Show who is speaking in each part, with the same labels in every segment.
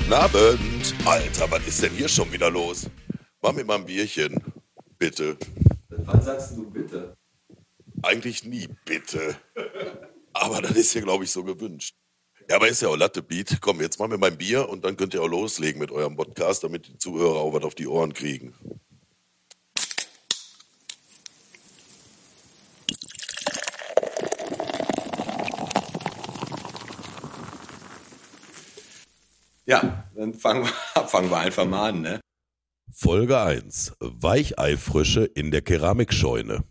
Speaker 1: Guten Abend. Alter, was ist denn hier schon wieder los? Mach mir mal ein Bierchen. Bitte.
Speaker 2: Wann sagst du bitte?
Speaker 1: Eigentlich nie bitte. Aber das ist hier, glaube ich, so gewünscht. Ja, aber ist ja auch Latte Beat. Komm, jetzt machen wir mein Bier und dann könnt ihr auch loslegen mit eurem Podcast, damit die Zuhörer auch was auf die Ohren kriegen.
Speaker 2: Ja, dann fangen wir, fangen wir einfach mal an, ne?
Speaker 1: Folge 1. Weicheifrösche in der Keramikscheune.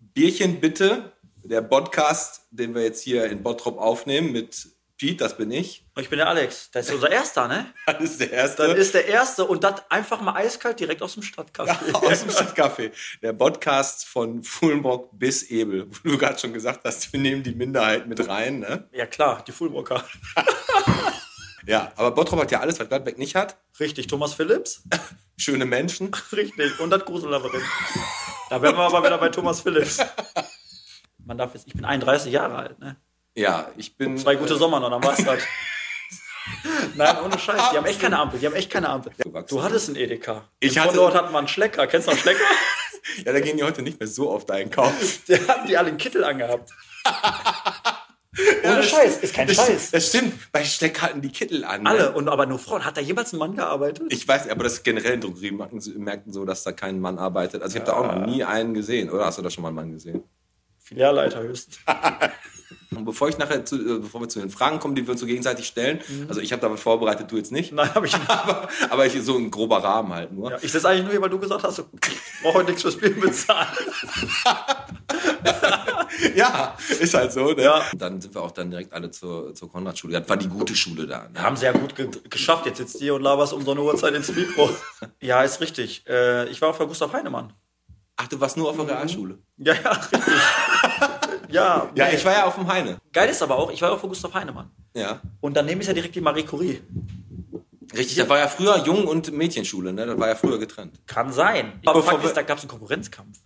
Speaker 2: Bierchen bitte. Der Podcast, den wir jetzt hier in Bottrop aufnehmen mit Pete, das bin ich.
Speaker 3: Ich bin der Alex. Das ist unser erster, ne?
Speaker 2: Das ist der
Speaker 3: Das
Speaker 2: erste
Speaker 3: ist der erste und das einfach mal eiskalt direkt aus dem Stadtcafé.
Speaker 2: aus dem Stadtcafé. Der Podcast von Fulmbrock bis Ebel. Wo du gerade schon gesagt hast, wir nehmen die Minderheit mit rein, ne?
Speaker 3: Ja klar, die Fullbrocker.
Speaker 2: Ja, aber Bottrop hat ja alles, was Gladbeck nicht hat.
Speaker 3: Richtig, Thomas Phillips.
Speaker 2: Schöne Menschen.
Speaker 3: Richtig. Und das Grusellabyrinth. Da wären wir aber wieder bei Thomas Phillips. Man darf jetzt, ich bin 31 Jahre alt, ne?
Speaker 2: Ja, ich bin. äh,
Speaker 3: Zwei gute Sommer noch, dann war's das. Nein, ohne Scheiß. Die haben echt keine Ampel. Die haben echt keine Ampel. Du hattest einen Edeka.
Speaker 2: Ich
Speaker 3: Im
Speaker 2: hatte-
Speaker 3: Dort hatten wir einen Schlecker. Kennst du noch Schlecker?
Speaker 2: Ja, da gehen die heute nicht mehr so oft einkaufen.
Speaker 3: Der hatten die alle einen Kittel angehabt.
Speaker 2: Ja,
Speaker 3: Ohne
Speaker 2: das
Speaker 3: Scheiß, ist kein
Speaker 2: Das,
Speaker 3: Scheiß.
Speaker 2: das stimmt. Bei Steck hatten die Kittel an. ne?
Speaker 3: Alle, und aber nur Frauen. Hat da jemals ein Mann gearbeitet?
Speaker 2: Ich weiß, aber das ist generell in Drogeriemärkten so, dass da kein Mann arbeitet. Also ich habe da auch noch nie einen gesehen. Oder hast du da schon mal einen Mann gesehen?
Speaker 3: Filialleiter höchstens.
Speaker 2: Und bevor ich nachher zu, äh, bevor wir zu den Fragen kommen, die wir uns so gegenseitig stellen, also ich habe da was vorbereitet, du jetzt nicht.
Speaker 3: Mhm. Nein, habe ich nicht.
Speaker 2: Aber, aber ich, so ein grober Rahmen halt nur.
Speaker 3: Ja, ich sitze eigentlich nur hier, weil du gesagt hast, ich brauche heute nichts fürs Bier bezahlen.
Speaker 2: Ja, ist halt so. Ne?
Speaker 3: Ja.
Speaker 2: Dann sind wir auch dann direkt alle zur, zur Konradschule. Das war die gute Schule da. Ne?
Speaker 3: Haben sie ja gut ge geschafft. Jetzt sitzt ihr und laberst um so eine Uhrzeit ins Mikro. ja, ist richtig. Äh, ich war auf der Gustav Heinemann.
Speaker 2: Ach, du warst nur auf der Realschule.
Speaker 3: Ja, ja, richtig. ja,
Speaker 2: Ja,
Speaker 3: nee.
Speaker 2: ich war ja auf dem Heine.
Speaker 3: Geil ist aber auch, ich war ja auf der Gustav Heinemann.
Speaker 2: Ja.
Speaker 3: Und daneben ist ja direkt die Marie Curie.
Speaker 2: Richtig, das war ja früher Jung- und Mädchenschule, ne? Das war ja früher getrennt.
Speaker 3: Kann sein.
Speaker 2: Aber
Speaker 3: Aber Fakt
Speaker 2: bevor wir-
Speaker 3: ist, da gab es einen Konkurrenzkampf.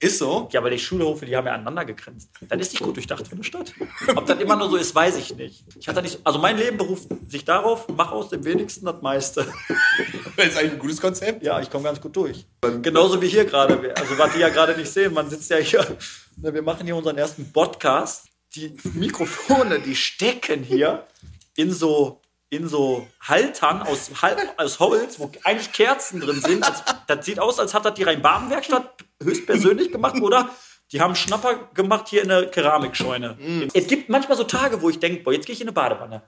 Speaker 2: Ist so?
Speaker 3: Ja, weil die Schulhofe, die haben ja aneinander gegrenzt. Dann ist nicht gut durchdacht von der Stadt. Ob das immer nur so ist, weiß ich nicht. Ich hatte nicht so, also mein Leben beruft sich darauf, mach aus dem wenigsten das meiste.
Speaker 2: Das ist eigentlich ein gutes Konzept.
Speaker 3: Ja, ich komme ganz gut durch. Genauso wie hier gerade. Also, was die ja gerade nicht sehen, man sitzt ja hier. Ne, Wir machen hier unseren ersten Podcast. Die Mikrofone, die stecken hier in so, in so Haltern aus, Hal- aus Holz, wo eigentlich Kerzen drin sind. Das, das sieht aus, als hat das die Rhein-Baden-Werkstatt höchstpersönlich gemacht, oder? Die haben Schnapper gemacht hier in der Keramikscheune. Es gibt manchmal so Tage, wo ich denke, boah, jetzt gehe ich in eine Badewanne.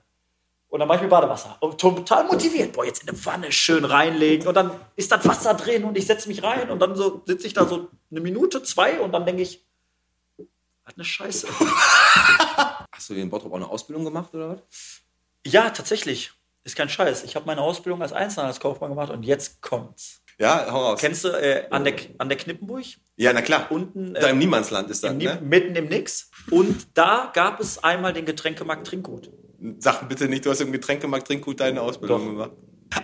Speaker 3: Und dann mache ich mir Badewasser. Und total motiviert. Boah, jetzt in eine Wanne schön reinlegen. Und dann ist das Wasser drin und ich setze mich rein. Und dann so sitze ich da so eine Minute, zwei und dann denke ich, was eine Scheiße.
Speaker 2: Hast du hier in Bottrop auch eine Ausbildung gemacht oder was?
Speaker 3: ja, tatsächlich. Ist kein Scheiß. Ich habe meine Ausbildung als Einzelhandelskaufmann gemacht und jetzt kommt's.
Speaker 2: Ja, hau raus.
Speaker 3: Kennst du äh, an, der, an der Knippenburg?
Speaker 2: ja, na klar.
Speaker 3: Unten
Speaker 2: da
Speaker 3: äh,
Speaker 2: im Niemandsland ist das,
Speaker 3: im Nie-
Speaker 2: ne?
Speaker 3: mitten im Nix. Und da gab es einmal den Getränkemarkt Trinkgut.
Speaker 2: Sag bitte nicht, du hast im Getränkemarkt Trinkgut deine Ausbildung gemacht.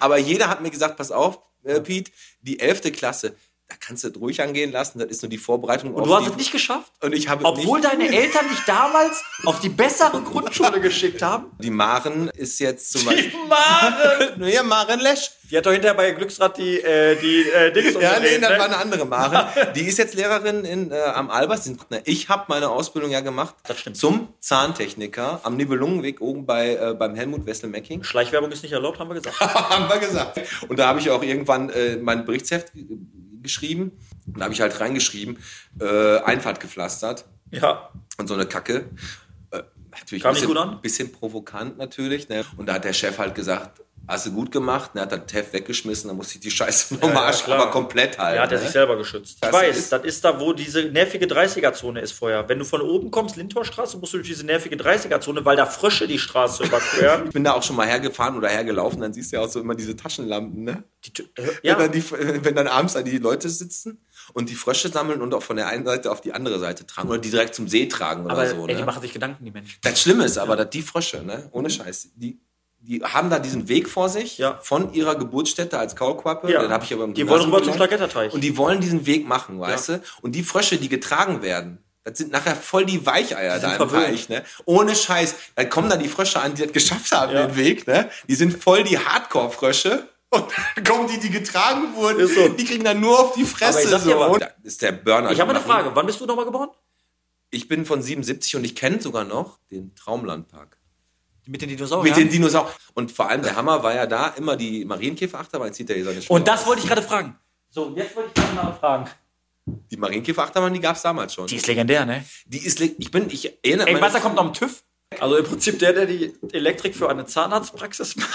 Speaker 2: Aber jeder hat mir gesagt, pass auf, äh, Piet, die 11. Klasse, da kannst du das ruhig angehen lassen, das ist nur die Vorbereitung
Speaker 3: Und du hast
Speaker 2: die,
Speaker 3: es nicht geschafft?
Speaker 2: Und ich habe es
Speaker 3: Obwohl
Speaker 2: nicht.
Speaker 3: deine Eltern dich damals auf die bessere Grundschule geschickt haben?
Speaker 2: Die Maren ist jetzt zum Beispiel...
Speaker 3: Mare!
Speaker 2: Ja, Maren Lesch.
Speaker 3: Die hat doch hinterher bei Glücksrad die, äh, die äh, Dings
Speaker 2: Ja, nee,
Speaker 3: umgedreht,
Speaker 2: das
Speaker 3: ne?
Speaker 2: war eine andere Maren. Die ist jetzt Lehrerin in, äh, am Albers. Ich habe meine Ausbildung ja gemacht
Speaker 3: Das stimmt.
Speaker 2: zum Zahntechniker am Nibelungenweg oben bei, äh, beim Helmut Wesselmecking.
Speaker 3: Schleichwerbung ist nicht erlaubt, haben wir gesagt.
Speaker 2: haben wir gesagt. Und da habe ich auch irgendwann äh, mein Berichtsheft äh, geschrieben. Und da habe ich halt reingeschrieben, äh, Einfahrt gepflastert
Speaker 3: ja.
Speaker 2: und so eine Kacke. Äh, natürlich
Speaker 3: Kam
Speaker 2: ein
Speaker 3: nicht
Speaker 2: bisschen,
Speaker 3: gut an?
Speaker 2: bisschen provokant natürlich. Ne? Und da hat der Chef halt gesagt, hast du gut gemacht. Und er hat dann Heft weggeschmissen, dann musste ich die Scheiße nochmal, ja,
Speaker 3: ja, klar.
Speaker 2: aber komplett halt.
Speaker 3: Er hat ja
Speaker 2: ne?
Speaker 3: sich selber geschützt. Ich
Speaker 2: Das
Speaker 3: weiß,
Speaker 2: ist-
Speaker 3: das ist da, wo diese nervige 30er-Zone ist vorher. Wenn du von oben kommst, Lindtorstraße, musst du durch diese nervige 30er-Zone, weil da Frösche die Straße überqueren.
Speaker 2: ich bin da auch schon mal hergefahren oder hergelaufen, dann siehst du ja auch so immer diese Taschenlampen, ne?
Speaker 3: Die, Tür- äh,
Speaker 2: Ja.
Speaker 3: ja,
Speaker 2: Wenn, dann die, wenn dann abends da die Leute sitzen und die Frösche sammeln und auch von der einen Seite auf die andere Seite tragen oder die direkt zum See tragen oder
Speaker 3: aber
Speaker 2: so.
Speaker 3: ey, die
Speaker 2: ne?
Speaker 3: machen sich Gedanken, die Menschen. Mhm.
Speaker 2: Das Schlimme ist aber, dass die Frösche, ne, ohne Scheiß, die, die haben da diesen Weg vor sich
Speaker 3: Ja.
Speaker 2: von ihrer Geburtsstätte als Kaulquappe.
Speaker 3: Ja.
Speaker 2: Den hab ich aber im
Speaker 3: Die
Speaker 2: Gymnasium
Speaker 3: wollen rüber zum
Speaker 2: gelernt.
Speaker 3: Schlagetterteich.
Speaker 2: Und die wollen diesen Weg machen, weißt du? Und die Frösche, die getragen werden, Das sind nachher voll die Weicheier
Speaker 3: Die
Speaker 2: da
Speaker 3: sind
Speaker 2: im
Speaker 3: verwöhnt.
Speaker 2: Teich, ne? Ohne Scheiß. Dann kommen da die Frösche an, die das geschafft haben,
Speaker 3: Ja.
Speaker 2: den Weg, ne? Die sind voll die Hardcore-Frösche. Und dann kommen die, die getragen wurden.
Speaker 3: Ist so.
Speaker 2: Die kriegen dann nur auf die
Speaker 3: Aber
Speaker 2: Fresse.
Speaker 3: ich sag dir
Speaker 2: so.
Speaker 3: was.
Speaker 2: Und da ist der Burner.
Speaker 3: Ich habe eine
Speaker 2: Machen-
Speaker 3: Frage. Wann bist du nochmal geboren?
Speaker 2: Ich bin von 77 und ich kenne sogar noch den Traumlandpark.
Speaker 3: Mit den Dinosauriern?
Speaker 2: Mit den Dinosauriern. Und vor allem der Hammer war ja da immer die Marienkäferachterbahn. Jetzt zieht er hier seine Schuhe
Speaker 3: Und das
Speaker 2: aus.
Speaker 3: wollte ich gerade fragen. So, und jetzt wollte ich gerade nachfragen.
Speaker 2: Die Marienkäferachterbahn, die gab es damals schon.
Speaker 3: Die
Speaker 2: Die,
Speaker 3: ist legendär, ne?
Speaker 2: ist, le- ich bin, ich erinnere
Speaker 3: Ey,
Speaker 2: meine-
Speaker 3: was, da kommt noch ein TÜV? Also im Prinzip der, der die Elektrik für eine Zahnarztpraxis macht,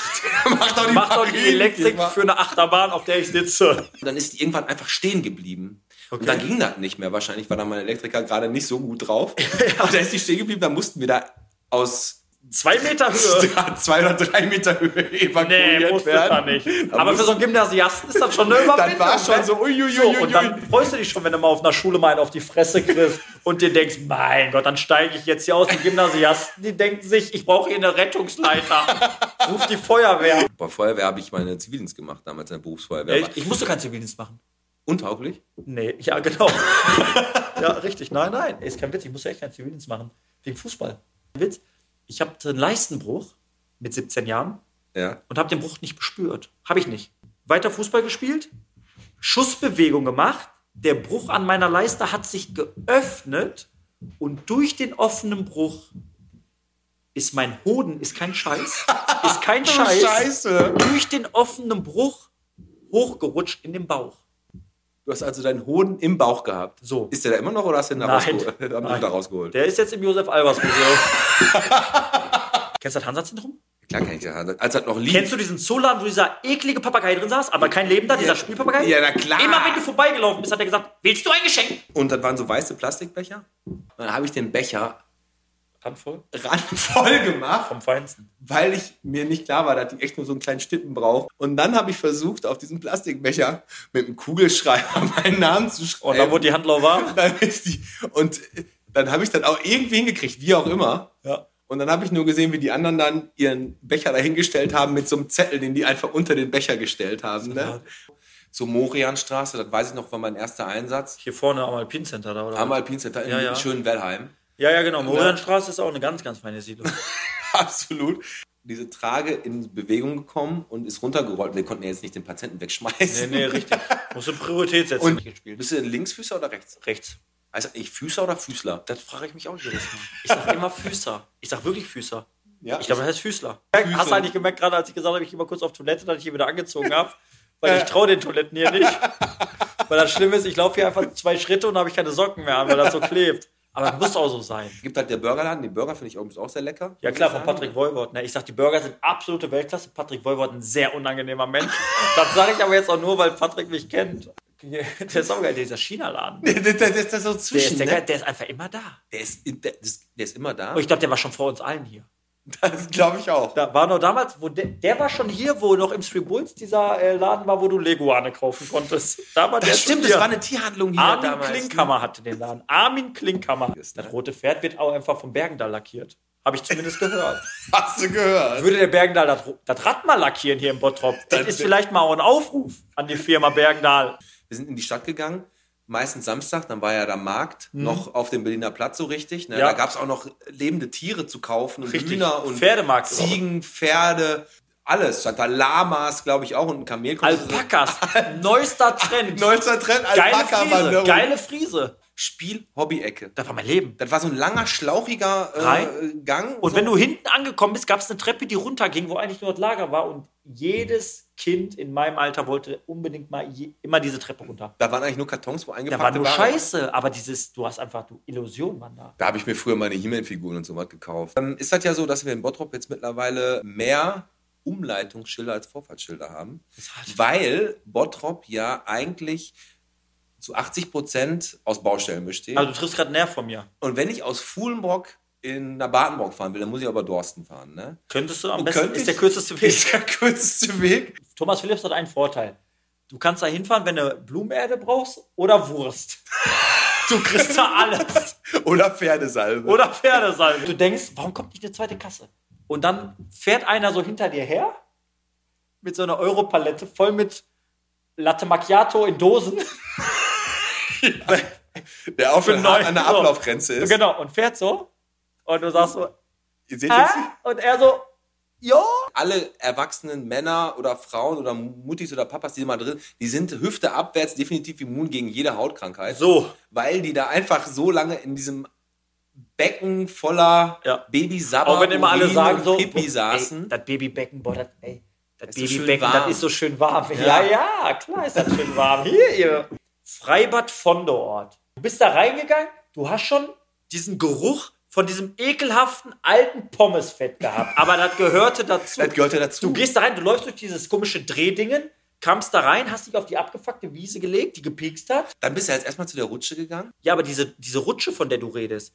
Speaker 2: Mach doch die,
Speaker 3: macht doch die Elektrik
Speaker 2: Marienkäfer-
Speaker 3: für eine Achterbahn, auf der ich sitze.
Speaker 2: Und dann ist die irgendwann einfach stehen geblieben. Und dann ging das nicht mehr. Wahrscheinlich war da mein Elektriker gerade nicht so gut drauf. Und da ist die stehen geblieben, dann mussten wir da aus
Speaker 3: Zwei Meter Höhe.
Speaker 2: zwei oder drei Meter Höhe evakuiert
Speaker 3: Nee, musste da
Speaker 2: werden.
Speaker 3: nicht.
Speaker 2: Da
Speaker 3: Aber für so einen Gymnasiasten ist das schon eine
Speaker 2: Das
Speaker 3: Überwindung.
Speaker 2: war schon
Speaker 3: ne?
Speaker 2: so,
Speaker 3: So,
Speaker 2: uiuiuiui.
Speaker 3: und dann freust du dich schon, wenn du mal auf einer Schule mal einen auf die Fresse kriegst und dir denkst, mein Gott, dann steige ich jetzt hier aus. Die Gymnasiasten, die denken sich, ich brauche hier eine Rettungsleiter. Ruf die Feuerwehr.
Speaker 2: Bei Feuerwehr habe ich meine Zivildienst gemacht, damals in der Berufsfeuerwehr.
Speaker 3: ich, ich musste keinen Zivildienst machen.
Speaker 2: Untauglich?
Speaker 3: Nee, ja, genau. ja, richtig. Nein, nein. Ist kein Witz. Ich muss ja echt keinen Zivildienst machen. Wegen Fußball. Kein Witz. Ich habe einen Leistenbruch mit 17 Jahren
Speaker 2: Ja.
Speaker 3: und habe den Bruch nicht gespürt. Habe ich nicht. Weiter Fußball gespielt, Schussbewegung gemacht. Der Bruch an meiner Leiste hat sich geöffnet und durch den offenen Bruch ist mein Hoden, ist kein Scheiß, ist kein Scheiß,
Speaker 2: Scheiße.
Speaker 3: durch den offenen Bruch hochgerutscht in den Bauch.
Speaker 2: Du hast also deinen Hoden im Bauch gehabt.
Speaker 3: So.
Speaker 2: Ist der da immer noch oder hast du ihn da
Speaker 3: Nein.
Speaker 2: rausgeholt? Haben die
Speaker 3: Nein.
Speaker 2: ihn da rausgeholt?
Speaker 3: Der ist jetzt im Josef Albers Museum. Kennst du das Hansa-Zentrum?
Speaker 2: Klar kann ich den Hand. Als er noch lief.
Speaker 3: Kennst du diesen Zooladen, wo dieser eklige Papagei drin saß, aber kein Leben da, dieser Spielpapagei?
Speaker 2: Ja, na klar.
Speaker 3: Immer wenn du vorbeigelaufen bist, hat er gesagt, willst du ein Geschenk?
Speaker 2: Und das waren so weiße Plastikbecher. Und dann habe ich den Becher
Speaker 3: Handvoll.
Speaker 2: randvoll gemacht,
Speaker 3: Vom Feinsten.
Speaker 2: weil ich mir nicht klar war, dass die echt nur so einen kleinen Stippen braucht. Und dann habe ich versucht, auf diesen Plastikbecher mit einem Kugelschreiber meinen Namen zu schreiben.
Speaker 3: Und dann wurde die Handlau warm.
Speaker 2: dann ist die, und äh, dann habe ich dann auch irgendwie hingekriegt, wie auch immer.
Speaker 3: Ja.
Speaker 2: Und dann habe ich nur gesehen, wie die anderen dann ihren Becher dahingestellt haben mit so einem Zettel, den die einfach unter den Becher gestellt haben. Ne? Zur Morianstraße, das weiß ich noch, war mein erster Einsatz.
Speaker 3: Hier vorne am Alpincenter da, oder?
Speaker 2: Am Alpincenter in
Speaker 3: Ja, ja.
Speaker 2: schönen Wellheim. Ne?
Speaker 3: ja, ja, genau. Morianstraße ist auch eine ganz, ganz feine Siedlung.
Speaker 2: Absolut. Diese Trage in Bewegung gekommen und ist runtergerollt. Wir konnten ja jetzt nicht den Patienten
Speaker 3: nee,
Speaker 2: wegschmeißen.
Speaker 3: nee, richtig. Musst du Priorität setzen.
Speaker 2: Und-
Speaker 3: gespielt.
Speaker 2: Bist du denn Linksfüßer oder rechts?
Speaker 3: Rechts.
Speaker 2: Also ich Füßer oder Füßler?
Speaker 3: Das frage ich mich auch jedes Mal. Ich sag immer Füßer. Ich sag wirklich Füßer.
Speaker 2: Ja,
Speaker 3: Ich glaube, das heißt Füßler. Hast
Speaker 2: Füßler.
Speaker 3: du eigentlich gemerkt, gerade als ich gesagt habe, ich gehe mal kurz auf Toilette, dass ich hier wieder angezogen habe? Weil ich traue den Toiletten hier nicht. Weil das Schlimme ist, ich laufe hier einfach zwei Schritte und habe ich keine Socken mehr an, weil das so klebt. Aber das muss auch so sein.
Speaker 2: gibt halt der Burgerladen. Den Burger finde ich übrigens auch sehr lecker.
Speaker 3: Ja
Speaker 2: muss
Speaker 3: klar,
Speaker 2: ich
Speaker 3: von
Speaker 2: sagen.
Speaker 3: Patrick Wolwort. Ne? Ich sag, die Burger sind absolute Weltklasse. Patrick Wolwort ein sehr unangenehmer Mensch. Das sage ich aber jetzt auch nur, weil Patrick mich kennt. Der ist auch geil, dieser China-Laden.
Speaker 2: Der, der, der, der ist da so
Speaker 3: Der
Speaker 2: zwischen.
Speaker 3: ist, der,
Speaker 2: ne?
Speaker 3: geil, der ist einfach immer da.
Speaker 2: der, ist, der, ist, der ist immer da.
Speaker 3: Und Oh, ich glaube, der war schon vor uns allen hier.
Speaker 2: Das glaube ich auch.
Speaker 3: Da war noch damals, wo der, der war schon hier, wo noch im Three Bulls dieser äh, Laden war, wo du Leguane kaufen konntest. Da war der
Speaker 2: Das stimmt,
Speaker 3: schon
Speaker 2: das
Speaker 3: hier.
Speaker 2: war eine Tierhandlung hier
Speaker 3: Armin
Speaker 2: damals. ne?
Speaker 3: Klinkhammer hatte den Laden. Armin Klinkhammer.
Speaker 2: Ist, ne?
Speaker 3: Das rote Pferd wird auch einfach vom Bergendal lackiert. Habe ich zumindest gehört.
Speaker 2: Hast du gehört?
Speaker 3: Würde der Bergendal das, Ro- das Rad mal lackieren hier im Bottrop? Das
Speaker 2: Das
Speaker 3: ist
Speaker 2: wär-
Speaker 3: vielleicht mal auch ein Aufruf an die Firma Bergendal.
Speaker 2: Wir sind in die Stadt gegangen, meistens Samstag, dann war ja der Markt, noch auf dem Berliner Platz so richtig. Ne?
Speaker 3: Mhm. Ja.
Speaker 2: Da gab es auch noch lebende Tiere zu kaufen und
Speaker 3: Richtig.
Speaker 2: Hühner und
Speaker 3: Pferdemarkt.
Speaker 2: Ziegen, Pferde, alles. Stand da Lamas, glaube ich, auch und ein Kamel. konntest du-
Speaker 3: Alpakas. Neuester Trend.
Speaker 2: Neuester Trend,
Speaker 3: Geile
Speaker 2: Alpaka-Wanderung.
Speaker 3: Friese. Geile Friese.
Speaker 2: Spiel-Hobby-Ecke.
Speaker 3: Das war mein Leben.
Speaker 2: Das war so ein langer, schlauchiger äh,
Speaker 3: Rein.
Speaker 2: Gang.
Speaker 3: Und
Speaker 2: so.
Speaker 3: wenn du hinten angekommen bist, gab es eine Treppe, die runterging, wo eigentlich nur das Lager war. Und jedes Kind in meinem Alter wollte unbedingt mal je, immer diese Treppe runter.
Speaker 2: da waren eigentlich nur Kartons, wo
Speaker 3: Da
Speaker 2: eingepackt
Speaker 3: war nur Scheiße, aber dieses, du hast einfach, du Illusion, Mann, da.
Speaker 2: Da habe ich mir früher meine He-Man-Figuren und so was gekauft. Ähm, ist das ja so, dass wir in Bottrop jetzt mittlerweile mehr Umleitungsschilder als Vorfahrtsschilder haben, weil Bottrop ja eigentlich zu 80 Prozent aus Baustellen besteht.
Speaker 3: Also du triffst gerade einen Nerv von mir.
Speaker 2: und wenn ich aus Fuhlenbrock in nach Badenbrock fahren will, dann muss ich aber Dorsten fahren. Ne?
Speaker 3: Könntest du am
Speaker 2: Und
Speaker 3: besten,
Speaker 2: könnte
Speaker 3: ist
Speaker 2: ich-
Speaker 3: der kürzeste
Speaker 2: Ist
Speaker 3: Weg.
Speaker 2: der kürzeste Weg.
Speaker 3: Thomas Phillips hat einen Vorteil. Du kannst da hinfahren, wenn du Blumenerde brauchst oder Wurst. Du kriegst da alles.
Speaker 2: Oder Pferdesalbe.
Speaker 3: Oder Pferdesalbe. Du denkst, warum kommt nicht eine zweite Kasse? Und dann fährt einer so hinter dir her mit so einer Europalette voll mit Latte Macchiato in Dosen.
Speaker 2: der auch
Speaker 3: Für
Speaker 2: schon
Speaker 3: neu-
Speaker 2: an der
Speaker 3: so.
Speaker 2: Ablaufgrenze ist.
Speaker 3: Genau, und fährt so. Und du sagst so,
Speaker 2: Ihr seht
Speaker 3: ah?
Speaker 2: jetzt
Speaker 3: Und er so, jo.
Speaker 2: alle erwachsenen Männer oder Frauen oder Muttis oder Papas, die immer drin, die sind Hüfte abwärts definitiv immun gegen jede Hautkrankheit,
Speaker 3: So.
Speaker 2: weil die da einfach so lange in diesem Becken voller
Speaker 3: Ja.
Speaker 2: Babysabber
Speaker 3: Auch wenn immer alle
Speaker 2: Urin
Speaker 3: sagen
Speaker 2: und
Speaker 3: so, oh,
Speaker 2: Pipi
Speaker 3: Ey,
Speaker 2: saßen.
Speaker 3: das Babybecken, boah, das, ey, das
Speaker 2: Ist so schön
Speaker 3: Babybecken,
Speaker 2: warm.
Speaker 3: das ist so schön warm. Ja. ja, klar ist das schön warm. Hier, ihr Freibad Vondeort. Du bist da reingegangen, du hast schon diesen Geruch von diesem ekelhaften alten Pommesfett gehabt. Aber das gehörte dazu.
Speaker 2: das gehört ja dazu.
Speaker 3: Du gehst da rein, du läufst durch dieses komische Drehdingen, kamst da rein, hast dich auf die abgefuckte Wiese gelegt, die gepiekst hat.
Speaker 2: Dann bist du jetzt erstmal zu der Rutsche gegangen.
Speaker 3: Ja, aber diese, diese Rutsche, von der du redest,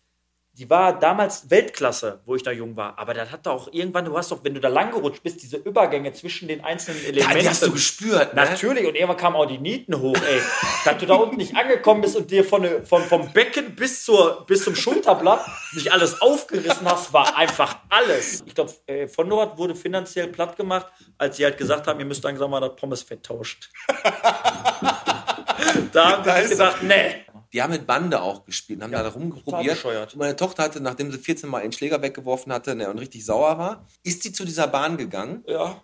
Speaker 3: die war damals Weltklasse, wo ich da jung war. Aber das hat doch auch irgendwann, du hast doch, wenn du da lang gerutscht bist, diese Übergänge zwischen den einzelnen
Speaker 2: Ja,
Speaker 3: Elementen.
Speaker 2: die hast du gespürt, ne?
Speaker 3: Natürlich, und irgendwann kamen auch die Nieten hoch, ey. Dass du da unten nicht angekommen bist und dir von, von, vom Becken bis, zur, bis zum Schulterblatt nicht alles aufgerissen hast, war einfach alles. Ich glaube, äh, von dort wurde finanziell platt gemacht, als sie halt gesagt haben, ihr müsst langsam mal das Pommesfett tauschen. da haben
Speaker 2: Da
Speaker 3: sie
Speaker 2: ist-
Speaker 3: gesagt, nee.
Speaker 2: Die haben mit Bande auch gespielt und haben da
Speaker 3: total
Speaker 2: rumprobiert.
Speaker 3: bescheuert.
Speaker 2: Und meine Tochter hatte, nachdem sie 14 Mal ihren Schläger weggeworfen hatte ne, und richtig sauer war, ist sie zu dieser Bahn gegangen
Speaker 3: Ja.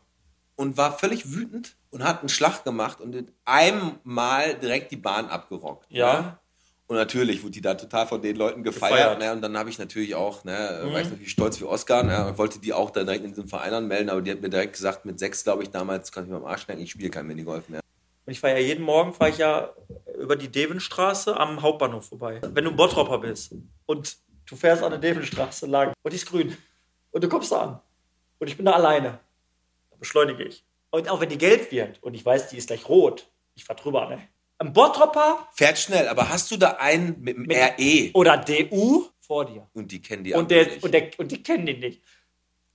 Speaker 2: und war völlig wütend und hat einen Schlag gemacht und in einem Mal direkt die Bahn abgerockt. ne?
Speaker 3: Ja.
Speaker 2: Und natürlich wurde die da total von den Leuten gefeiert.
Speaker 3: Gefeiert. Mhm.
Speaker 2: Ne? Und dann habe ich natürlich auch, ne, war ich natürlich stolz wie Oscar ne, und wollte die auch dann direkt in diesem Verein anmelden, aber die hat mir direkt gesagt, mit sechs, glaube ich, damals kann ich mir am Arsch schneiden, ich spiele kein Minigolf mehr.
Speaker 3: Und ich fahre ja jeden Morgen, fahre ich ja über die Devenstraße am Hauptbahnhof vorbei. Wenn du ein Bottropper bist und du fährst an der Devenstraße lang und die ist grün und du kommst da an und ich bin da alleine, dann beschleunige ich. Und auch wenn die gelb wird und ich weiß, die ist gleich rot, ich fahr drüber, ne? Ein Bottropper
Speaker 2: Fährt schnell, aber hast du da einen mit dem
Speaker 3: Mit-
Speaker 2: RE?
Speaker 3: oder DU vor dir.
Speaker 2: Und die kennen die
Speaker 3: und,
Speaker 2: anderen
Speaker 3: der,
Speaker 2: nicht.
Speaker 3: und, der, und die kennen den nicht.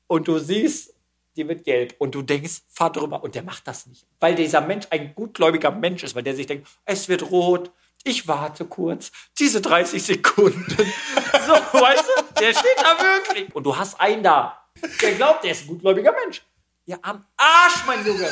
Speaker 3: Und du siehst, die wird gelb. Und du denkst, fahr drüber. Und der macht das nicht. Weil dieser Mensch ein gutgläubiger Mensch ist, weil der sich denkt, es wird rot. Ich warte kurz. Diese 30 Sekunden. so, weißt du, der steht da wirklich. Und du hast einen da. Der glaubt, der ist ein gutgläubiger Mensch. Ja, am Arsch, mein Junge.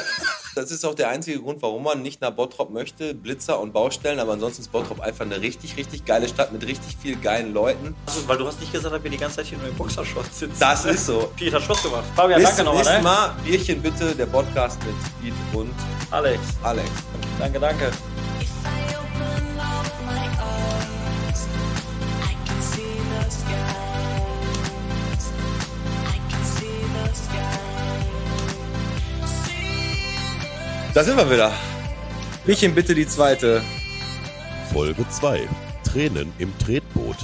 Speaker 2: Das ist auch der einzige Grund, warum man nicht nach Bottrop möchte. Blitzer und Baustellen, aber ansonsten ist Bottrop einfach eine richtig, richtig geile Stadt mit richtig viel geilen Leuten.
Speaker 3: Also, weil du hast nicht gesagt, dass wir die ganze Zeit hier nur im Boxershorts sitzen.
Speaker 2: Das ist so.
Speaker 3: Peter Schluss gemacht. Fabian,
Speaker 2: Bis
Speaker 3: danke
Speaker 2: zum
Speaker 3: nochmal.
Speaker 2: nächsten
Speaker 3: Ne?
Speaker 2: Mal. Bierchen bitte, der Podcast mit Piet und
Speaker 3: Alex,
Speaker 2: Alex.
Speaker 3: danke, danke.
Speaker 4: If I open up my eyes, I can see the skies. I can see the skies. See the
Speaker 2: Da sind wir wieder. Bierchen bitte die zweite.
Speaker 1: Folge 2. Tränen im Tretboot.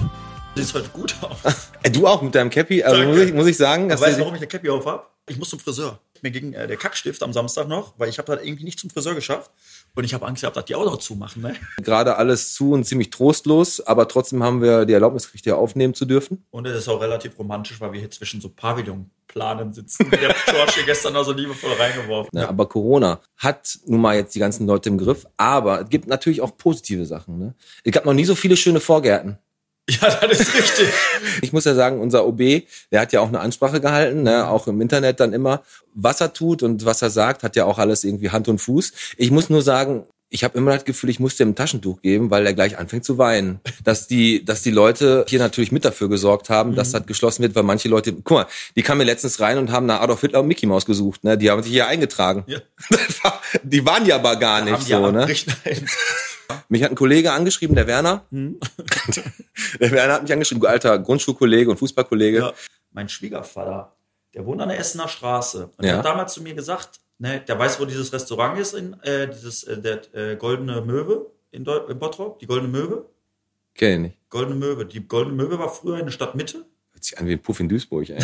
Speaker 3: Sieht heute gut aus.
Speaker 2: Äh, Du auch mit deinem Cappy. Also
Speaker 3: Danke.
Speaker 2: muss ich, muss ich sagen, dass
Speaker 3: weißt du,
Speaker 2: du-
Speaker 3: warum ich eine Cappy auf habe? Ich muss zum Friseur. Mir ging äh, der Kackstift am Samstag noch, weil ich habe das irgendwie nicht zum Friseur geschafft. Und ich habe Angst gehabt, dass die auch noch zumachen. Ne?
Speaker 2: gerade alles zu und ziemlich trostlos, aber trotzdem haben wir die Erlaubnis gekriegt, hier aufnehmen zu dürfen.
Speaker 3: Und es ist auch relativ romantisch, weil wir hier zwischen so Pavillonplanen sitzen. Der George hier gestern noch so liebevoll reingeworfen.
Speaker 2: Ne? Aber Corona hat nun mal jetzt die ganzen Leute im Griff, aber es gibt natürlich auch positive Sachen. Ne? Es gab noch nie so viele schöne Vorgärten.
Speaker 3: Ja, das ist richtig.
Speaker 2: Ich muss ja sagen, unser OB, der hat ja auch eine Ansprache gehalten,
Speaker 3: Mhm.
Speaker 2: ne? auch im Internet dann immer. Was er tut und was er sagt, hat ja auch alles irgendwie Hand und Fuß. Ich muss nur sagen, ich habe immer das Gefühl, ich muss dem ein Taschentuch geben, weil er gleich anfängt zu weinen. Dass die, dass die Leute hier natürlich mit dafür gesorgt haben, dass
Speaker 3: Mhm.
Speaker 2: das geschlossen wird, weil manche Leute, guck mal, die kamen mir letztens rein und haben nach Adolf Hitler und Mickey Mouse gesucht. Ne? Die haben sich hier eingetragen.
Speaker 3: Ja.
Speaker 2: Das war, die waren ja aber gar nicht
Speaker 3: Haben die
Speaker 2: so.
Speaker 3: aber
Speaker 2: Ne?
Speaker 3: richtig-
Speaker 2: Mich hat ein Kollege angeschrieben, der Werner.
Speaker 3: Hm?
Speaker 2: Der Werner hat mich angeschrieben, alter Grundschulkollege und Fußballkollege.
Speaker 3: Ja. Mein Schwiegervater, der wohnt an der Essener Straße. Und
Speaker 2: Ja.
Speaker 3: der hat damals zu mir gesagt, ne, der weiß, wo dieses Restaurant ist, in, äh, dieses, äh, der äh, Goldene Möwe in, Deu in Bottrop, die Goldene Möwe.
Speaker 2: Kenn ich nicht.
Speaker 3: Goldene Möwe. Die Goldene Möwe war früher in der Stadtmitte.
Speaker 2: Hört sich an wie ein Puff in Duisburg, ey.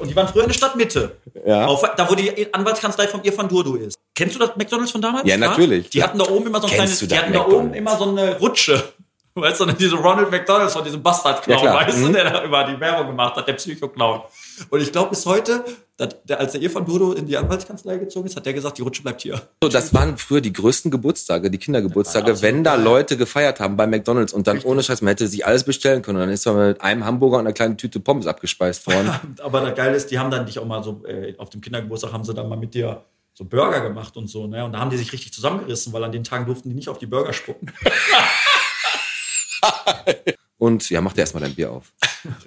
Speaker 3: Und die waren früher in der Stadtmitte.
Speaker 2: Ja.
Speaker 3: Auf, da, wo die Anwaltskanzlei vom Irfan Durdu ist. Kennst du das McDonalds von damals?
Speaker 2: Ja, natürlich.
Speaker 3: Die hatten da oben immer so ein
Speaker 2: Kennst
Speaker 3: kleines,
Speaker 2: du
Speaker 3: die
Speaker 2: das
Speaker 3: hatten da
Speaker 2: McDonald's?
Speaker 3: oben immer so eine Rutsche. Weißt du, diese Ronald McDonalds von diesem Bastard-Clown,
Speaker 2: Ja, klar.
Speaker 3: weißt du,
Speaker 2: Mhm.
Speaker 3: der da über die Werbung gemacht hat, der Psycho-Clown. Und ich glaube bis heute, dass der, als der Irfan Durdu in die Anwaltskanzlei gezogen ist, hat der gesagt, die Rutsche bleibt hier.
Speaker 2: So, das waren früher die größten Geburtstage, die Kindergeburtstage, wenn da Leute gefeiert haben bei McDonalds und dann ohne Scheiß, man hätte sich alles bestellen können. Und dann ist man mit einem Hamburger und einer kleinen Tüte Pommes abgespeist worden.
Speaker 3: Aber das Geile ist, die haben dann dich auch mal so, äh, auf dem Kindergeburtstag haben sie dann mal mit dir so Burger gemacht und so. Ne? Und da haben die sich richtig zusammengerissen, weil an den Tagen durften die nicht auf die Burger spucken.
Speaker 2: Und ja, mach dir erstmal dein Bier auf.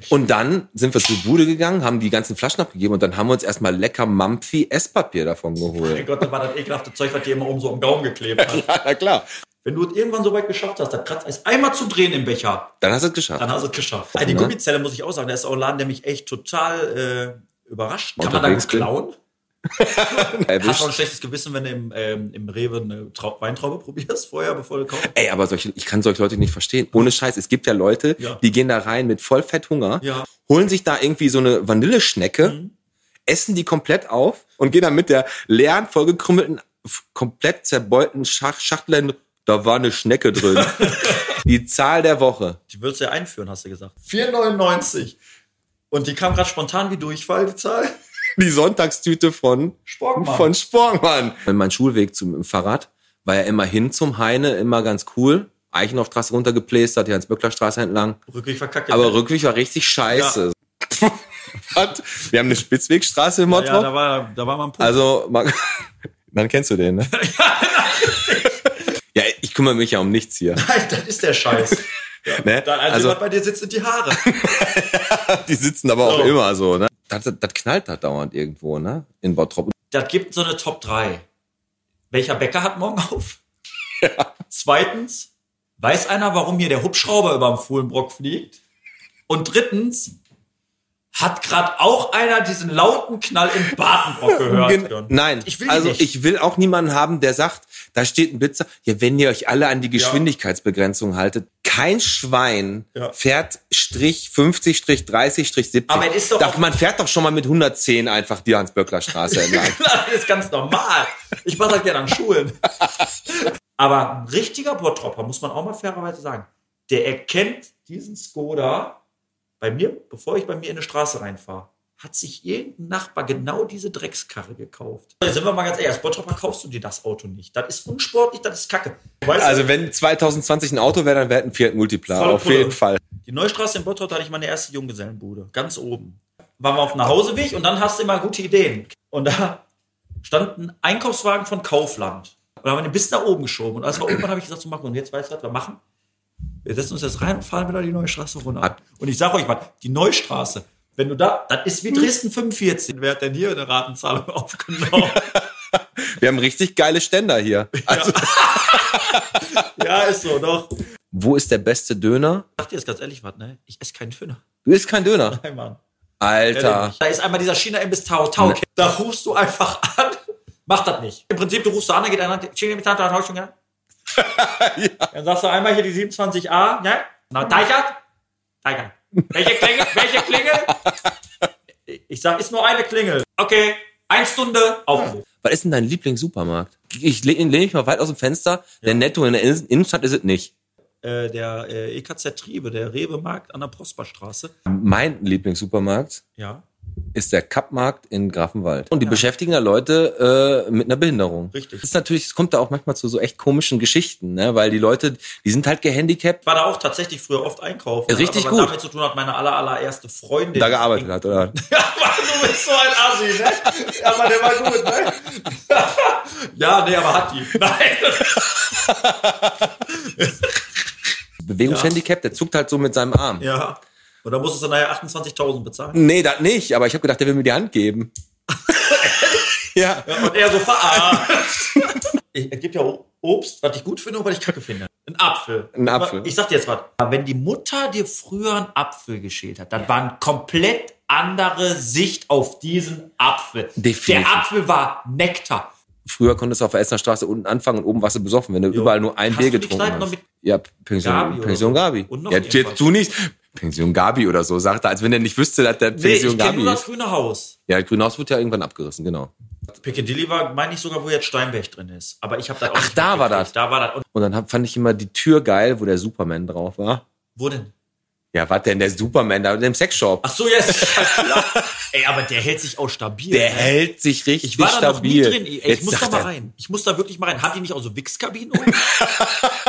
Speaker 2: Und dann sind wir zur Bude gegangen, haben die ganzen Flaschen abgegeben und dann haben wir uns erstmal lecker Mampfi Esspapier davon
Speaker 3: Mein
Speaker 2: geholt.
Speaker 3: Gott, da war das ekelhafte Zeug, was die immer oben so am Gaumen geklebt hat.
Speaker 2: Na klar.
Speaker 3: Wenn du es irgendwann so weit geschafft hast, das Kratzeis einmal zu drehen im Becher,
Speaker 2: Dann hast du es geschafft.
Speaker 3: Dann hast du es geschafft. Also die
Speaker 2: Ne?
Speaker 3: Gummizelle muss ich auch sagen, da ist auch ein Laden, der mich echt total äh, überrascht. Kann man da
Speaker 2: Unterwegs
Speaker 3: gut klauen? Hast du auch ein
Speaker 2: Erwischt.
Speaker 3: schlechtes Gewissen, wenn du im, ähm, im Rewe eine Trau Weintraube probierst vorher, bevor du kaufst?
Speaker 2: Ey, aber solche, ich kann solche Leute nicht verstehen. Ohne Scheiß. Es gibt ja Leute,
Speaker 3: Ja.
Speaker 2: die gehen da rein mit Vollfetthunger,
Speaker 3: Ja. Mhm.
Speaker 2: holen sich da irgendwie so eine Vanilleschnecke, essen die komplett auf und gehen dann mit der leeren, vollgekrümmelten, f- komplett zerbeulten Schach Schachtel hin. Da war eine Schnecke drin. die Zahl der Woche.
Speaker 3: Die würdest du ja einführen, hast du gesagt. 4,99. Und die kam gerade spontan wie Durchfall, die Zahl.
Speaker 2: die Sonntagstüte von
Speaker 3: Sporkmann.
Speaker 2: Von Sporkmann. Mein Schulweg zum im Fahrrad war ja immer hin zum Heine, immer ganz cool. Eichenhofstraße runtergeplästert, die Hans-Böckler-Straße entlang.
Speaker 3: Rückweg ne? verkackt.
Speaker 2: Aber Rückweg war richtig scheiße. Hat- Wir haben eine Spitzwegstraße in
Speaker 3: ja, ja,
Speaker 2: Bottrop.
Speaker 3: da war, da war mal ein Punkt.
Speaker 2: also, man, dann kennst du den, ne? ja, ich kümmere mich ja um nichts hier.
Speaker 3: Nein, das ist der Scheiß.
Speaker 2: Ne?
Speaker 3: Da, also,
Speaker 2: Also,
Speaker 3: was bei dir sitzt, sind die Haare.
Speaker 2: die sitzen aber auch
Speaker 3: So.
Speaker 2: immer so, ne? Das, das knallt da dauernd irgendwo, ne? In Bottrop.
Speaker 3: das gibt so eine Top 3. Welcher Bäcker hat morgen auf? Zweitens, weiß einer, warum hier der Hubschrauber über dem Fuhlenbrock fliegt? Und drittens, hat gerade auch einer diesen lauten Knall im Badenbrock
Speaker 2: Gen-
Speaker 3: gehört?
Speaker 2: Nein,
Speaker 3: ich will die
Speaker 2: also
Speaker 3: nicht.
Speaker 2: ich will auch niemanden haben, der sagt, da steht ein Blitzer. Ja, wenn ihr euch alle an die Geschwindigkeitsbegrenzung haltet, kein Schwein
Speaker 3: Ja.
Speaker 2: fährt Strich 50, Strich 30, Strich 70.
Speaker 3: Aber es ist doch
Speaker 2: Darf,
Speaker 3: auch-
Speaker 2: man fährt doch schon mal mit 110 einfach die Hans-Böckler-Straße entlang.
Speaker 3: Klar, das ist ganz normal. Ich mache das gerne an Schulen. Aber ein richtiger Bottropper, muss man auch mal fairerweise sagen, der erkennt diesen Skoda bei mir, bevor ich bei mir in eine Straße reinfahre. Hat sich irgendein Nachbar genau diese Dreckskarre gekauft? Also sind wir mal ganz ehrlich, als Bottropper kaufst du dir das Auto nicht. Das ist unsportlich, das ist Kacke. Weißt
Speaker 2: Also wenn 2020 ein Auto wäre, dann wäre ein Fiat Multipla.
Speaker 3: Volle
Speaker 2: Auf
Speaker 3: Pulle.
Speaker 2: jeden Fall.
Speaker 3: Die Neustraße in Bottrop da hatte ich meine erste Junggesellenbude, ganz oben. Waren wir auf dem Nachhauseweg und dann hast du immer gute Ideen. Und da stand ein Einkaufswagen von Kaufland. Und da haben wir den bis nach oben geschoben. Und als wir oben waren, habe ich gesagt zu Marco, und jetzt weißt du, was wir machen? Wir setzen uns jetzt rein und fahren wieder die Neustraße runter.
Speaker 2: Ab.
Speaker 3: Und ich sage euch mal, die Neustraße, wenn du da, das ist wie Dresden 45. Wer hat denn hier eine Ratenzahlung aufgenommen?
Speaker 2: Wir haben richtig geile Ständer hier. Also,
Speaker 3: ja, ist so, doch. Ich
Speaker 2: Wo ist der beste Döner?
Speaker 3: sag dir jetzt ganz ehrlich was, ne? Ich esse keinen Döner.
Speaker 2: Du isst kein Döner.
Speaker 3: Nein, Mann.
Speaker 2: Alter.
Speaker 3: Da ist einmal dieser China-Imbiss Tao Tao. Da rufst du einfach an. Mach das nicht. Im Prinzip, du rufst da an, dann geht einer, China-Imbiss Tao Tao, Tao, schon ja? Dann sagst du einmal hier die 27a, ne? Na, Deichert? Deichert. Welche Klingel? Welche Klingel? Ich sag, ist nur eine Klingel. Okay, eine Stunde, aufgelegt.
Speaker 2: Was ist denn dein Lieblingssupermarkt? Ich lehne lehn mich mal weit aus dem Fenster. Der Netto in der Innen- Innenstadt ist es nicht.
Speaker 3: Äh, der äh, EKZ Triebe, der Rewe-Markt an der Prosperstraße.
Speaker 2: Mein Lieblingssupermarkt
Speaker 3: Ja,
Speaker 2: ist der Kappmarkt in Grafenwald. Und die beschäftigen da Leute äh, mit einer Behinderung.
Speaker 3: Richtig.
Speaker 2: Das ist natürlich, es kommt da auch manchmal zu so echt komischen Geschichten, ne? weil die Leute, die sind halt gehandicapt,
Speaker 3: ich war da auch tatsächlich früher oft einkaufen.
Speaker 2: Ja, richtig
Speaker 3: aber
Speaker 2: gut.
Speaker 3: damit zu tun hat, meine aller, allererste Freundin.
Speaker 2: da gearbeitet hat, oder?
Speaker 3: Ja, Mann, du bist so ein Assi, ne? Aber der war gut, ne? ja, nee, aber hat die. Nein.
Speaker 2: Bewegungshandicap, der zuckt halt so mit seinem Arm.
Speaker 3: Ja. Und da musstest du nachher 28.000 bezahlen.
Speaker 2: Nee, das nicht, aber ich habe gedacht, der will mir die Hand geben. ja.
Speaker 3: Und er so verarscht. Ich- Es gibt ja O- Obst, was ich gut finde und was ich kacke finde. Ein Apfel.
Speaker 2: Ein Apfel.
Speaker 3: Ich sag dir jetzt was. Wenn die Mutter dir früher einen Apfel geschält hat, dann war eine komplett andere Sicht auf diesen Apfel.
Speaker 2: Definitiv.
Speaker 3: Der Apfel war Nektar.
Speaker 2: Früher konntest du auf der Essener Straße unten anfangen und oben warst du besoffen, wenn du überall nur ein
Speaker 3: Hast
Speaker 2: Bier
Speaker 3: du die
Speaker 2: getrunken
Speaker 3: Kneipen
Speaker 2: hast.
Speaker 3: noch mit
Speaker 2: ja, Pension
Speaker 3: Gabi
Speaker 2: Gabi.
Speaker 3: oder
Speaker 2: Pension
Speaker 3: so?
Speaker 2: Gabi.
Speaker 3: Und noch
Speaker 2: ja,
Speaker 3: irgendwas.
Speaker 2: jetzt tu nicht Pension Gabi oder so, sagt er, als wenn er nicht wüsste, dass der
Speaker 3: Nee,
Speaker 2: Pension
Speaker 3: ich kenne
Speaker 2: Gabi
Speaker 3: nur das
Speaker 2: ist.
Speaker 3: grüne Haus.
Speaker 2: Ja, Grünhaus wird ja irgendwann abgerissen, genau.
Speaker 3: Piccadilly war, meine ich sogar, wo jetzt Steinberg drin ist. Aber ich habe da auch.
Speaker 2: Ach,
Speaker 3: nicht
Speaker 2: da war
Speaker 3: mitgekriegt.
Speaker 2: das.
Speaker 3: Da war das. Und
Speaker 2: Und dann hab, fand ich immer die Tür geil, wo der Superman drauf war.
Speaker 3: wo denn?
Speaker 2: Ja, was denn der Superman da in dem Sexshop?
Speaker 3: Ach so, yes. ja, halt klar. Ey, aber der hält sich auch stabil.
Speaker 2: der
Speaker 3: ne?
Speaker 2: hält sich richtig
Speaker 3: Ich war da noch nie
Speaker 2: stabil.
Speaker 3: drin. Ey, ich
Speaker 2: Jetzt
Speaker 3: muss da
Speaker 2: sagt
Speaker 3: mal
Speaker 2: er,
Speaker 3: rein. Ich muss da wirklich mal rein. Hat die nicht auch so Wichskabinen? unten?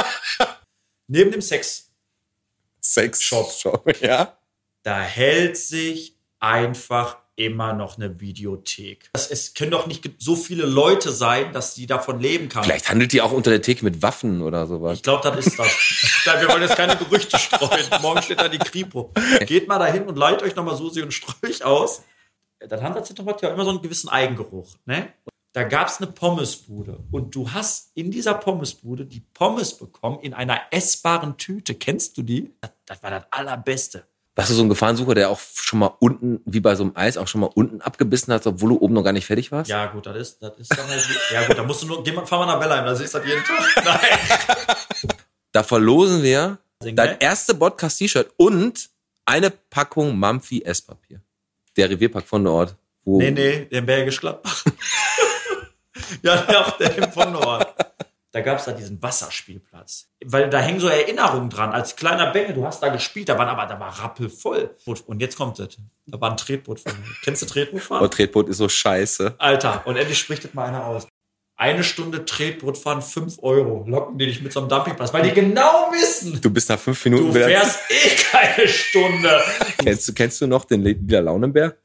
Speaker 3: Neben dem Sex.
Speaker 2: Sexshop, ja.
Speaker 3: Da hält sich einfach immer noch eine Videothek. Das, es können doch nicht ge- so viele Leute sein, dass die davon leben kann.
Speaker 2: Vielleicht handelt die auch unter der Theke mit Waffen oder sowas.
Speaker 3: Ich glaube, das ist das. Nein, wir wollen jetzt keine Gerüchte streuen. Morgen steht da die Kripo. Geht mal dahin und leiht euch nochmal Susi und Strolch aus. Das Hansa-Zentrum hat ja immer so einen gewissen Eigengeruch. Ne? Da gab es eine Pommesbude. Und du hast in dieser Pommesbude die Pommes bekommen in einer essbaren Tüte. Kennst du die? Das, das war das Allerbeste.
Speaker 2: Warst du so ein Gefahrensucher, der auch schon mal unten, wie bei so einem Eis, auch schon mal unten abgebissen hat, obwohl du oben noch gar nicht fertig warst?
Speaker 3: Ja, gut, das ist, das ist dann halt. Ja, gut, da musst du nur. Geh mal, fahr mal nach Bellheim, da siehst du das jeden Tag. Nein.
Speaker 2: Da verlosen wir
Speaker 3: Singen,
Speaker 2: dein
Speaker 3: ne?
Speaker 2: erste Podcast-T-Shirt und eine Packung Mampfi Esspapier. Der Revierpark von Nord. Wo
Speaker 3: Nee, nee, den Bergisch Gladbach. ja, der auf dem von Nord. Da gab es da diesen Wasserspielplatz. Weil da hängen so Erinnerungen dran. Als kleiner Bengel, du hast da gespielt, da waren aber, da war rappelvoll. Und jetzt kommt das. Da war ein Tretboot von mir. Kennst du Tretbootfahren?
Speaker 2: Oh, Tretboot ist so scheiße.
Speaker 3: Alter, und endlich spricht das mal einer aus. Eine Stunde Tretboot fahren 5 Euro. Locken die dich mit so einem Dumpingpass, weil die genau wissen,
Speaker 2: Du bist nach fünf Minuten
Speaker 3: du
Speaker 2: wieder-
Speaker 3: fährst eh keine Stunde.
Speaker 2: Kennst du, kennst du noch den Le- Lila Launenberg?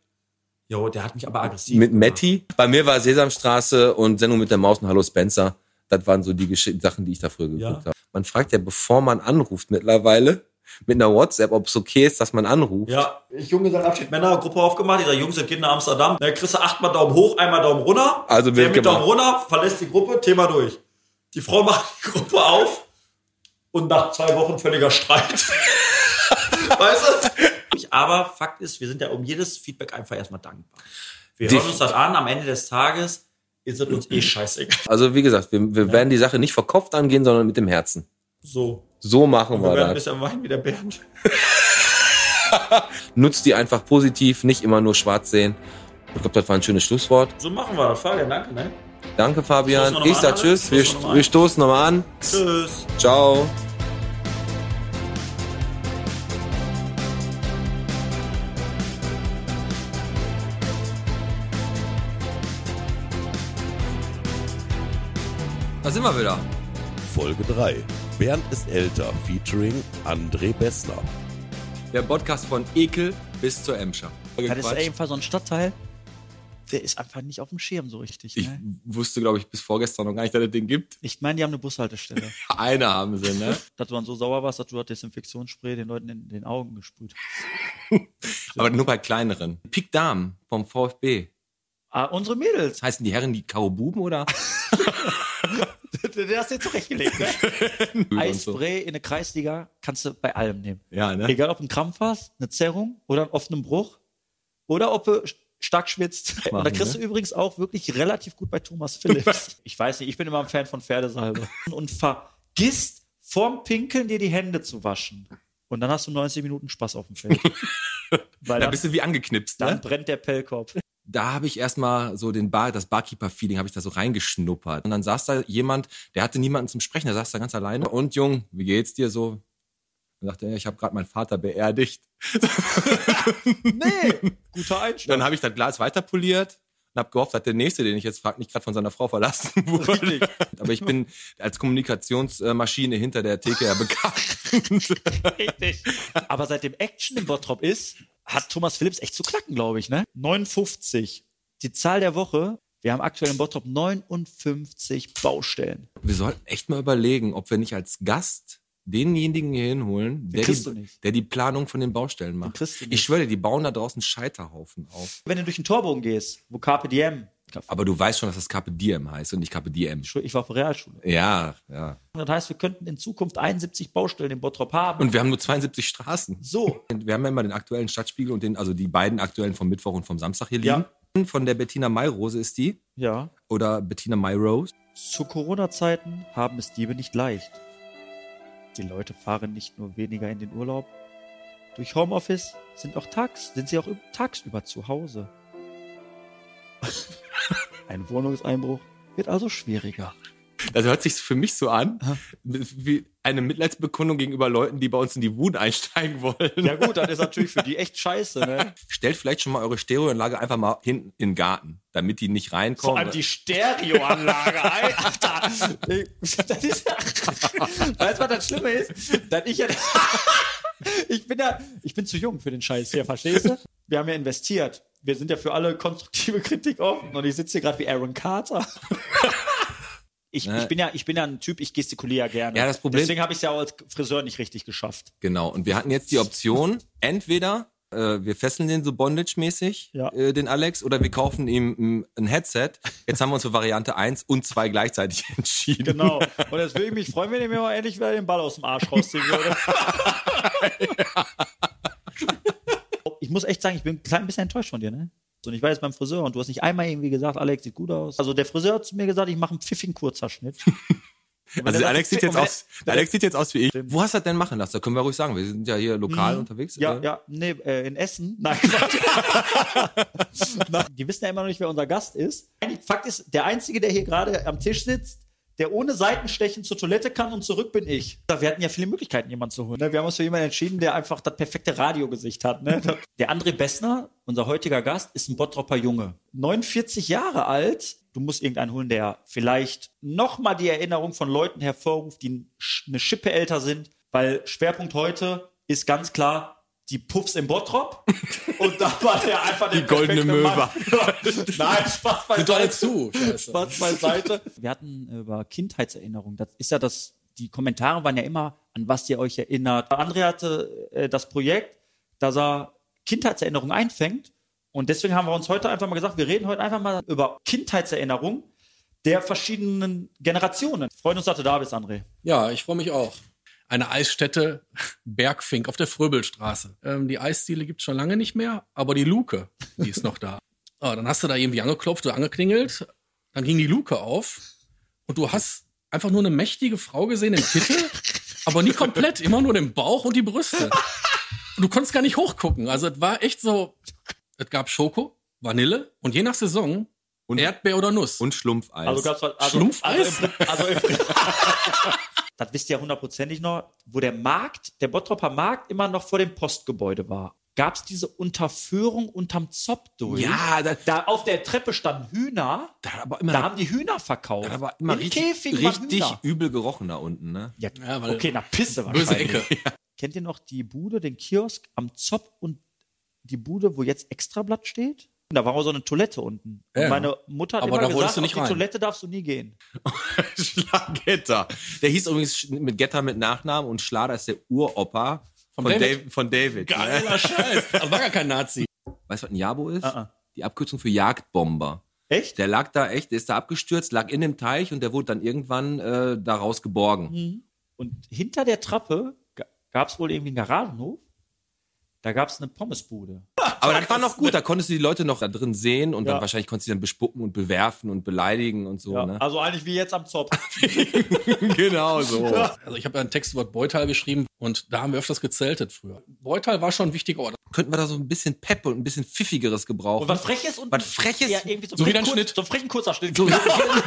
Speaker 3: Jo, der hat mich aber aggressiv.
Speaker 2: Mit
Speaker 3: gemacht.
Speaker 2: Matti? Bei mir war Sesamstraße und Sendung mit der Maus und Hallo Spencer. Das waren so die Gesch Sachen, die ich da früher geguckt
Speaker 3: Ja.
Speaker 2: habe. Man fragt ja, bevor man anruft mittlerweile, mit einer WhatsApp, ob es okay ist, dass man anruft.
Speaker 3: Ja, ich Junge gesagt, Abschied Männergruppe aufgemacht. Ich sag, Jungs, jetzt geht nach Amsterdam. Da kriegst du achtmal Daumen hoch, einmal Daumen runter.
Speaker 2: Also
Speaker 3: Der
Speaker 2: wird
Speaker 3: mit
Speaker 2: gemacht.
Speaker 3: Daumen runter verlässt die Gruppe, Thema durch. Die Frau macht die Gruppe auf und nach zwei Wochen völliger Streit. weißt du? Ich- Aber Fakt ist, wir sind ja um jedes Feedback einfach erstmal dankbar. Wir hören uns das an, am Ende des Tages ist es uns eh scheißegal.
Speaker 2: Also wie gesagt, wir, wir werden die Sache nicht verkopft angehen, sondern mit dem Herzen.
Speaker 3: So,
Speaker 2: So machen
Speaker 3: wir
Speaker 2: wir
Speaker 3: werden ein
Speaker 2: das.
Speaker 3: bisschen weinen wie der Bernd.
Speaker 2: Nutzt die einfach positiv, nicht immer nur schwarz sehen. Ich glaube, das war ein schönes Schlusswort.
Speaker 3: So machen wir das, Fabian, danke, ne?
Speaker 2: Danke, Fabian.
Speaker 3: Stoßen wir noch
Speaker 2: Ich
Speaker 3: mal
Speaker 2: sag
Speaker 3: an,
Speaker 2: Tschüss.
Speaker 3: alle?
Speaker 2: Wir,
Speaker 3: Stoßen wir noch mal
Speaker 2: wir
Speaker 3: an?
Speaker 2: stoßen nochmal an.
Speaker 3: Tschüss.
Speaker 2: Ciao. Da sind wir wieder.
Speaker 1: Folge 3. Bernd ist älter, featuring André Bessner.
Speaker 2: Der Podcast von Ekel bis zur Emscher.
Speaker 5: Das ist jedenfalls so ein Stadtteil, der ist einfach nicht auf dem Schirm so richtig.
Speaker 2: Ich
Speaker 5: Ne?
Speaker 2: wusste, glaube ich, bis vorgestern noch gar nicht, dass es den gibt.
Speaker 5: Ich meine, die haben eine Bushaltestelle.
Speaker 2: Eine haben sie, ne?
Speaker 5: dass du dann so sauer warst, dass du das Desinfektionsspray den Leuten in den Augen gesprüht hast.
Speaker 2: Aber nur bei kleineren. Pik Darm vom VfB.
Speaker 5: Ah, unsere Mädels.
Speaker 2: Das heißen die Herren die Karobuben oder?
Speaker 5: Der hast du dir zurechtgelegt, ne?
Speaker 2: Und so.
Speaker 5: Eispray in der Kreisliga kannst du bei allem nehmen.
Speaker 2: Ja, ne?
Speaker 5: Egal, ob ein Krampf hast, eine Zerrung oder einen offenen Bruch oder ob du sch- stark schwitzt.
Speaker 2: Machen,
Speaker 5: Und da kriegst
Speaker 2: ne?
Speaker 5: du übrigens auch wirklich relativ gut bei Thomas Phillips. ich weiß nicht, ich bin immer ein Fan von Pferdesalbe. Und vergisst vorm Pinkeln dir die Hände zu waschen. Und dann hast du 90 Minuten Spaß auf dem Feld. Weil
Speaker 2: Da
Speaker 5: dann,
Speaker 2: bist du wie angeknipst,
Speaker 5: dann
Speaker 2: ne?
Speaker 5: brennt der Pellkorb.
Speaker 2: Da habe ich erstmal so den Bar, das Barkeeper-Feeling habe ich da so reingeschnuppert. Und dann saß da jemand, der hatte niemanden zum Sprechen, der saß da ganz alleine. Und Jung, wie geht's dir so? Dann sagte er, ich habe gerade meinen Vater beerdigt.
Speaker 5: Nee, guter Einstieg.
Speaker 2: Dann habe ich das Glas weiter poliert und habe gehofft, dass der nächste, den ich jetzt frage, nicht gerade von seiner Frau verlassen wurde. Aber ich bin als Kommunikationsmaschine hinter der Theke ja bekannt.
Speaker 5: Richtig. Aber seit dem Action im Bottrop ist, hat Thomas Phillips echt zu knacken, glaube ich, ne? 59. Die Zahl der Woche. Wir haben aktuell im Bottrop 59 Baustellen.
Speaker 2: Wir sollten echt mal überlegen, ob wir nicht als Gast denjenigen hier hinholen, der
Speaker 5: kriegst du
Speaker 2: die,
Speaker 5: nicht.
Speaker 2: der die Planung von den Baustellen macht.
Speaker 5: kriegst du nicht.
Speaker 2: Ich schwöre, dir, die bauen da draußen Scheiterhaufen auf.
Speaker 5: Wenn du durch den Torbogen gehst, wo Carpe Diem,
Speaker 2: Aber du weißt schon, dass das Carpe Diem heißt und nicht Carpe Diem.
Speaker 5: ich war auf der Realschule.
Speaker 2: Ja, ja.
Speaker 5: Das heißt, wir könnten in Zukunft 71 Baustellen im Bottrop haben.
Speaker 2: Und wir haben nur 72 Straßen.
Speaker 5: so,
Speaker 2: Wir haben ja immer den aktuellen Stadtspiegel und den, also die beiden aktuellen vom Mittwoch und vom Samstag hier liegen.
Speaker 5: Ja.
Speaker 2: Von der Bettina Mayrose ist die.
Speaker 5: ja.
Speaker 2: Oder Bettina Mayrose.
Speaker 5: Zu Corona-Zeiten haben es Diebe nicht leicht. Die Leute fahren nicht nur weniger in den Urlaub. Durch Homeoffice sind auch tags, sind sie auch im- tagsüber zu Hause. Ein Wohnungseinbruch wird also schwieriger.
Speaker 2: Das hört sich für mich so an, wie eine Mitleidsbekundung gegenüber Leuten, die bei uns in die Wut einsteigen wollen.
Speaker 5: Ja gut, das ist natürlich für die echt scheiße, ne?
Speaker 2: Stellt vielleicht schon mal eure Stereoanlage einfach mal hinten in den Garten, damit die nicht reinkommen.
Speaker 5: Vor allem die Stereoanlage, ey, Alter. Ey, Das ist, weißt du, was das Schlimme ist? Dass ich ja. Ich bin ja, ich bin zu jung für den Scheiß hier, verstehst du? Wir haben ja investiert.
Speaker 3: wir sind ja für alle konstruktive Kritik offen und ich sitze hier gerade wie Aaron Carter. Ich,
Speaker 2: Ne.
Speaker 3: ich, bin ja, ich bin ja ein Typ, ich gestikuliere ja gerne.
Speaker 2: Ja, das Problem-
Speaker 3: Deswegen habe ich es ja auch als Friseur nicht richtig geschafft.
Speaker 2: Genau. Und wir hatten jetzt die Option, entweder äh, wir fesseln den so Bondage-mäßig,
Speaker 3: Ja.
Speaker 2: äh, den Alex, oder wir kaufen ihm ein, ein Headset. Jetzt haben wir uns für Variante 1 und 2 gleichzeitig entschieden.
Speaker 3: Genau. Und jetzt würde ich mich freuen, wenn ihr mir mal endlich wieder den Ball aus dem Arsch rausziehen würde. Ich muss echt sagen, ich bin ein klein bisschen enttäuscht von dir, ne? Und ich war jetzt beim Friseur und du hast nicht einmal irgendwie gesagt, Alex sieht gut aus. Also der Friseur hat zu mir gesagt, ich mache einen pfiffigen Kurzhaarschnitt.
Speaker 2: Also der Alex sieht jetzt aus, der
Speaker 3: Alex
Speaker 2: Alex sieht jetzt aus wie ich. Wo hast du das denn machen lassen? Da können wir ruhig sagen. Wir sind ja hier lokal unterwegs.
Speaker 3: Mhm. Ja,
Speaker 2: äh,
Speaker 3: ja, nee, äh, in Essen. Nein, Quatsch. Nein, die wissen ja immer noch nicht, wer unser Gast ist. Eigentlich, Fakt ist, der Einzige, der hier gerade am Tisch sitzt, der ohne Seitenstechen zur Toilette kann und zurück bin ich. Da- Wir hatten ja viele Möglichkeiten, jemanden zu holen. ne? Wir haben uns für jemanden entschieden, der einfach das perfekte Radiogesicht hat. Ne? Der André Bessner, unser heutiger Gast, ist ein Bottropper Junge. 49 Jahre alt. Du musst irgendeinen holen, der vielleicht nochmal die Erinnerung von Leuten hervorruft, die sch- eine Schippe älter sind. Weil Schwerpunkt heute ist ganz klar die Puffs im Bottrop. Und da war der einfach der
Speaker 2: Die goldene
Speaker 3: perfekte Mann.
Speaker 2: Möwe.
Speaker 3: Nein, Spaß beiseite.
Speaker 6: Sind doch alle zu. Scheiße.
Speaker 3: Spaß beiseite. Wir hatten über Kindheitserinnerungen. Das ist ja das, die Kommentare waren ja immer, an was ihr euch erinnert. André hatte äh, das Projekt, dass er Kindheitserinnerungen einfängt. Und deswegen haben wir uns heute einfach mal gesagt, wir reden heute einfach mal über Kindheitserinnerungen der verschiedenen Generationen. Freuen uns, dass du da bist, André.
Speaker 6: Ja, ich freue mich auch. Eine Eisstätte Bergfink auf der Fröbelstraße. Ähm, die Eisdiele gibt's schon lange nicht mehr, aber die Luke, die ist noch da. Ah, dann hast du da irgendwie angeklopft oder angeklingelt, dann ging die Luke auf und du hast einfach nur eine mächtige Frau gesehen im Kittel, aber nie komplett, immer nur den Bauch und die Brüste. Und du konntest gar nicht hochgucken. Also es war echt so, es gab Schoko, Vanille und je nach Saison
Speaker 2: Und-
Speaker 6: Erdbeer oder Nuss.
Speaker 2: Und Schlumpfeis.
Speaker 3: Also gab's halt, also,
Speaker 6: Schlumpfeis?
Speaker 3: Also, im- das wisst ihr ja hundertprozentig noch, wo der Markt, der Bottroper Markt immer noch vor dem Postgebäude war. Gab es diese Unterführung unterm Zopp durch?
Speaker 2: ja, da,
Speaker 3: Da auf der Treppe standen Hühner,
Speaker 2: da hat aber immer,
Speaker 3: da haben die Hühner verkauft.
Speaker 2: da hat aber immer
Speaker 3: Im
Speaker 2: richtig,
Speaker 3: Käfig waren
Speaker 2: richtig
Speaker 3: Hühner.
Speaker 2: übel gerochen da unten, ne?
Speaker 3: Ja,
Speaker 6: Ja, weil-
Speaker 3: okay, na Pisse wahrscheinlich.
Speaker 6: Böse Ecke.
Speaker 3: Kennt ihr noch die Bude, den Kiosk am Zopp und die Bude, wo jetzt Extrablatt steht? Da war auch so eine Toilette unten. Und
Speaker 2: Ja.
Speaker 3: meine Mutter hat
Speaker 2: Aber da
Speaker 3: immer
Speaker 2: wolltest
Speaker 3: gesagt,
Speaker 2: du nicht
Speaker 3: auf die
Speaker 2: rein."
Speaker 3: Toilette darfst du nie gehen.
Speaker 2: Schlagetter. Der hieß übrigens Sch- mit Getter mit Nachnamen und Schlager ist der Uropa von,
Speaker 6: David.
Speaker 2: Dav- von David. ne?
Speaker 6: Geiler Scheiß. Aber war gar kein Nazi.
Speaker 2: Weißt du, was ein Jabo ist?
Speaker 3: Ah, ah.
Speaker 2: Die Abkürzung für Jagdbomber.
Speaker 3: Echt?
Speaker 2: Der lag da echt, der ist da abgestürzt, lag in dem Teich und der wurde dann irgendwann äh, daraus geborgen.
Speaker 3: Mhm. Und hinter der Trappe gab es wohl irgendwie einen Garagenhof. Da gab es eine Pommesbude.
Speaker 2: Aber das war noch gut, da konntest du die Leute noch da drin sehen und
Speaker 3: Ja.
Speaker 2: dann wahrscheinlich konntest du die dann bespucken und bewerfen und beleidigen und so. Ne?
Speaker 3: Also eigentlich wie jetzt am Zopf.
Speaker 2: genau so.
Speaker 6: Also ich habe ja einen Text über Beutal geschrieben und da haben wir öfters gezeltet früher. Beutal war schon ein wichtiger Ort.
Speaker 2: Könnten wir da so ein bisschen Pep und ein bisschen Pfiffigeres gebrauchen.
Speaker 3: Und was Freches und
Speaker 2: Was Freches?
Speaker 3: Ja, irgendwie so,
Speaker 6: So wie dein
Speaker 3: kurz,
Speaker 6: Schnitt.
Speaker 3: So einen frechen kurzer Schnitt.
Speaker 2: So,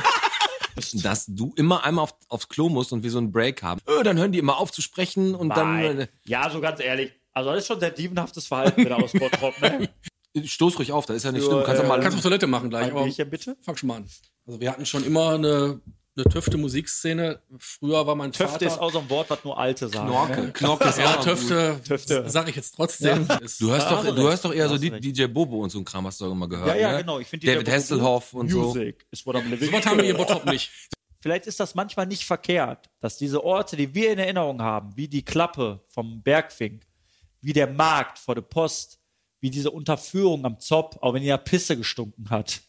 Speaker 2: dass du immer einmal auf, aufs Klo musst und wir so einen Break haben. Äh, dann hören die immer auf zu sprechen und
Speaker 3: Nein.
Speaker 2: dann äh,
Speaker 3: Ja, so ganz ehrlich. Also das ist schon sehr dievenhaftes Verhalten wieder aus Bottrop. Ne?
Speaker 2: äh, stoß ruhig auf, das ist ja nicht
Speaker 3: So,
Speaker 2: schlimm. Kannst du
Speaker 3: äh,
Speaker 2: mal
Speaker 6: Kannst auf Toilette machen gleich,
Speaker 3: Ein
Speaker 6: aber
Speaker 3: Bierchen bitte.
Speaker 6: fang schon mal an. Also wir hatten schon immer eine, eine Töfte Musikszene. Früher war mein
Speaker 3: Töfte ist
Speaker 6: Vater...
Speaker 3: auch so ein Wort, was nur Alte sagen.
Speaker 2: Knorke. Knorke ist
Speaker 6: ja,
Speaker 2: auch gut.
Speaker 6: Töfte,
Speaker 3: Töfte.
Speaker 6: sag ich jetzt trotzdem. Ist-
Speaker 2: Du hörst,
Speaker 3: Da hast
Speaker 2: doch,
Speaker 3: du
Speaker 2: du
Speaker 3: recht.
Speaker 2: hörst doch eher
Speaker 3: Da
Speaker 2: so
Speaker 3: hast du
Speaker 2: die, DJ Bobo und so ein Kram hast du doch immer gehört.
Speaker 3: Ja, ja,
Speaker 2: ne?
Speaker 3: genau. Ich finde
Speaker 2: David Hasselhoff und so.
Speaker 3: Music is what I'm living.
Speaker 6: Sowas haben wir hier in Bottrop nicht.
Speaker 3: vielleicht ist das manchmal nicht verkehrt, dass diese Orte, die wir in Erinnerung haben, wie die Klappe vom Bergfink, wie der Markt vor der Post, wie diese Unterführung am Zopp, auch wenn die ja Pisse gestunken hat.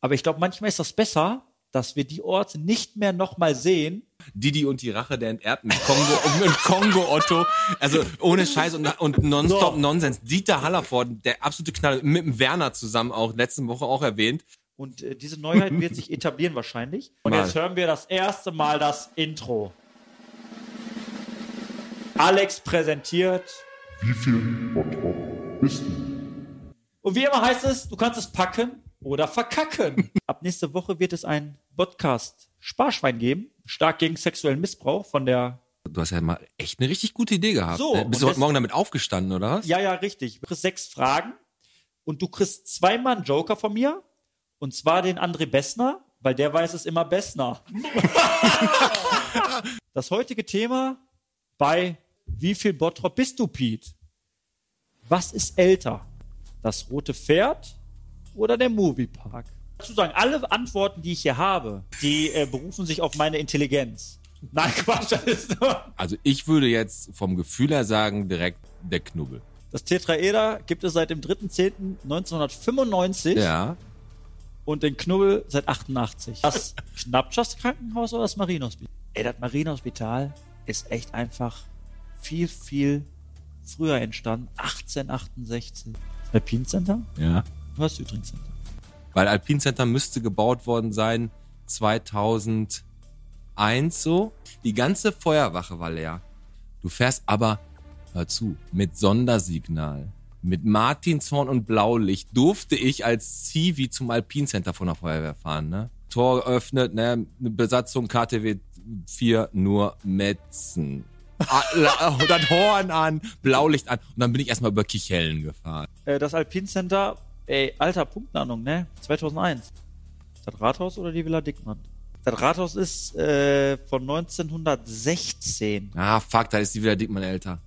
Speaker 3: Aber ich glaube, manchmal ist das besser, dass wir die Orte nicht mehr nochmal sehen.
Speaker 2: Didi und die Rache der Enterbten. Kongo, und Kongo Otto. Also ohne Scheiß und, und nonstop
Speaker 3: So.
Speaker 2: Nonsens. Dieter Hallervorden, der absolute Knaller, mit dem Werner zusammen auch letzte Woche auch erwähnt.
Speaker 3: Und äh, diese Neuheit wird sich etablieren wahrscheinlich. Und
Speaker 2: Mal.
Speaker 3: jetzt hören wir das erste Mal das Intro. Alex präsentiert.
Speaker 7: Wie viel Bottrop bist du?
Speaker 3: Und wie immer heißt es, du kannst es packen oder verkacken. Ab nächste Woche wird es einen Podcast Sparschwein geben, stark gegen sexuellen Missbrauch von der
Speaker 2: Du hast ja mal echt eine richtig gute Idee gehabt.
Speaker 3: So,
Speaker 2: Äh,
Speaker 3: und
Speaker 2: Bist du
Speaker 3: das-
Speaker 2: heute Morgen damit aufgestanden, oder was?
Speaker 3: Ja, ja, richtig. Du kriegst sechs Fragen und du kriegst zweimal einen Joker von mir und zwar den André Bessner, weil der weiß es immer Bessner. das heutige Thema bei Wie viel Bottrop bist du, Piet? Was ist älter? das rote Pferd oder der Moviepark? Dazu sagen, alle Antworten, die ich hier habe, die äh, berufen sich auf meine Intelligenz. Nein, Quatsch, das ist nur...
Speaker 8: Also ich würde jetzt vom Gefühl her sagen, direkt der Knubbel.
Speaker 3: Das Tetraeder gibt es seit dem 3.10.1995
Speaker 8: Ja.
Speaker 3: und den Knubbel seit 88. Das Knappschaftskrankenhaus oder das Marienhospital? Ey, das Marienhospital ist echt einfach viel, viel früher entstanden. 1868. Das Alpine Center?
Speaker 8: Ja.
Speaker 3: Du hast Üdring Center.
Speaker 8: Weil Alpine Center müsste gebaut worden sein 2001 so. Die ganze Feuerwache war leer. Du fährst aber, hör zu, mit Sondersignal. Mit Martinshorn und Blaulicht durfte ich als Zivi zum Alpine Center von der Feuerwehr fahren. Ne? Tor geöffnet, ne? Eine Besatzung KTW 4 nur Metzen. Ah, la- Und dann Horn an, Blaulicht an. Und dann bin ich erstmal über Kichellen gefahren.
Speaker 3: Äh, das Alpine Center, ey, alter Punktlandung, ne? 2001. Das Rathaus oder die Villa Dickmann? Das Rathaus ist äh, von 1916.
Speaker 8: Ah, fuck, da ist die wieder Dickmann älter.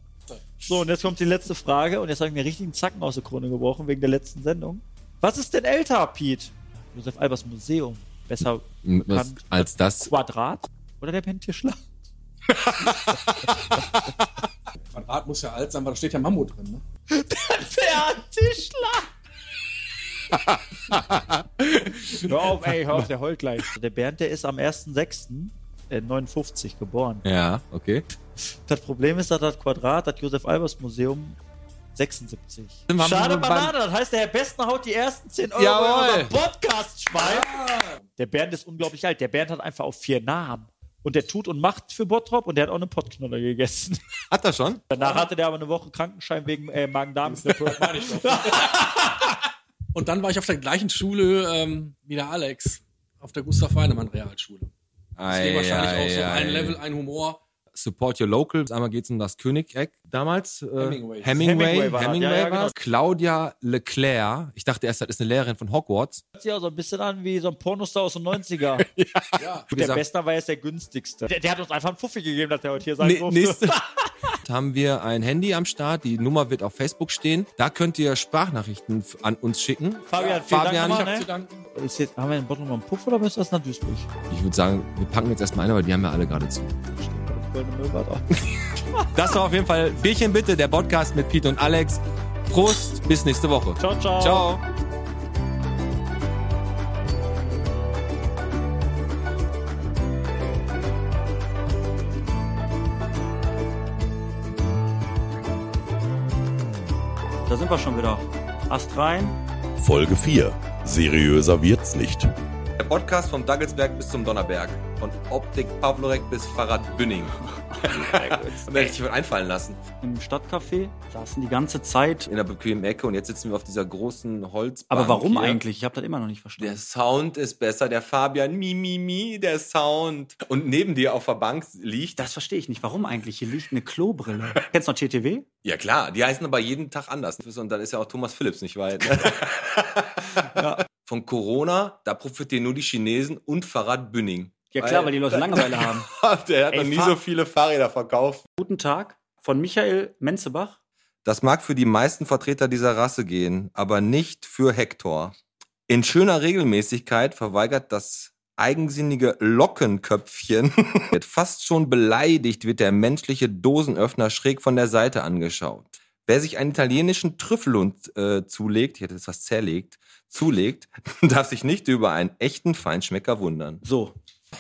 Speaker 3: So, und jetzt kommt die letzte Frage. Und jetzt habe ich mir richtigen Zacken aus der Krone gebrochen wegen der letzten Sendung. Was ist denn älter, Piet? Josef Albers Museum. Besser
Speaker 8: Was,
Speaker 3: bekannt
Speaker 8: als das
Speaker 3: Quadrat oder der Pentischler?
Speaker 5: Quadrat muss ja alt sein, weil da steht ja Mammut drin. Ne?
Speaker 3: Pentischler! hör auf, ey, hör auf, der heult gleich. Der Bernd, der ist am 1.6. äh, 59 geboren.
Speaker 8: Ja, okay.
Speaker 3: Das Problem ist, dass das Quadrat, das Josef Albers Museum 76.
Speaker 8: Dann waren wir
Speaker 3: Schade
Speaker 8: beim-
Speaker 3: Banane, das heißt, der Herr Bestner haut die ersten 10 Euro
Speaker 8: Jawohl.
Speaker 3: in unseren Podcast schwein. Der Bernd ist unglaublich alt. Der Bernd hat einfach auch vier Namen. Und der tut und macht für Bottrop und der hat auch eine Pottknolle gegessen.
Speaker 8: Hat er schon?
Speaker 3: Danach hatte der aber eine Woche Krankenschein wegen äh, Magen-Darm.
Speaker 6: Und dann war ich auf der gleichen Schule ähm, wie der Alex, auf der Gustav Weinemann Realschule. Das ging wahrscheinlich auch so ein Level, ein Humor.
Speaker 8: Support Your Local. Einmal geht's um das Königeck damals. Äh,
Speaker 6: Hemingway.
Speaker 8: Hemingway,
Speaker 3: Hemingway
Speaker 8: Hemingway, war
Speaker 3: war das.
Speaker 8: Hemingway
Speaker 3: Ja, ja,
Speaker 8: war's. genau. Claudia Leclerc. Ich dachte erst, das ist eine Lehrerin von Hogwarts.
Speaker 3: Hört sich auch so ein bisschen an wie so ein Pornostar aus den 90er.
Speaker 8: Wie
Speaker 3: Der
Speaker 8: gesagt,
Speaker 3: Bestner war jetzt der günstigste. Der, der hat uns einfach einen Fuffi gegeben, dass er heute hier sein
Speaker 8: nä-
Speaker 3: durfte.
Speaker 8: nächste haben wir ein Handy am Start. Die Nummer wird auf Facebook stehen. Da könnt ihr Sprachnachrichten f- an uns schicken.
Speaker 3: Fabian, vielen
Speaker 8: Fabian,
Speaker 3: Dank
Speaker 8: ich
Speaker 3: nochmal,
Speaker 6: Zu
Speaker 3: ne?
Speaker 6: danken.
Speaker 3: Ist jetzt, haben wir in Bottrop noch einen Puff oder bist du das nach Duisburg?
Speaker 8: Ich würde sagen, wir packen jetzt erstmal ein, aber die haben ja alle gerade zu. Das war auf jeden Fall Bierchen bitte, der Podcast mit Pete und Alex. Prost, bis nächste Woche.
Speaker 3: Ciao, ciao.
Speaker 8: Ciao.
Speaker 3: Da sind wir schon wieder. Ast rein.
Speaker 1: Folge 4. Seriöser wird's nicht.
Speaker 2: Der Podcast vom Daggelsberg bis zum Donnerberg. Von Optik Pavlorek bis Fahrrad Bünning. Haben wir richtig was einfallen lassen.
Speaker 3: im Stadtcafé, saßen die ganze Zeit.
Speaker 2: In der bequemen Ecke und jetzt sitzen wir auf dieser großen Holzbank.
Speaker 3: Aber warum
Speaker 2: hier.
Speaker 3: eigentlich? Ich habe das immer noch nicht verstanden.
Speaker 2: Der Sound ist besser, der Fabian, mi, mi, mi, der Sound. Und neben dir auf der Bank liegt,
Speaker 5: Das verstehe ich nicht. Warum eigentlich? Hier liegt eine Klobrille. Kennst du noch TTW?
Speaker 2: ja klar, die heißen aber jeden Tag anders. Und dann ist ja auch Thomas Phillips nicht weit. Ne? Von Corona, da profitieren nur die Chinesen und Fahrrad Bünning.
Speaker 5: Ja klar, weil die Leute Langeweile haben.
Speaker 2: Der hat
Speaker 5: Ey,
Speaker 2: noch nie
Speaker 5: Fa-
Speaker 2: so viele Fahrräder verkauft.
Speaker 5: Guten Tag von Michael Menzebach.
Speaker 2: Das mag für die meisten Vertreter dieser Rasse gehen, aber nicht für Hector. In schöner Regelmäßigkeit verweigert das eigensinnige Lockenköpfchen. wird fast schon beleidigt, wird der menschliche Dosenöffner schräg von der Seite angeschaut. Wer sich einen italienischen Trüffelhund äh, zulegt, ich hätte jetzt was zerlegt, zulegt, darf sich nicht über einen echten Feinschmecker wundern.
Speaker 5: So,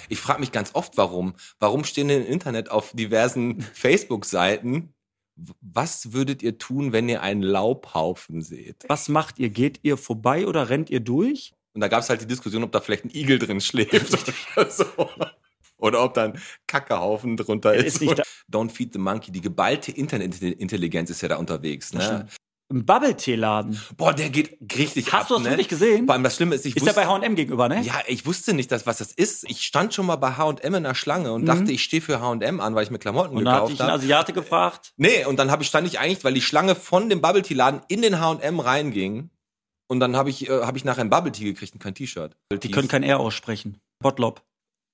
Speaker 2: Ich frage mich ganz oft, warum. Warum stehen im Internet auf diversen Facebook-Seiten, w- was würdet ihr tun, wenn ihr einen Laubhaufen seht?
Speaker 5: was macht ihr? Geht ihr vorbei oder rennt ihr durch?
Speaker 2: Und da gab es halt die Diskussion, ob da vielleicht ein Igel drin schläft oder so. Oder ob da ein Kackehaufen drunter
Speaker 5: Er ist
Speaker 2: ist.
Speaker 5: nicht da.
Speaker 2: Don't feed the monkey. Die geballte Internetintelligenz ist ja da unterwegs. Ne?
Speaker 5: Im Bubble-Tee-Laden.
Speaker 2: Boah, der geht richtig ab.
Speaker 5: Hast du das
Speaker 2: ne?
Speaker 5: wirklich gesehen?
Speaker 2: Vor allem das Schlimme ist, ich
Speaker 5: Ist der
Speaker 2: wusste...
Speaker 5: bei H&M gegenüber, ne?
Speaker 2: Ja, ich wusste nicht, dass, was das ist. Ich stand schon mal bei H&M in der Schlange
Speaker 5: Mhm.
Speaker 2: und dachte, ich stehe für H&M an, weil ich mir Klamotten
Speaker 5: Und da hatte
Speaker 2: gekauft
Speaker 5: ich einen
Speaker 2: habe.
Speaker 5: Asiate gefragt.
Speaker 2: Nee, und dann habe ich stand ich eigentlich, weil die Schlange von dem Bubble Tea Laden in den H&M reinging und dann habe ich äh, habe ich nachher ein Bubble Tea gekriegt und kein T-Shirt.
Speaker 5: Die können kein R aussprechen. Botlop.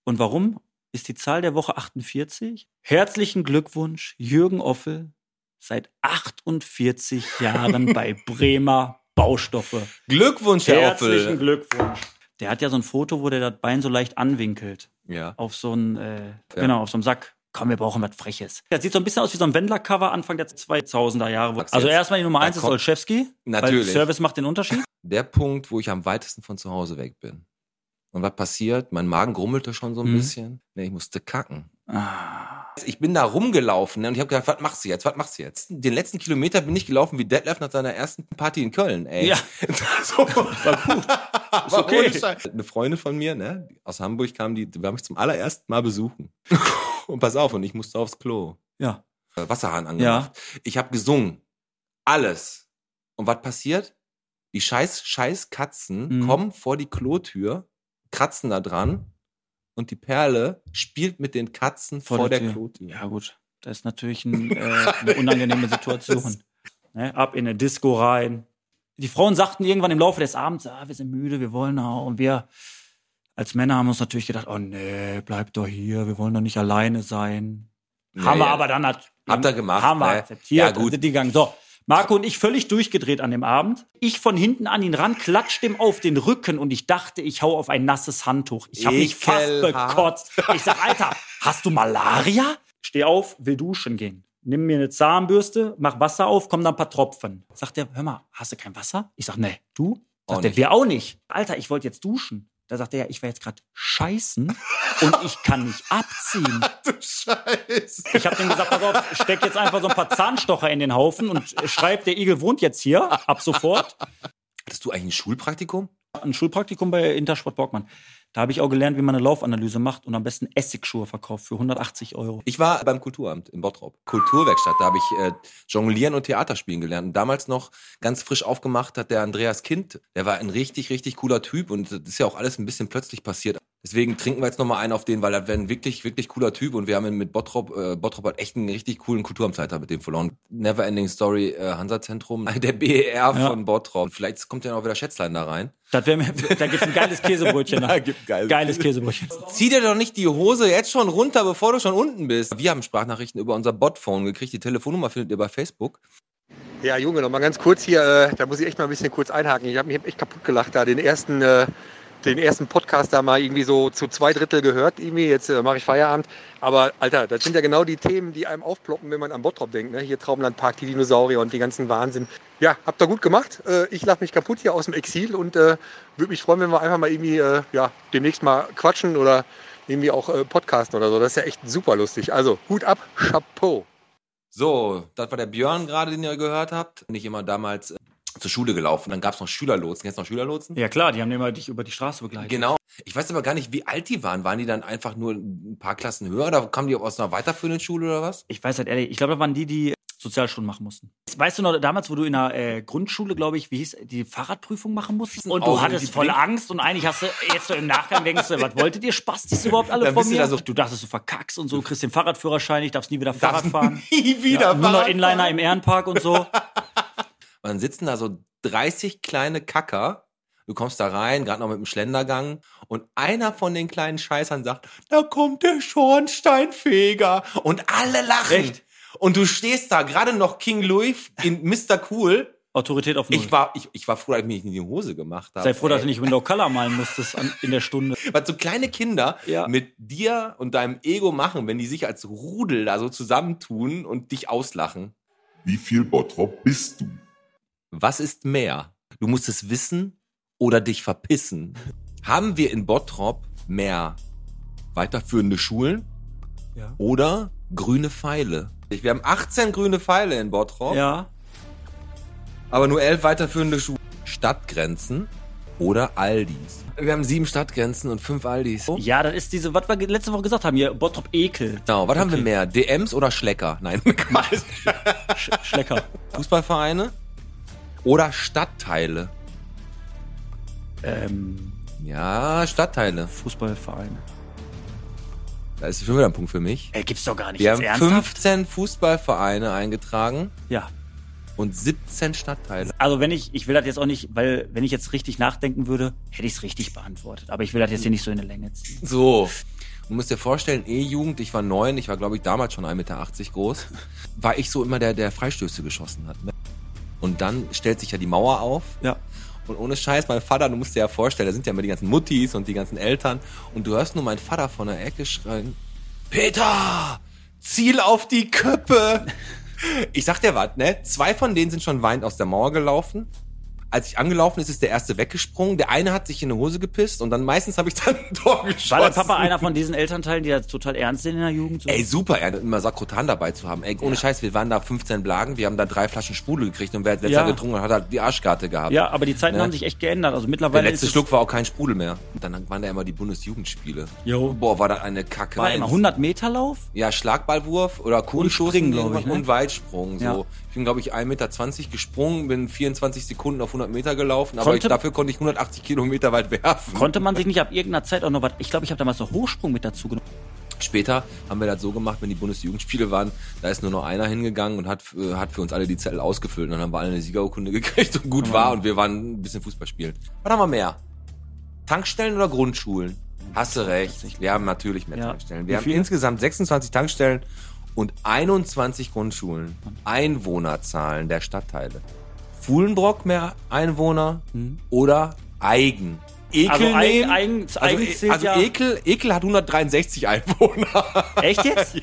Speaker 5: Und warum ist die Zahl der Woche 48? Herzlichen Glückwunsch, Jürgen Offel, seit 48 Jahren bei Bremer
Speaker 3: Baustoffe.
Speaker 2: Glückwunsch, Herr
Speaker 9: Herzlichen
Speaker 2: Offel.
Speaker 9: Glückwunsch.
Speaker 3: Der hat ja so ein Foto, wo der das Bein so leicht anwinkelt.
Speaker 2: Ja.
Speaker 3: Auf so einen, äh, genau, auf so einem Sack. Komm, wir brauchen was Freches. Das sieht so ein bisschen aus wie so ein Wendler-Cover Anfang der 2000er Jahre. wo-
Speaker 2: Sag's
Speaker 3: Also
Speaker 2: jetzt.
Speaker 3: erstmal die Nummer
Speaker 2: Da
Speaker 3: eins ist
Speaker 2: kommt-
Speaker 3: Olszewski.
Speaker 2: Natürlich.
Speaker 3: Weil Service macht den Unterschied.
Speaker 2: Der Punkt, wo ich am weitesten von zu Hause weg bin. Und was passiert? Mein Magen grummelte schon so ein
Speaker 3: Mhm.
Speaker 2: bisschen. Nee, ich musste kacken.
Speaker 3: Ah.
Speaker 2: Ich bin da rumgelaufen ne, und ich habe gedacht, was machst du jetzt? Was machst du jetzt? Den letzten Kilometer bin ich gelaufen wie Detlef nach seiner ersten Party in Köln, ey.
Speaker 3: Ja.
Speaker 2: so. war
Speaker 3: Ist okay.
Speaker 2: ohne Scheiß. Eine Freundin von mir, ne, aus Hamburg kam die, die war mich zum allerersten Mal besuchen. und pass auf, und ich musste aufs Klo.
Speaker 3: Ja.
Speaker 2: Äh, Wasserhahn angemacht.
Speaker 3: Ja.
Speaker 2: Ich habe gesungen. Alles. Und was passiert? Die scheiß, scheiß Katzen
Speaker 3: Mhm.
Speaker 2: kommen vor die Klotür, kratzen da dran und die Perle spielt mit den Katzen vor, der, Klotür.
Speaker 3: Ja, gut. Das ist natürlich ein, äh, eine unangenehme Situation. Ne? Ab in eine Disco rein. Die Frauen sagten irgendwann im Laufe des Abends, ah, wir sind müde, wir wollen auch. Und wir als Männer haben uns natürlich gedacht, oh nee, bleib doch hier, wir wollen doch nicht alleine sein.
Speaker 2: Ja,
Speaker 3: haben wir
Speaker 2: ja.
Speaker 3: aber dann hat,
Speaker 2: Habt ihr gemacht,
Speaker 3: haben wir
Speaker 2: ne?
Speaker 3: akzeptiert,
Speaker 2: Ja, gut.
Speaker 3: dann sind die gegangen. So, Marco und ich völlig durchgedreht an dem Abend. Ich von hinten an ihn ran, klatscht ihm auf den Rücken und ich dachte, ich hau auf ein nasses Handtuch. Ich habe mich fast
Speaker 2: Ekelhaft.
Speaker 3: bekotzt. Ich sag, Alter, hast du Malaria? Steh auf, will duschen gehen. Nimm mir eine Zahnbürste, mach Wasser auf, kommen da ein paar Tropfen. Sagt er, hör mal, hast du kein Wasser? Ich sag, nee, du?
Speaker 2: Auch
Speaker 3: Sagt er,
Speaker 2: nicht.
Speaker 3: wir auch nicht. Alter, ich wollte jetzt duschen. Da sagt er, ja, ich war jetzt gerade scheißen und ich kann nicht abziehen. Ich habe dem gesagt, pass auf, steck jetzt einfach so ein paar Zahnstocher in den Haufen und schreib, der Igel wohnt jetzt hier, ab sofort.
Speaker 2: Hattest du eigentlich ein Schulpraktikum?
Speaker 3: Ein Schulpraktikum bei Intersport Borgmann. Da habe ich auch gelernt, wie man eine Laufanalyse macht und am besten Essigschuhe verkauft für 180 Euro.
Speaker 2: Ich war beim Kulturamt in Bottrop. Kulturwerkstatt, da habe ich äh, Jonglieren und Theaterspielen gelernt. Und damals noch ganz frisch aufgemacht hat der Andreas Kind. Der war ein richtig, richtig cooler Typ und das ist ja auch alles ein bisschen plötzlich passiert. Deswegen trinken wir jetzt nochmal einen auf den, weil er wäre ein wirklich, wirklich cooler Typ und wir haben ihn mit Bottrop, äh, Bottrop hat echt einen richtig coolen Kulturamtsleiter mit dem verloren. Neverending Story äh, Hansa-Zentrum, der BER von Bottrop. Vielleicht kommt ja noch wieder Schätzlein da rein.
Speaker 3: Das wär, mir- da gibt's ein geiles Käsebrötchen.
Speaker 2: Da gibt geiles-
Speaker 3: geiles Käsebrötchen.
Speaker 2: Zieh dir doch nicht die Hose jetzt schon runter, bevor du schon unten bist. Wir haben Sprachnachrichten über unser Botphone gekriegt. Die Telefonnummer findet ihr bei Facebook.
Speaker 10: Ja, Junge, noch mal ganz kurz hier, äh, da muss ich echt mal ein bisschen kurz einhaken. Ich habe mich echt kaputt gelacht da, den ersten, äh, den ersten Podcast da mal irgendwie so zu zwei Drittel gehört. Irgendwie, jetzt äh, mache ich Feierabend. Aber Alter, das sind ja genau die Themen, die einem aufploppen, wenn man an Bottrop denkt. Ne? Hier Traumlandpark, die Dinosaurier und die ganzen Wahnsinn. Ja, habt ihr gut gemacht. Äh, ich lache mich kaputt hier aus dem Exil und äh, würde mich freuen, wenn wir einfach mal irgendwie äh, ja, demnächst mal quatschen oder irgendwie auch äh, podcasten oder so. Das ist ja echt super lustig. Also Hut ab, Chapeau.
Speaker 2: So, das war der Björn gerade, den ihr gehört habt. Nicht immer damals äh, zur Schule gelaufen. Dann gab es noch Schülerlotsen. Kennst du noch Schülerlotsen?
Speaker 3: Ja klar, die haben immer dich über die Straße begleitet.
Speaker 2: Genau. Ich weiß aber gar nicht, wie alt die waren. Waren die dann einfach nur ein paar Klassen höher oder kamen die aus einer weiterführenden Schule oder was?
Speaker 3: Ich weiß halt ehrlich, ich glaube, das waren die, die Sozialstunden machen mussten. Weißt du noch, damals, wo du in der äh, Grundschule, glaube ich, wie hieß, die Fahrradprüfung machen musstest? Und
Speaker 2: Augen
Speaker 3: du
Speaker 2: in die
Speaker 3: hattest voll
Speaker 2: Blink-
Speaker 3: Angst und eigentlich hast du, jetzt so im Nachgang denkst du, was wolltet ihr Spastis überhaupt alle
Speaker 2: Dann
Speaker 3: von
Speaker 2: bist du
Speaker 3: mir?
Speaker 2: da
Speaker 3: Du,
Speaker 2: so-
Speaker 3: dachtest, du verkackst und so, kriegst den Fahrradführerschein, ich darfst nie wieder Fahrrad fahren.
Speaker 2: Nie wieder
Speaker 3: ja, nur noch
Speaker 2: Fahrrad
Speaker 3: Inliner im Ehrenpark und so.
Speaker 2: Und dann sitzen da so 30 kleine Kacker. Du kommst da rein, gerade noch mit dem Schlendergang. Und einer von den kleinen Scheißern sagt, da kommt der Schornsteinfeger. Und alle lachen.
Speaker 3: Echt?
Speaker 2: Und du stehst da, gerade noch King Louis in Mr. Cool.
Speaker 3: Autorität auf Null.
Speaker 2: Ich war, ich, ich war froh, dass ich mich nicht in die Hose gemacht habe.
Speaker 3: Sei froh, dass du
Speaker 2: ey.
Speaker 3: nicht Window Color malen musstest an, in der Stunde.
Speaker 2: Was so kleine Kinder
Speaker 3: Ja.
Speaker 2: mit dir und deinem Ego machen, wenn die sich als Rudel da so zusammentun und dich auslachen.
Speaker 11: Wie viel Bottrop bist du?
Speaker 2: Was ist mehr? Du musst es wissen oder dich verpissen. Haben wir in Bottrop mehr weiterführende Schulen
Speaker 3: Ja.
Speaker 2: oder grüne Pfeile? Wir haben 18 grüne Pfeile in Bottrop,
Speaker 3: Ja.
Speaker 2: aber nur 11 weiterführende Schulen. Stadtgrenzen oder Aldis? Wir haben sieben Stadtgrenzen und fünf Aldis.
Speaker 3: Ja, das ist diese, was wir ge- letzte Woche gesagt haben, hier, Bottrop Ekel.
Speaker 2: Genau, was haben wir mehr? DMs oder Schlecker? Nein, Quatsch.
Speaker 3: Sch Schlecker.
Speaker 2: Fußballvereine oder Stadtteile?
Speaker 3: ähm,
Speaker 2: Ja, Stadtteile.
Speaker 3: Fußballverein.
Speaker 2: Da ist schon wieder ein Punkt für mich.
Speaker 3: Ey, gibt's doch gar nicht.
Speaker 2: Wir
Speaker 3: Jetzt
Speaker 2: haben
Speaker 3: ernsthaft?
Speaker 2: 15 Fußballvereine eingetragen
Speaker 3: Ja.
Speaker 2: und 17 Stadtteile.
Speaker 3: Also wenn ich, ich will das jetzt auch nicht, weil wenn ich jetzt richtig nachdenken würde, hätte ich es richtig beantwortet. Aber ich will das jetzt hier nicht so in der Länge ziehen.
Speaker 2: So. Du musst dir vorstellen, E-Jugend, ich war neun, ich war glaube ich damals schon 1,80 Meter groß, war ich so immer der, der Freistöße geschossen hat. ne? Und dann stellt sich ja die Mauer auf.
Speaker 3: Ja.
Speaker 2: Und ohne Scheiß, mein Vater, du musst dir ja vorstellen, da sind ja immer die ganzen Muttis und die ganzen Eltern. Und du hörst nur meinen Vater von der Ecke schreien, Peter, ziel auf die Köppe. Ich sag dir was, ne? Zwei von denen sind schon weinend aus der Mauer gelaufen. Als ich angelaufen ist, ist der erste weggesprungen. Der eine hat sich in die Hose gepisst und dann meistens habe ich dann ein Tor geschossen.
Speaker 3: War der Papa einer von diesen Elternteilen, die das total ernst sehen in der Jugend? So?
Speaker 2: Ey, super, ja, immer Sakrotan dabei zu haben. Ey, ohne Scheiß, wir waren da 15 Blagen, wir haben da drei Flaschen Sprudel gekriegt und wer als letzter
Speaker 3: Ja.
Speaker 2: getrunken hat, hat halt die Arschkarte gehabt.
Speaker 3: ja, aber die Zeiten
Speaker 2: Ne?
Speaker 3: haben sich echt geändert. Also
Speaker 2: Der
Speaker 3: mittlerweile
Speaker 2: letzte
Speaker 3: ist es-
Speaker 2: Schluck war auch kein Sprudel mehr. Und dann waren da immer die Bundesjugendspiele.
Speaker 3: Jo.
Speaker 2: Boah, war das eine Kacke.
Speaker 3: War immer 100 Meter Lauf?
Speaker 2: Ja, Schlagballwurf oder Kugelstoßen
Speaker 3: Springen, glaub
Speaker 2: irgendwann
Speaker 3: ich, ne?
Speaker 2: und Weitsprung. So.
Speaker 3: Ja.
Speaker 2: Ich bin, glaube ich, 1,20 Meter gesprungen, bin 24 Sekunden auf 100 Meter gelaufen, aber
Speaker 3: Konnte-
Speaker 2: ich, dafür konnte ich 180 Kilometer weit werfen.
Speaker 3: Konnte man sich nicht ab irgendeiner Zeit auch noch was. Ich glaube, ich habe damals noch Hochsprung mit dazu genommen.
Speaker 2: Später haben wir das so gemacht, wenn die Bundesjugendspiele waren, da ist nur noch einer hingegangen und hat, äh, hat für uns alle die Zettel ausgefüllt. Und dann haben wir alle eine Siegerurkunde gekriegt und gut war und wir waren ein bisschen Fußball spielen. Was haben wir mehr? Tankstellen oder Grundschulen? Hast du recht. Wir haben natürlich mehr
Speaker 3: Ja.
Speaker 2: Tankstellen.
Speaker 3: Wie
Speaker 2: Wir haben
Speaker 3: viele?
Speaker 2: insgesamt 26 Tankstellen und 21 Grundschulen. Einwohnerzahlen der Stadtteile. Fuhlenbrock mehr Einwohner oder Eigen? Ekel
Speaker 3: Mhm. Also Eigen-
Speaker 2: nehmen?
Speaker 3: Eigen- Eigen
Speaker 2: also, e-
Speaker 3: zählt
Speaker 2: also
Speaker 3: ja-
Speaker 2: Ekel, Ekel hat 163 Einwohner.
Speaker 3: Echt jetzt?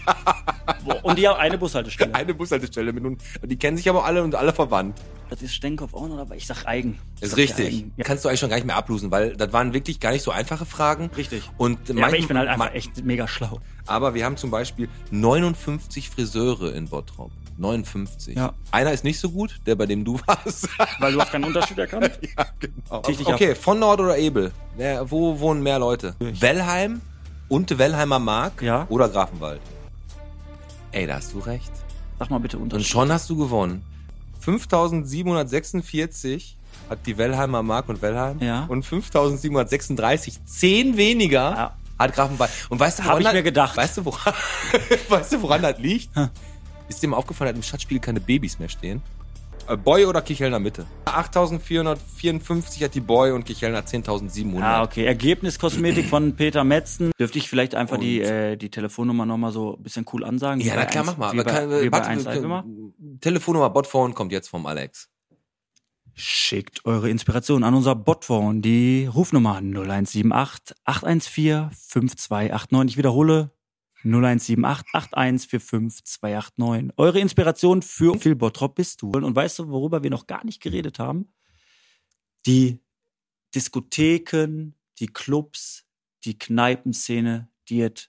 Speaker 3: Boah, Und die haben eine Bushaltestelle.
Speaker 2: Eine Bushaltestelle mit nun. Die kennen sich aber alle und alle verwandt.
Speaker 3: Das ist Stenkopf auch noch, aber ich sag eigen. Ich
Speaker 2: Ist
Speaker 3: sag ja
Speaker 2: richtig.
Speaker 3: Eigen. Ja.
Speaker 2: Kannst du eigentlich schon gar nicht mehr ablosen, weil das waren wirklich gar nicht so einfache Fragen.
Speaker 3: Richtig.
Speaker 2: Und
Speaker 3: Ja, aber ich bin halt einfach echt mega schlau.
Speaker 2: aber wir haben zum Beispiel 59 Friseure in Bottrop. 59.
Speaker 3: Ja.
Speaker 2: Einer ist nicht so gut, der bei dem du warst.
Speaker 3: Weil du hast keinen Unterschied erkannt.
Speaker 2: ja, genau.
Speaker 3: Tisch dich
Speaker 2: Okay, von Nord oder Ebel? Wer- Wo wohnen mehr Leute? Wellheim und Wellheimer Mark
Speaker 3: Ja.
Speaker 2: oder Grafenwald? Ey, da hast du recht.
Speaker 3: Sag mal bitte
Speaker 2: Und
Speaker 3: Unterschied.
Speaker 2: schon hast du gewonnen. 5746 hat die Wellheimer Mark und Wellheim.
Speaker 3: Ja.
Speaker 2: Und 5736, 10 weniger,
Speaker 3: Ja.
Speaker 2: hat Grafenwald. Und weißt du,
Speaker 3: Hab ich
Speaker 2: das-
Speaker 3: mir gedacht.
Speaker 2: Weißt du, woran, weißt du, woran das liegt? Ist dir mal aufgefallen, dass im Stadtspiel keine Babys mehr stehen? Äh, Boy oder Kichelner Mitte? 8454 hat die Boy und Kichelner 10.700.
Speaker 3: Ah, okay. Ergebniskosmetik von Peter Metzen. Dürfte ich vielleicht einfach die, äh, die Telefonnummer nochmal so ein bisschen cool ansagen? Wie
Speaker 2: Ja,
Speaker 3: bei
Speaker 2: na klar,
Speaker 3: eins-
Speaker 2: mach mal.
Speaker 3: Wie
Speaker 2: Aber
Speaker 3: bei,
Speaker 2: kann,
Speaker 3: wie bei
Speaker 2: warte,
Speaker 3: 1
Speaker 2: wir-
Speaker 3: Live immer?
Speaker 2: Telefonnummer Botphone kommt jetzt vom Alex.
Speaker 3: Schickt eure Inspiration an unser Botphone, die Rufnummer 0178 814 5289. Ich wiederhole 0178 8145 289. Eure Inspiration für Phil Bottrop bist du. Und weißt du, worüber wir noch gar nicht geredet haben? Die Diskotheken, die Clubs, die Kneipenszene, die es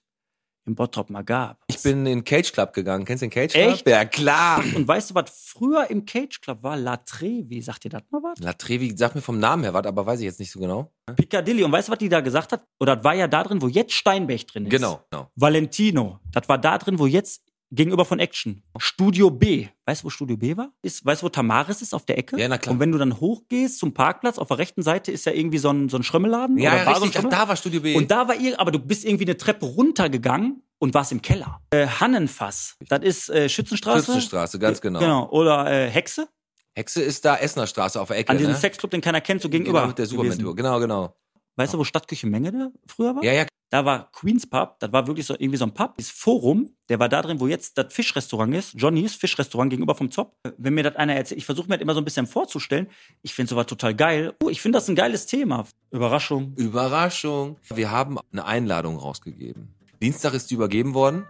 Speaker 3: im Bottrop mal gab.
Speaker 2: Ich bin in Cage Club gegangen. Kennst du den Cage Club?
Speaker 3: Echt?
Speaker 2: Ja, klar.
Speaker 3: Und weißt du, was früher im Cage Club war? La Trevi. Sagt ihr das mal was?
Speaker 2: Latrevi, sag mir vom Namen her was, aber weiß ich jetzt nicht so genau.
Speaker 3: Piccadilly. Und weißt du, was die da gesagt hat? Oder das war ja da drin, wo jetzt Steinbech drin ist.
Speaker 2: Genau, genau.
Speaker 3: Valentino. Das war da drin, wo jetzt gegenüber von Action. Studio B. Weißt du, wo Studio B war? Ist, weißt du, wo Tamaris ist auf der Ecke?
Speaker 2: Ja, na klar.
Speaker 3: Und wenn du dann hochgehst zum Parkplatz, auf der rechten Seite ist ja irgendwie so ein, so ein Schrömmelladen.
Speaker 2: Ja,
Speaker 3: oder war so ein
Speaker 2: richtig. Ach,
Speaker 3: Schrömmel-
Speaker 2: da war Studio B.
Speaker 3: und da war ihr, aber du bist irgendwie eine Treppe runtergegangen und warst im Keller. Äh, Hannenfass. Das ist äh, Schützenstraße.
Speaker 2: Schützenstraße, ganz genau.
Speaker 3: Genau. Oder äh, Hexe.
Speaker 2: Hexe ist da Essener Straße auf der Ecke.
Speaker 3: An diesem
Speaker 2: ne?
Speaker 3: Sexclub, den keiner kennt, so
Speaker 2: Genau,
Speaker 3: gegenüber.
Speaker 2: mit der
Speaker 3: gewesen.
Speaker 2: Superman-Tour. Genau, genau.
Speaker 3: Weißt du, wo Stadtküche Mengele früher war?
Speaker 2: Ja, ja.
Speaker 3: Da war Queens Pub, das war wirklich so irgendwie so ein Pub, das Forum, der war da drin, wo jetzt das Fischrestaurant ist, Johnny's Fischrestaurant gegenüber vom Zopp. Wenn mir das einer erzählt, ich versuche mir das immer so ein bisschen vorzustellen, ich finde sowas total geil. Oh, ich finde das ein geiles Thema. Überraschung.
Speaker 2: Überraschung. Wir haben eine Einladung rausgegeben. Dienstag ist die übergeben worden.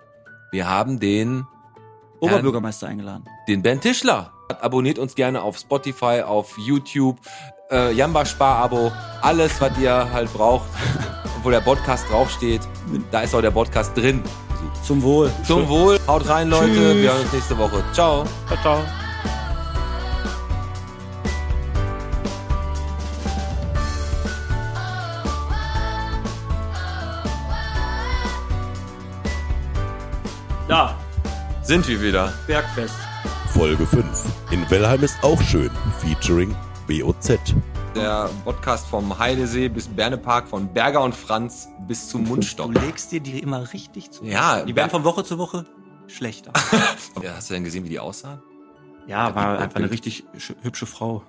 Speaker 2: Wir haben den,
Speaker 3: Oberbürgermeister eingeladen.
Speaker 2: den Ben Tischler. Abonniert uns gerne auf Spotify, auf YouTube, äh, Jamba Spar-Abo. Alles, was ihr halt braucht, wo der Podcast draufsteht. Da ist auch der Podcast drin.
Speaker 3: Zum Wohl.
Speaker 2: Zum Wohl. Haut rein, Leute.
Speaker 3: Tschüss.
Speaker 2: Wir hören uns nächste Woche. Ciao.
Speaker 3: Ciao, ciao.
Speaker 12: Da,
Speaker 2: Sind wir wieder.
Speaker 12: Bergfest.
Speaker 1: Folge 5. In Wellheim ist auch schön. Featuring BOZ.
Speaker 2: Der Podcast vom Heidesee bis Bernepark, von Berger und Franz bis zum Mundstock.
Speaker 3: legst dir die immer richtig zu.
Speaker 2: Ja,
Speaker 3: Die werden von Woche zu Woche schlechter.
Speaker 2: Ja, hast du denn gesehen, wie die aussahen?
Speaker 3: Ja, war einfach eine richtig schö- hübsche Frau.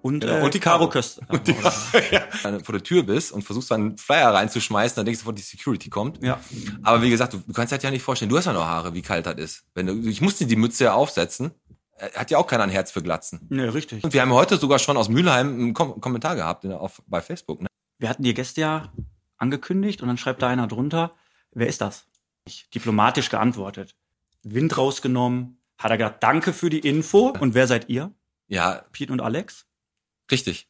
Speaker 3: Und,
Speaker 2: Genau.
Speaker 3: äh, und die Caro Köster.
Speaker 2: Wenn du vor der Tür bist und versuchst dann einen Flyer reinzuschmeißen, dann denkst du sofort, die Security kommt.
Speaker 3: Ja.
Speaker 2: halt Aber wie gesagt, du, du kannst dir das ja nicht vorstellen, du hast ja noch Haare, wie kalt das ist. Wenn du, ich musste die Mütze ja aufsetzen. Äh, Hat ja auch keiner ein Herz für Glatzen.
Speaker 3: Nee, richtig.
Speaker 2: Und wir haben heute sogar schon aus Mülheim einen Kom Kommentar gehabt in, auf, bei Facebook. Ne?
Speaker 3: Wir hatten die Gäste ja angekündigt und dann schreibt da einer drunter, wer ist das? Ich diplomatisch geantwortet. Wind rausgenommen, hat er gesagt, danke für die Info. Und wer seid ihr?
Speaker 2: Ja,
Speaker 3: Piet und Alex?
Speaker 2: richtig.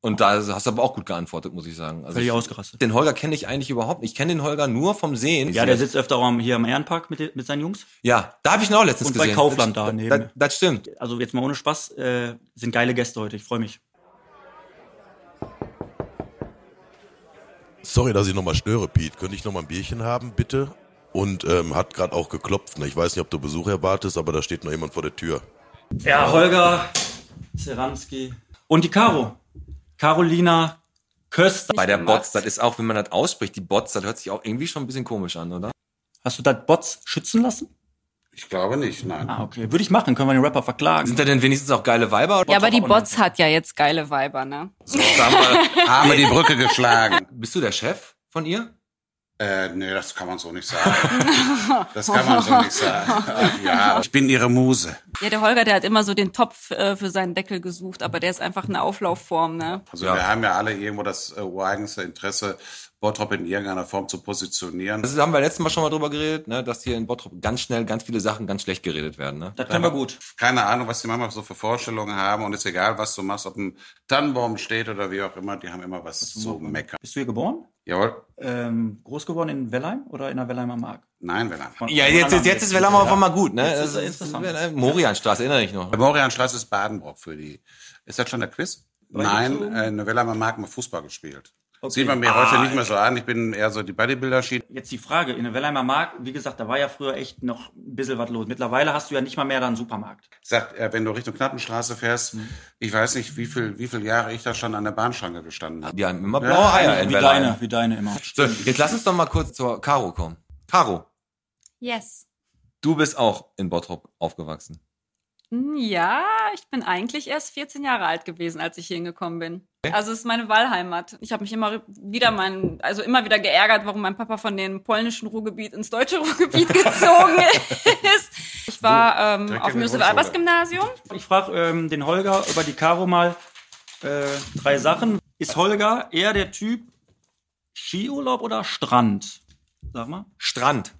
Speaker 2: Und da hast du aber auch gut geantwortet, muss ich sagen. Also
Speaker 3: Völlig
Speaker 2: ich-
Speaker 3: ausgerastet.
Speaker 2: Den Holger kenne ich eigentlich überhaupt nicht. Ich kenne den Holger nur vom Sehen.
Speaker 3: Ja, der sitzt öfter am- hier am Ehrenpark mit, den- mit seinen Jungs.
Speaker 2: Ja, da habe ich ihn auch letztens
Speaker 3: Und bei
Speaker 2: gesehen.
Speaker 3: Kaufland
Speaker 2: das,
Speaker 3: da neben.
Speaker 2: Das, das stimmt.
Speaker 3: Also jetzt mal ohne Spaß, äh, sind geile Gäste heute, ich freue mich.
Speaker 1: Sorry, dass ich nochmal störe, Pete. Könnte ich nochmal ein Bierchen haben, bitte? Und ähm, hat gerade auch geklopft. Ne? Ich weiß nicht, ob du Besuch erwartest, aber da steht noch jemand vor der Tür.
Speaker 3: Ja, Holger, Seranski und die Caro. Carolina Köster.
Speaker 2: Bei der Bots, das ist auch, wenn man das ausspricht, die Bots, das hört sich auch irgendwie schon ein bisschen komisch an, oder?
Speaker 3: Hast du das Bots schützen lassen?
Speaker 13: Ich glaube nicht, nein.
Speaker 3: Ah, okay. Würde ich machen, können wir den Rapper verklagen.
Speaker 2: Sind da denn wenigstens auch geile Weiber?
Speaker 14: Ja, aber die Bots hat ja jetzt geile Weiber, ne?
Speaker 13: haben wir die Brücke geschlagen.
Speaker 2: Bist du der Chef von ihr?
Speaker 13: Äh, nee, das kann man so nicht sagen. Das kann man so nicht sagen. Ja, ich bin ihre Muse.
Speaker 14: Ja, der Holger, der hat immer so den Topf äh, für seinen Deckel gesucht, aber der ist einfach eine Auflaufform, ne?
Speaker 13: Also wir haben ja alle irgendwo das äh, ureigenste Interesse, Bottrop in irgendeiner Form zu positionieren.
Speaker 2: Das haben wir letztes Mal schon mal drüber geredet, ne, dass hier in Bottrop ganz schnell ganz viele Sachen ganz schlecht geredet werden. Ne?
Speaker 3: Das können wir gut.
Speaker 13: Keine Ahnung, was die manchmal so für Vorstellungen haben und ist egal, was du machst, ob ein Tannenbaum steht oder wie auch immer, die haben immer was zu meckern.
Speaker 3: Bist du hier geboren?
Speaker 13: Jawohl.
Speaker 3: Ähm, groß geworden in Wellheim oder in der Wellheimer Mark?
Speaker 13: Nein, Wellheim.
Speaker 2: Ja, jetzt, jetzt, jetzt ist Wellammer auf einmal gut. Ne?
Speaker 3: Jetzt ist
Speaker 2: Das
Speaker 3: er
Speaker 2: ist-
Speaker 3: interessant.
Speaker 2: Wellheim- Morianstraße, erinnere ich noch.
Speaker 13: Der Morianstraße ist Badenbrock für die. Ist das schon der Quiz? Nein,
Speaker 3: Reingezogen?
Speaker 13: äh, in Wellheimer Mark haben wir Fußball gespielt.
Speaker 3: Okay.
Speaker 13: Sieht man mir
Speaker 3: Ah,
Speaker 13: heute nicht mehr so an. Ich bin eher so die Bodybuilder-Schiene.
Speaker 3: Jetzt die Frage, in der Wellheimer Mark, wie gesagt, da war ja früher echt noch ein bisschen was los. Mittlerweile hast du ja nicht mal mehr da einen Supermarkt.
Speaker 13: Sagt, äh, wenn du Richtung Knappenstraße fährst,
Speaker 2: Hm.
Speaker 13: ich weiß nicht, wie viel, wie viele Jahre ich da schon an der Bahnschranke gestanden habe.
Speaker 2: Die haben immer blaue Eier in
Speaker 3: wie
Speaker 2: Wellheim.
Speaker 3: deine, wie deine immer.
Speaker 2: So, jetzt lass uns doch mal kurz zur Caro kommen. Caro,
Speaker 14: Yes.
Speaker 2: du bist auch in Bottrop aufgewachsen.
Speaker 14: Hm, Ja, ich bin eigentlich erst 14 Jahre alt gewesen, als ich hier hingekommen bin.
Speaker 2: Okay.
Speaker 14: Also es ist meine Wahlheimat. Ich habe mich immer wieder mein, also immer wieder geärgert, warum mein Papa von dem polnischen Ruhrgebiet ins deutsche Ruhrgebiet gezogen ist. Ich war ähm,
Speaker 3: direkt
Speaker 14: auf
Speaker 3: in
Speaker 14: dem Josef
Speaker 3: die Grundschule.
Speaker 14: Albers Gymnasium.
Speaker 3: Ich frage ähm, den Holger über die Caro mal äh, drei Sachen. Ist Holger eher der Typ Skiurlaub oder Strand? Sag mal.
Speaker 2: Strand.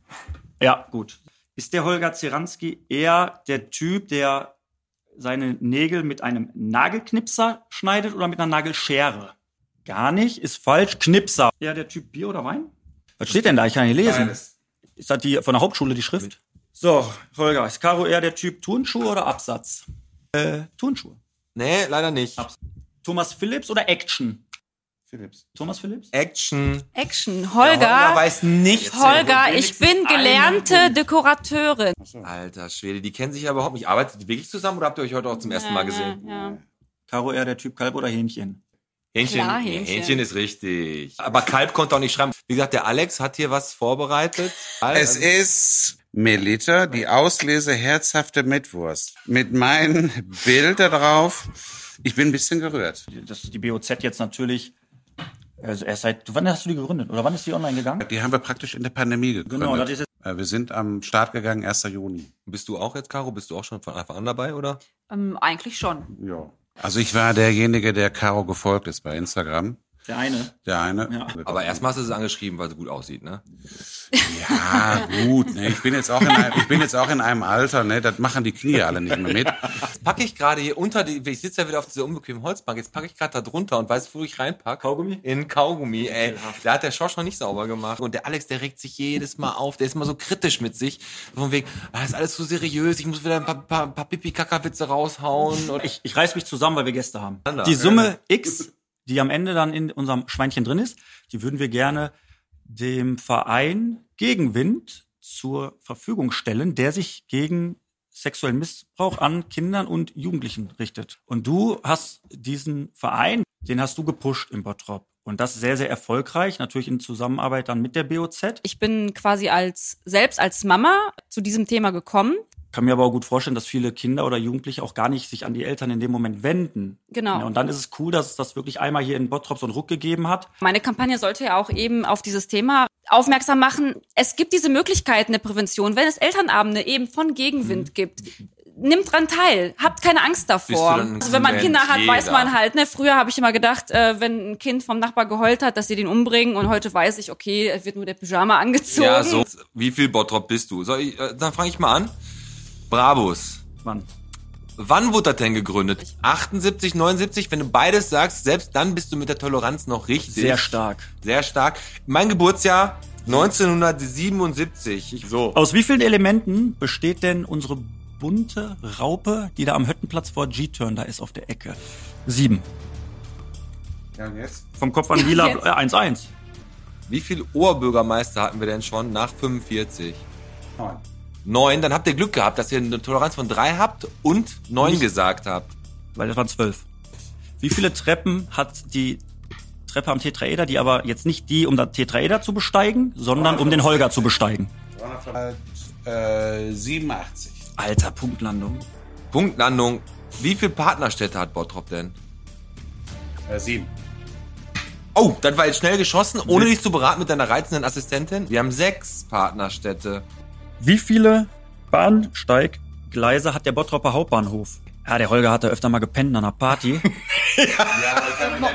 Speaker 3: Ja, gut. Ist der Holger Zeranski eher der Typ, der seine Nägel mit einem Nagelknipser schneidet oder mit einer Nagelschere? Gar nicht, ist falsch. Knipser. Eher der Typ Bier oder Wein? Was steht denn da? Ich kann nicht lesen.
Speaker 13: Beides.
Speaker 3: Ist das die von der Hauptschule die Schrift? So, Holger, ist Caro eher der Typ Turnschuhe oder Absatz? Äh, Turnschuhe.
Speaker 2: Nee, leider nicht.
Speaker 3: Thomas Phillips oder Action?
Speaker 13: Phillips.
Speaker 3: Thomas Phillips?
Speaker 2: Action.
Speaker 14: Action.
Speaker 2: Der
Speaker 14: Holger.
Speaker 2: Holger weiß nichts.
Speaker 14: Holger, ich bin gelernte Dekorateurin.
Speaker 2: Alter Schwede, die kennen sich ja überhaupt nicht. Arbeitet ihr wirklich zusammen oder habt ihr euch heute auch zum ersten Mal gesehen?
Speaker 14: Ja.
Speaker 3: Caro eher der Typ Kalb oder Hähnchen?
Speaker 2: Hähnchen,
Speaker 3: Klar,
Speaker 2: nee,
Speaker 3: Hähnchen.
Speaker 2: Hähnchen ist richtig. Aber Kalb konnte auch nicht schreiben. Wie gesagt, der Alex hat hier was vorbereitet.
Speaker 13: Es ist Melita, die Auslese herzhafte Mitwurst. Mit meinem Bild da drauf. Ich bin ein bisschen gerührt.
Speaker 3: Das ist die BOZ jetzt natürlich. Also erst seit, wann hast du die gegründet? Oder wann ist die online gegangen?
Speaker 13: Die haben wir praktisch in der Pandemie gegründet.
Speaker 3: Genau, das ist
Speaker 13: Äh, wir sind am Start gegangen, 1. Juni.
Speaker 2: Bist du auch jetzt, Caro? Bist du auch schon von Anfang an dabei, oder?
Speaker 14: Ähm, eigentlich schon.
Speaker 13: Ja. Also ich war derjenige, der Caro gefolgt ist bei Instagram.
Speaker 3: Der eine.
Speaker 13: Der eine.
Speaker 2: Aber erstmal hast du sie angeschrieben, weil sie gut aussieht, ne?
Speaker 13: Ja, gut. Ne? Ich, bin jetzt auch in einem, ich bin jetzt auch in einem Alter, ne? das machen die Knie alle nicht mehr mit.
Speaker 2: Jetzt packe ich gerade hier unter die, ich sitze ja wieder auf dieser unbequemen Holzbank, jetzt packe ich gerade da drunter und weiß, wo ich reinpacke.
Speaker 3: Kaugummi?
Speaker 2: In Kaugummi, ey. Da hat der Schorsch noch nicht sauber gemacht. Und der Alex, der regt sich jedes Mal auf, der ist immer so kritisch mit sich. Von wegen, ah, ist alles zu seriös, ich muss wieder ein paar, paar, paar Pipi-Kaka-Witze raushauen. Und
Speaker 3: ich, ich reiß mich zusammen, weil wir Gäste haben.
Speaker 2: Ander.
Speaker 3: Die Summe X, die am Ende dann in unserem Schweinchen drin ist, die würden wir gerne dem Verein Gegenwind zur Verfügung stellen, der sich gegen sexuellen Missbrauch an Kindern und Jugendlichen richtet. Und du hast diesen Verein, den hast du gepusht im Bottrop. Und das sehr, sehr erfolgreich, natürlich in Zusammenarbeit dann mit der BOZ.
Speaker 14: Ich bin quasi als selbst als Mama zu diesem Thema gekommen.
Speaker 3: kann mir aber auch gut vorstellen, dass viele Kinder oder Jugendliche auch gar nicht sich an die Eltern in dem Moment wenden.
Speaker 14: Genau.
Speaker 3: Ja, und dann ist es cool, dass es das wirklich einmal hier in Bottrop so einen Ruck gegeben hat.
Speaker 14: Meine Kampagne sollte ja auch eben auf dieses Thema aufmerksam machen. Es gibt diese Möglichkeiten der Prävention, wenn es Elternabende eben von Gegenwind gibt. nimmt dran teil. Habt keine Angst davor.
Speaker 2: Mhm. Bist
Speaker 14: Also
Speaker 2: du dann ein
Speaker 14: wenn man
Speaker 2: Student?
Speaker 14: Kinder hat, weiß
Speaker 2: Jeder.
Speaker 14: man halt, ne? Früher habe ich immer gedacht, äh, wenn ein Kind vom Nachbar geheult hat, dass sie den umbringen und heute weiß ich, okay, es wird nur der Pyjama angezogen.
Speaker 2: Ja, so. Wie viel Bottrop bist du? Soll ich, äh, dann fange ich mal an. Brabus.
Speaker 3: Wann?
Speaker 2: Wann wurde das denn gegründet? 78, 79? Wenn du beides sagst, selbst dann bist du mit der Toleranz noch richtig.
Speaker 3: Sehr stark.
Speaker 2: Sehr stark. Mein Geburtsjahr 1977. Ich, so.
Speaker 3: Aus wie vielen Elementen besteht denn unsere bunte Raupe, die da am Höttenplatz vor G-Turn da ist auf der Ecke? Sieben.
Speaker 13: Ja, und jetzt?
Speaker 3: Vom Kopf an lila
Speaker 2: Jetzt.
Speaker 3: äh, 1-1.
Speaker 2: Wie viele Oberbürgermeister hatten wir denn schon nach 45?
Speaker 13: Neun.
Speaker 2: Neun. Dann habt ihr Glück gehabt, dass ihr eine Toleranz von drei habt und neun gesagt habt.
Speaker 3: Weil das waren zwölf. Wie viele Treppen hat die Treppe am Tetraeder, die aber jetzt nicht die, um das Tetraeder zu besteigen,
Speaker 13: Oh,
Speaker 3: sondern um den
Speaker 13: also
Speaker 3: Holger zu besteigen?
Speaker 13: Äh, 87.
Speaker 3: Alter, Punktlandung.
Speaker 2: Punktlandung. Wie viele Partnerstädte hat Bottrop denn?
Speaker 13: sieben.
Speaker 2: Oh, das war jetzt schnell geschossen, ohne dich zu beraten mit deiner reizenden Assistentin. Wir haben sechs Partnerstädte.
Speaker 3: Wie viele Bahnsteiggleise hat der Bottropper Hauptbahnhof? Ja, der Holger hat da öfter mal gepennt an einer Party.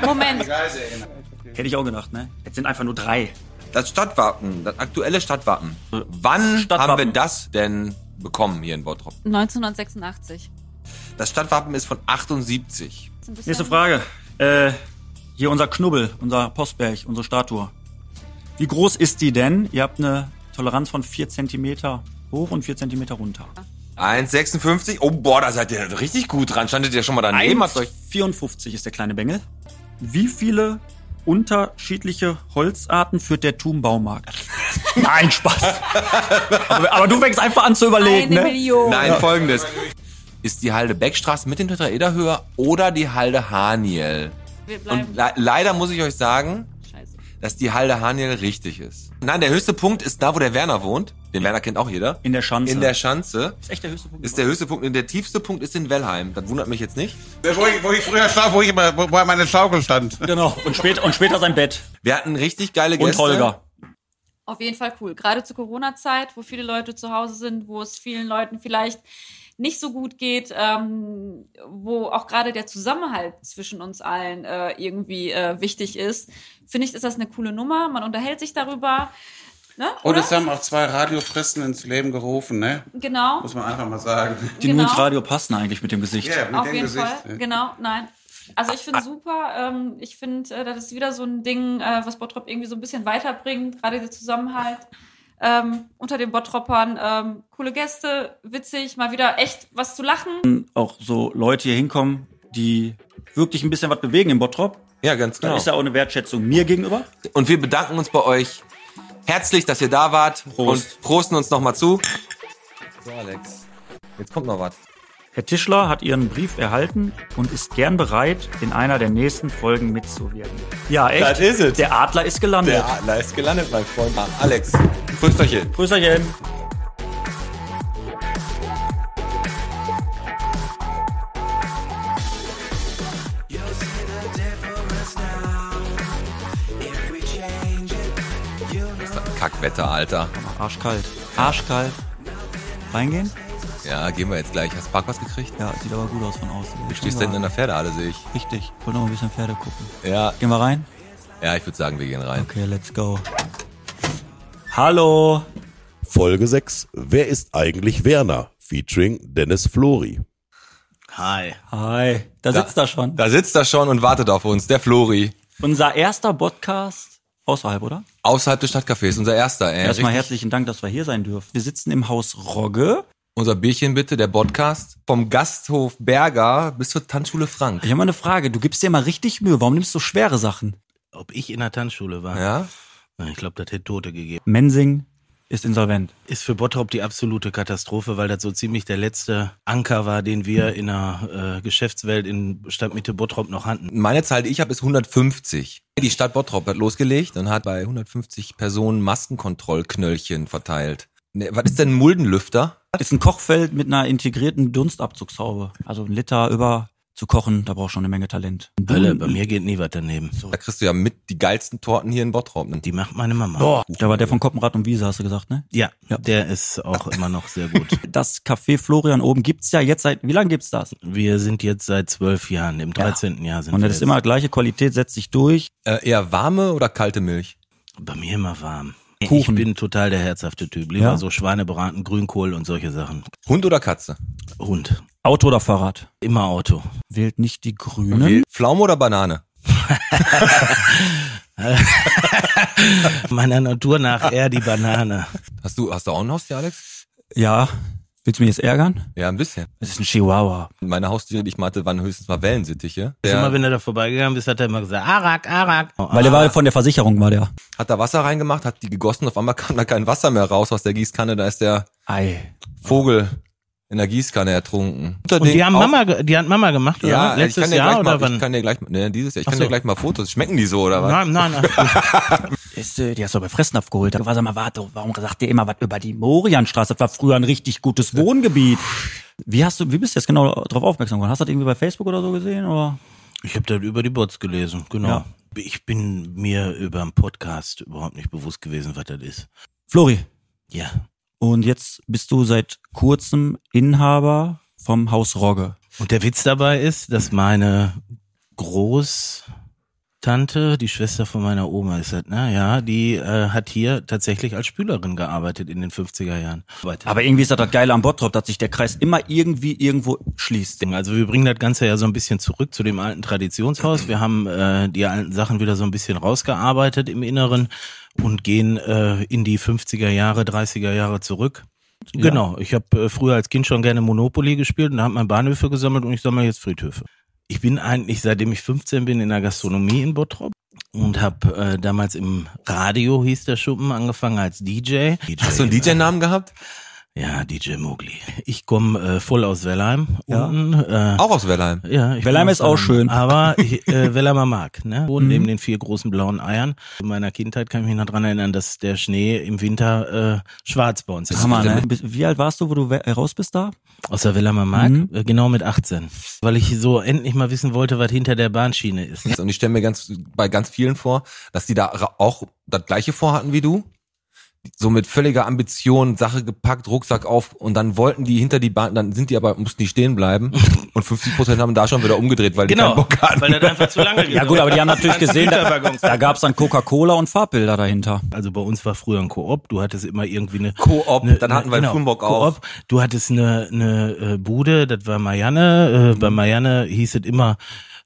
Speaker 14: Moment.
Speaker 3: Hätte ich auch gedacht, ne? Jetzt sind einfach nur drei. Äh,
Speaker 2: Das Stadtwappen, das aktuelle Stadtwappen. Wann haben wir das denn bekommen hier in Bottrop?
Speaker 14: 1986.
Speaker 2: Das Stadtwappen ist von 78.
Speaker 14: Ist ein bisschen-
Speaker 3: Nächste Frage. Äh, hier unser Knubbel, unser Postberg, unsere Statue. Wie groß ist die denn? Ihr habt eine Toleranz von 4 cm hoch und 4 cm runter.
Speaker 2: 1,56. Oh, boah, da seid ihr richtig gut dran. Standet ihr schon mal daneben? Habt euch
Speaker 3: 54 ist der kleine Bengel. Wie viele unterschiedliche Holzarten führt der Thumbaumarkt? Nein, Spaß. aber, aber du fängst einfach an zu überlegen.
Speaker 2: Eine
Speaker 3: ne?
Speaker 2: Million. Nein, folgendes. Ist die Halde Beckstraße mit dem Tetraeder höher oder die Halde Haniel?
Speaker 14: Wir bleiben.
Speaker 2: Und le leider muss ich euch sagen, dass die Halde Haniel richtig ist. Nein, der höchste Punkt ist da, wo der Werner wohnt. Den Werner kennt auch jeder.
Speaker 3: In der Schanze.
Speaker 2: In der Schanze.
Speaker 3: Ist echt der höchste Punkt.
Speaker 2: Ist der höchste Punkt. Und der tiefste Punkt ist in Wellheim. Das wundert mich jetzt nicht.
Speaker 13: Wo ich, wo ich früher stand, wo ich immer, wo, wo meine Schaukel stand.
Speaker 3: Genau. Und später, und später sein Bett.
Speaker 2: Wir hatten richtig geile
Speaker 3: Und
Speaker 2: Gäste.
Speaker 3: Holger.
Speaker 14: Auf jeden Fall cool. Gerade zur Corona-Zeit, wo viele Leute zu Hause sind, wo es vielen Leuten vielleicht nicht so gut geht, ähm, wo auch gerade der Zusammenhalt zwischen uns allen äh, irgendwie äh, wichtig ist, finde ich, ist das eine coole Nummer. Man unterhält sich darüber. Ne?
Speaker 13: Und es Oh, haben auch zwei Radiofristen ins Leben gerufen, ne?
Speaker 14: Genau.
Speaker 13: Muss man einfach mal sagen.
Speaker 3: Die
Speaker 14: Genau.
Speaker 3: nur ins Radio passen eigentlich mit dem Gesicht.
Speaker 13: Ja, mit
Speaker 14: Auf
Speaker 13: dem
Speaker 14: jeden
Speaker 13: Gesicht.
Speaker 14: Fall, genau, nein. Also ich finde super. Ähm, ich finde, äh, das ist wieder so ein Ding, äh, was Bottrop irgendwie so ein bisschen weiterbringt, gerade der Zusammenhalt ähm, unter den Bottroppern. Ähm, coole Gäste, witzig, mal wieder echt was zu lachen.
Speaker 3: auch so Leute hier hinkommen, die wirklich ein bisschen was bewegen im Bottrop.
Speaker 2: Ja, ganz
Speaker 3: Da
Speaker 2: genau.
Speaker 3: ist ja auch eine Wertschätzung mir gegenüber.
Speaker 2: Und wir bedanken uns bei euch herzlich, dass ihr da wart.
Speaker 3: Prost.
Speaker 2: Und prosten uns nochmal zu. So, Alex. Jetzt kommt noch was.
Speaker 3: Herr Tischler hat Ihren Brief erhalten und ist gern bereit, in einer der nächsten Folgen mitzuwirken. Ja, echt.
Speaker 2: Das ist es.
Speaker 3: Der Adler ist gelandet.
Speaker 2: Der Adler ist gelandet, mein Freund. Ah, Alex, Prösterchen.
Speaker 3: Prösterchen.
Speaker 4: You'll see the difference now. If we change it, you'll know.
Speaker 2: Kackwetter, Alter.
Speaker 3: Arschkalt. Arschkalt. Reingehen?
Speaker 2: Ja, gehen wir jetzt gleich. Hast du Parkplatz gekriegt?
Speaker 3: Ja, sieht aber gut aus von außen.
Speaker 2: Du stehst da hinten in der Pferdehalle, sehe ich.
Speaker 3: Richtig. Wollen noch ein bisschen Pferde gucken.
Speaker 2: Ja.
Speaker 3: Gehen wir rein?
Speaker 2: Ja, ich würde sagen, wir gehen rein.
Speaker 3: Okay, let's go. Hallo.
Speaker 1: Folge 6. Wer ist eigentlich Werner? Featuring Dennis Flori.
Speaker 2: Hi.
Speaker 3: Hi. Da sitzt er schon.
Speaker 2: Da sitzt er schon und wartet auf uns, der Flori.
Speaker 3: Unser erster Podcast außerhalb, oder?
Speaker 2: Außerhalb des Stadtcafés, unser erster, ey.
Speaker 3: Erstmal
Speaker 2: Richtig.
Speaker 3: herzlichen Dank, dass wir hier sein dürfen. Wir sitzen im Haus Rogge.
Speaker 2: Unser Bierchen bitte, der Podcast. Vom Gasthof Berger bis zur Tanzschule Frank.
Speaker 3: Ich habe mal eine Frage. Du gibst dir mal richtig Mühe. Warum nimmst du schwere Sachen?
Speaker 15: Ob ich in der Tanzschule war?
Speaker 2: Ja.
Speaker 15: Ich glaube, das hätte Tote gegeben.
Speaker 3: Mensing ist insolvent.
Speaker 15: Ist für Bottrop die absolute Katastrophe, weil das so ziemlich der letzte Anker war, den wir in der äh, Geschäftswelt in Stadtmitte Bottrop noch hatten.
Speaker 2: Meine Zahl, die ich habe, ist 150. Die Stadt Bottrop hat losgelegt und hat bei 150 Personen Maskenkontrollknöllchen verteilt. Ne, was ist denn ein Muldenlüfter?
Speaker 3: Ist ein Kochfeld mit einer integrierten Dunstabzugshaube. Also ein Liter über zu kochen, da braucht schon eine Menge Talent.
Speaker 15: Hölle, bei mir geht nie was daneben.
Speaker 2: Da kriegst du ja mit die geilsten Torten hier in Bottrop. Ne?
Speaker 15: Die macht meine Mama.
Speaker 3: Boah, da war der von Koppenrad und Wiese, hast du gesagt, ne?
Speaker 15: Ja, der ist auch immer noch sehr gut.
Speaker 3: Das Café Florian oben gibt's ja jetzt seit, wie lange gibt's das?
Speaker 15: Wir sind jetzt seit zwölf Jahren, im 13. Jahr sind
Speaker 3: Und
Speaker 15: wir
Speaker 3: das ist
Speaker 15: jetzt.
Speaker 3: immer gleiche Qualität, setzt sich durch.
Speaker 2: Äh, eher warme oder kalte Milch?
Speaker 15: Bei mir immer warm.
Speaker 3: Kuchen.
Speaker 15: Ich bin total der herzhafte Typ. Lieber
Speaker 3: Ja?
Speaker 15: so Schweinebraten, Grünkohl und solche Sachen.
Speaker 2: Hund oder Katze?
Speaker 15: Hund.
Speaker 3: Auto oder Fahrrad?
Speaker 15: Immer Auto.
Speaker 3: Wählt nicht die Grünen.
Speaker 2: Pflaume oder Banane?
Speaker 15: Meiner Natur nach eher die Banane.
Speaker 2: Hast du, hast du auch ein Haustier, Alex?
Speaker 3: Ja. Willst du mich jetzt ärgern?
Speaker 2: Ja, ein bisschen.
Speaker 3: Es ist ein Chihuahua.
Speaker 2: Meine Haustiere, die ich mal hatte, waren höchstens mal Wellensittiche.
Speaker 15: Immer wenn du da vorbeigegangen bist, hat er immer gesagt, Arak, Arak.
Speaker 3: Weil der war von der Versicherung, war der.
Speaker 2: hat da Wasser reingemacht, hat die gegossen, auf einmal kam da kein Wasser mehr raus aus der Gießkanne, da ist der
Speaker 3: Ei.
Speaker 2: Vogel in der Gießkanne ertrunken.
Speaker 15: Und die haben Mama, ge- die hat Mama gemacht, oder?
Speaker 2: ja, ich
Speaker 15: Letztes
Speaker 2: kann dir
Speaker 15: Jahr
Speaker 2: gleich
Speaker 15: oder
Speaker 2: mal,
Speaker 15: wann?
Speaker 2: ich kann dir gleich, ne, dieses Jahr, ich
Speaker 15: Ach
Speaker 2: kann
Speaker 15: so.
Speaker 2: dir gleich mal Fotos, schmecken die so oder was?
Speaker 15: Nein, nein, nein.
Speaker 3: Ist, äh, die hast du bei Fressnapf geholt. Da war sag mal, warte, warum sagt ihr immer was über die Morianstraße? Das war früher ein richtig gutes Wohngebiet. Wie hast du, wie bist du jetzt genau darauf aufmerksam geworden? Hast du das irgendwie bei Facebook oder so gesehen? Oder?
Speaker 15: Ich habe das über die Bots gelesen, genau.
Speaker 3: Ja.
Speaker 15: Ich bin mir über den Podcast überhaupt nicht bewusst gewesen, was das ist.
Speaker 3: Flori,
Speaker 15: Ja.
Speaker 3: und jetzt bist du seit kurzem Inhaber vom Haus Rogge.
Speaker 15: Und der Witz dabei ist, dass meine Großtante, die Schwester von meiner Oma ist das, ne? Ja, die äh, hat hier tatsächlich als Spülerin gearbeitet in den 50er Jahren.
Speaker 3: Aber irgendwie ist das das Geile am Bottrop, dass sich der Kreis immer irgendwie irgendwo schließt.
Speaker 15: Also wir bringen das Ganze ja so ein bisschen zurück zu dem alten Traditionshaus. Wir haben äh, die alten Sachen wieder so ein bisschen rausgearbeitet im Inneren und gehen äh, in die 50er Jahre, 30er Jahre zurück.
Speaker 3: Ja.
Speaker 15: Genau, ich habe äh, früher als Kind schon gerne Monopoly gespielt und da hat man Bahnhöfe gesammelt und ich sammle jetzt Friedhöfe. Ich bin eigentlich, seitdem ich 15 bin, in der Gastronomie in Bottrop und habe äh, damals im Radio, hieß der Schuppen, angefangen als DJ.
Speaker 2: Hast du einen DJ-Namen gehabt?
Speaker 15: Ja, DJ Mowgli. Ich komme äh, voll aus Wellheim.
Speaker 3: Ja.
Speaker 15: Unten, äh,
Speaker 2: Auch aus Wellheim.
Speaker 15: ja, ich
Speaker 3: Wellheim
Speaker 15: bin
Speaker 3: ist auch schön.
Speaker 15: Aber ich, äh, Wellheimer Mark, ne? Wohnen
Speaker 3: Mhm.
Speaker 15: neben den vier großen blauen Eiern. In meiner Kindheit kann ich mich noch dran erinnern, dass der Schnee im Winter äh, schwarz bei uns ist.
Speaker 3: Hammer, ne? Bist- Wie alt warst du, wo du we- äh, raus bist da?
Speaker 15: Aus der Wellheimer Mark,
Speaker 3: Mhm.
Speaker 15: äh, genau mit 18. Weil ich so endlich mal wissen wollte, was hinter der Bahnschiene ist.
Speaker 2: Und ich stelle mir ganz, bei ganz vielen vor, dass die da ra- auch das gleiche vorhatten wie du. So mit völliger Ambition, Sache gepackt, Rucksack auf und dann wollten die hinter die Bahn, dann sind die aber, mussten die stehen bleiben und 50 Prozent haben da schon wieder umgedreht, weil die keinen
Speaker 15: Genau,
Speaker 2: Bock hatten.
Speaker 15: weil das einfach zu lange geht.
Speaker 3: Ja gut, aber die haben natürlich
Speaker 15: Ganze
Speaker 3: gesehen, da,
Speaker 15: Güterwaggons.
Speaker 3: da gab es dann Coca-Cola und Farbbilder dahinter.
Speaker 15: Also bei uns war früher ein Koop, du hattest immer irgendwie eine genau,
Speaker 2: Koop, dann hatten wir einen Frühbock auf.
Speaker 15: Koop, du hattest eine, eine äh, Bude, das war Marianne, äh,
Speaker 3: Mhm.
Speaker 15: bei Marianne hieß es immer,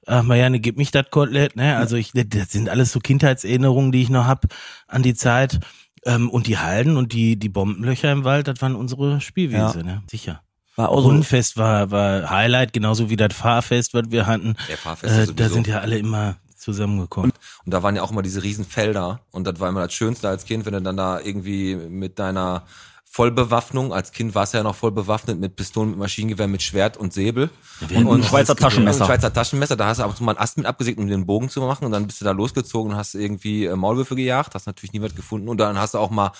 Speaker 15: ach Marianne, gib mich das Kotelett, ne? Also ich das sind alles so Kindheitserinnerungen, die ich noch hab an die Zeit ähm, und die Halden und die die Bombenlöcher im Wald, das waren unsere Spielwiese,
Speaker 3: Ja.
Speaker 15: ne? Sicher.
Speaker 3: War auch so-
Speaker 15: Rundenfest war, war Highlight, genauso wie das Fahrfest, was wir hatten.
Speaker 2: Ja, Fahrfest
Speaker 15: äh,
Speaker 2: sowieso.
Speaker 15: da sind ja alle immer zusammengekommen.
Speaker 2: Und da waren ja auch immer diese riesen Felder. Und das war immer das Schönste als Kind, wenn du dann da irgendwie mit deiner Vollbewaffnung, als Kind warst du ja noch voll bewaffnet mit Pistolen, mit Maschinengewehr, mit Schwert und Säbel.
Speaker 3: wir hatten ein Schweizer Taschenmesser.
Speaker 2: Und ein Schweizer Taschenmesser, da hast du ab und zu mal einen Ast mit abgesägt, um den Bogen zu machen. Und dann bist du da losgezogen und hast irgendwie äh, Maulwürfe gejagt, hast natürlich niemand gefunden. Und dann hast du auch mal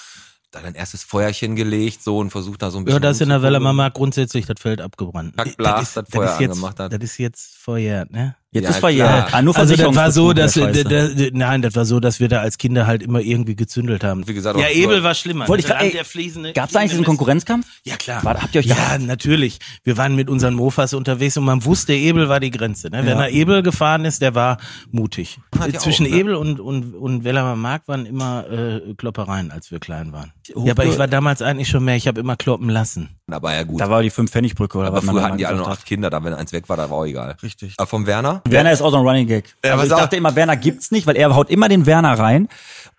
Speaker 2: da dein erstes Feuerchen gelegt so und versucht da so ein bisschen
Speaker 15: Ja, da ist in der Welle
Speaker 2: rumzukurbeln.
Speaker 15: Mama grundsätzlich das Feld abgebrannt.
Speaker 2: Kack, Blas, das Feuer
Speaker 15: ist jetzt,
Speaker 2: angemacht hat.
Speaker 15: Das ist jetzt verjährt, ne?
Speaker 3: Jetzt
Speaker 2: Ja,
Speaker 3: ist verjährt.
Speaker 2: klar.
Speaker 3: Ah, nur
Speaker 15: Also das war so, dass
Speaker 3: versicherungsbetrunken,
Speaker 15: da,
Speaker 3: der Scheiße.
Speaker 15: da, da, nein, das war so, dass wir da als Kinder halt immer irgendwie gezündelt haben.
Speaker 2: Wie gesagt,
Speaker 15: ja,
Speaker 2: auch-
Speaker 15: Ebel war schlimmer.
Speaker 3: Wollte ich
Speaker 15: Da
Speaker 3: gerade-
Speaker 15: hat
Speaker 3: ey,
Speaker 15: der fließende-
Speaker 3: Gab es eigentlich diesen
Speaker 15: fließende Mist.
Speaker 3: Konkurrenzkampf?
Speaker 15: Ja, klar.
Speaker 3: War- habt ihr euch
Speaker 15: ja,
Speaker 3: gejagt?
Speaker 15: natürlich. Wir waren mit unseren Mofas unterwegs und man wusste, Ebel war die Grenze. Ne? Wenn
Speaker 3: Ja.
Speaker 15: er Ebel gefahren ist, der war mutig.
Speaker 2: Hat ja
Speaker 15: Zwischen
Speaker 2: auch, ne?
Speaker 15: Ebel und, und, und Wellermer Mark waren immer äh, Kloppereien, als wir klein waren.
Speaker 3: Hoch-
Speaker 15: Ja, aber ich war damals eigentlich schon mehr, ich habe immer kloppen lassen.
Speaker 2: Aber ja gut.
Speaker 3: Da war die 5-Pfennig-Brücke oder
Speaker 2: aber
Speaker 3: was man
Speaker 2: früher
Speaker 3: da
Speaker 2: hatten die
Speaker 3: mal
Speaker 2: alle noch
Speaker 3: gesagt
Speaker 2: acht Kinder, da wenn eins weg war, da war auch egal.
Speaker 3: Richtig.
Speaker 2: Aber vom Werner?
Speaker 3: hat. Werner ist auch so ein Running Gag.
Speaker 2: Ja,
Speaker 3: also
Speaker 2: pass
Speaker 3: ich
Speaker 2: auf.
Speaker 3: dachte immer, Werner gibt's nicht, weil er haut immer den Werner rein.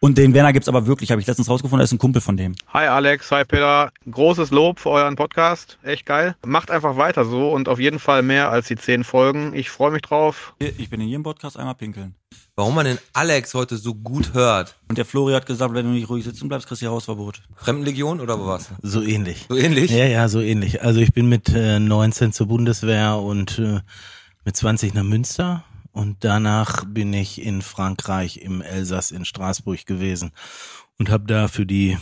Speaker 3: Und den Werner gibt's aber wirklich, habe ich letztens rausgefunden, er ist ein Kumpel von dem.
Speaker 16: Hi Alex, hi Peter. Großes Lob für euren Podcast. Echt geil. Macht einfach weiter so und auf jeden Fall mehr als die zehn Folgen. Ich freue mich drauf.
Speaker 3: Äh, Ich bin in jedem Podcast einmal pinkeln.
Speaker 2: Warum man den Alex heute so gut hört?
Speaker 3: Und der Flori hat gesagt, wenn du nicht ruhig sitzen bleibst, kriegst du Hausverbot.
Speaker 2: Fremdenlegion oder was?
Speaker 15: So ähnlich.
Speaker 2: So ähnlich?
Speaker 15: Ja, ja, so ähnlich. Also ich bin mit äh, 19 zur Bundeswehr und äh, mit 20 nach Münster. Und danach bin ich in Frankreich, im Elsass, in Straßburg gewesen und habe da für die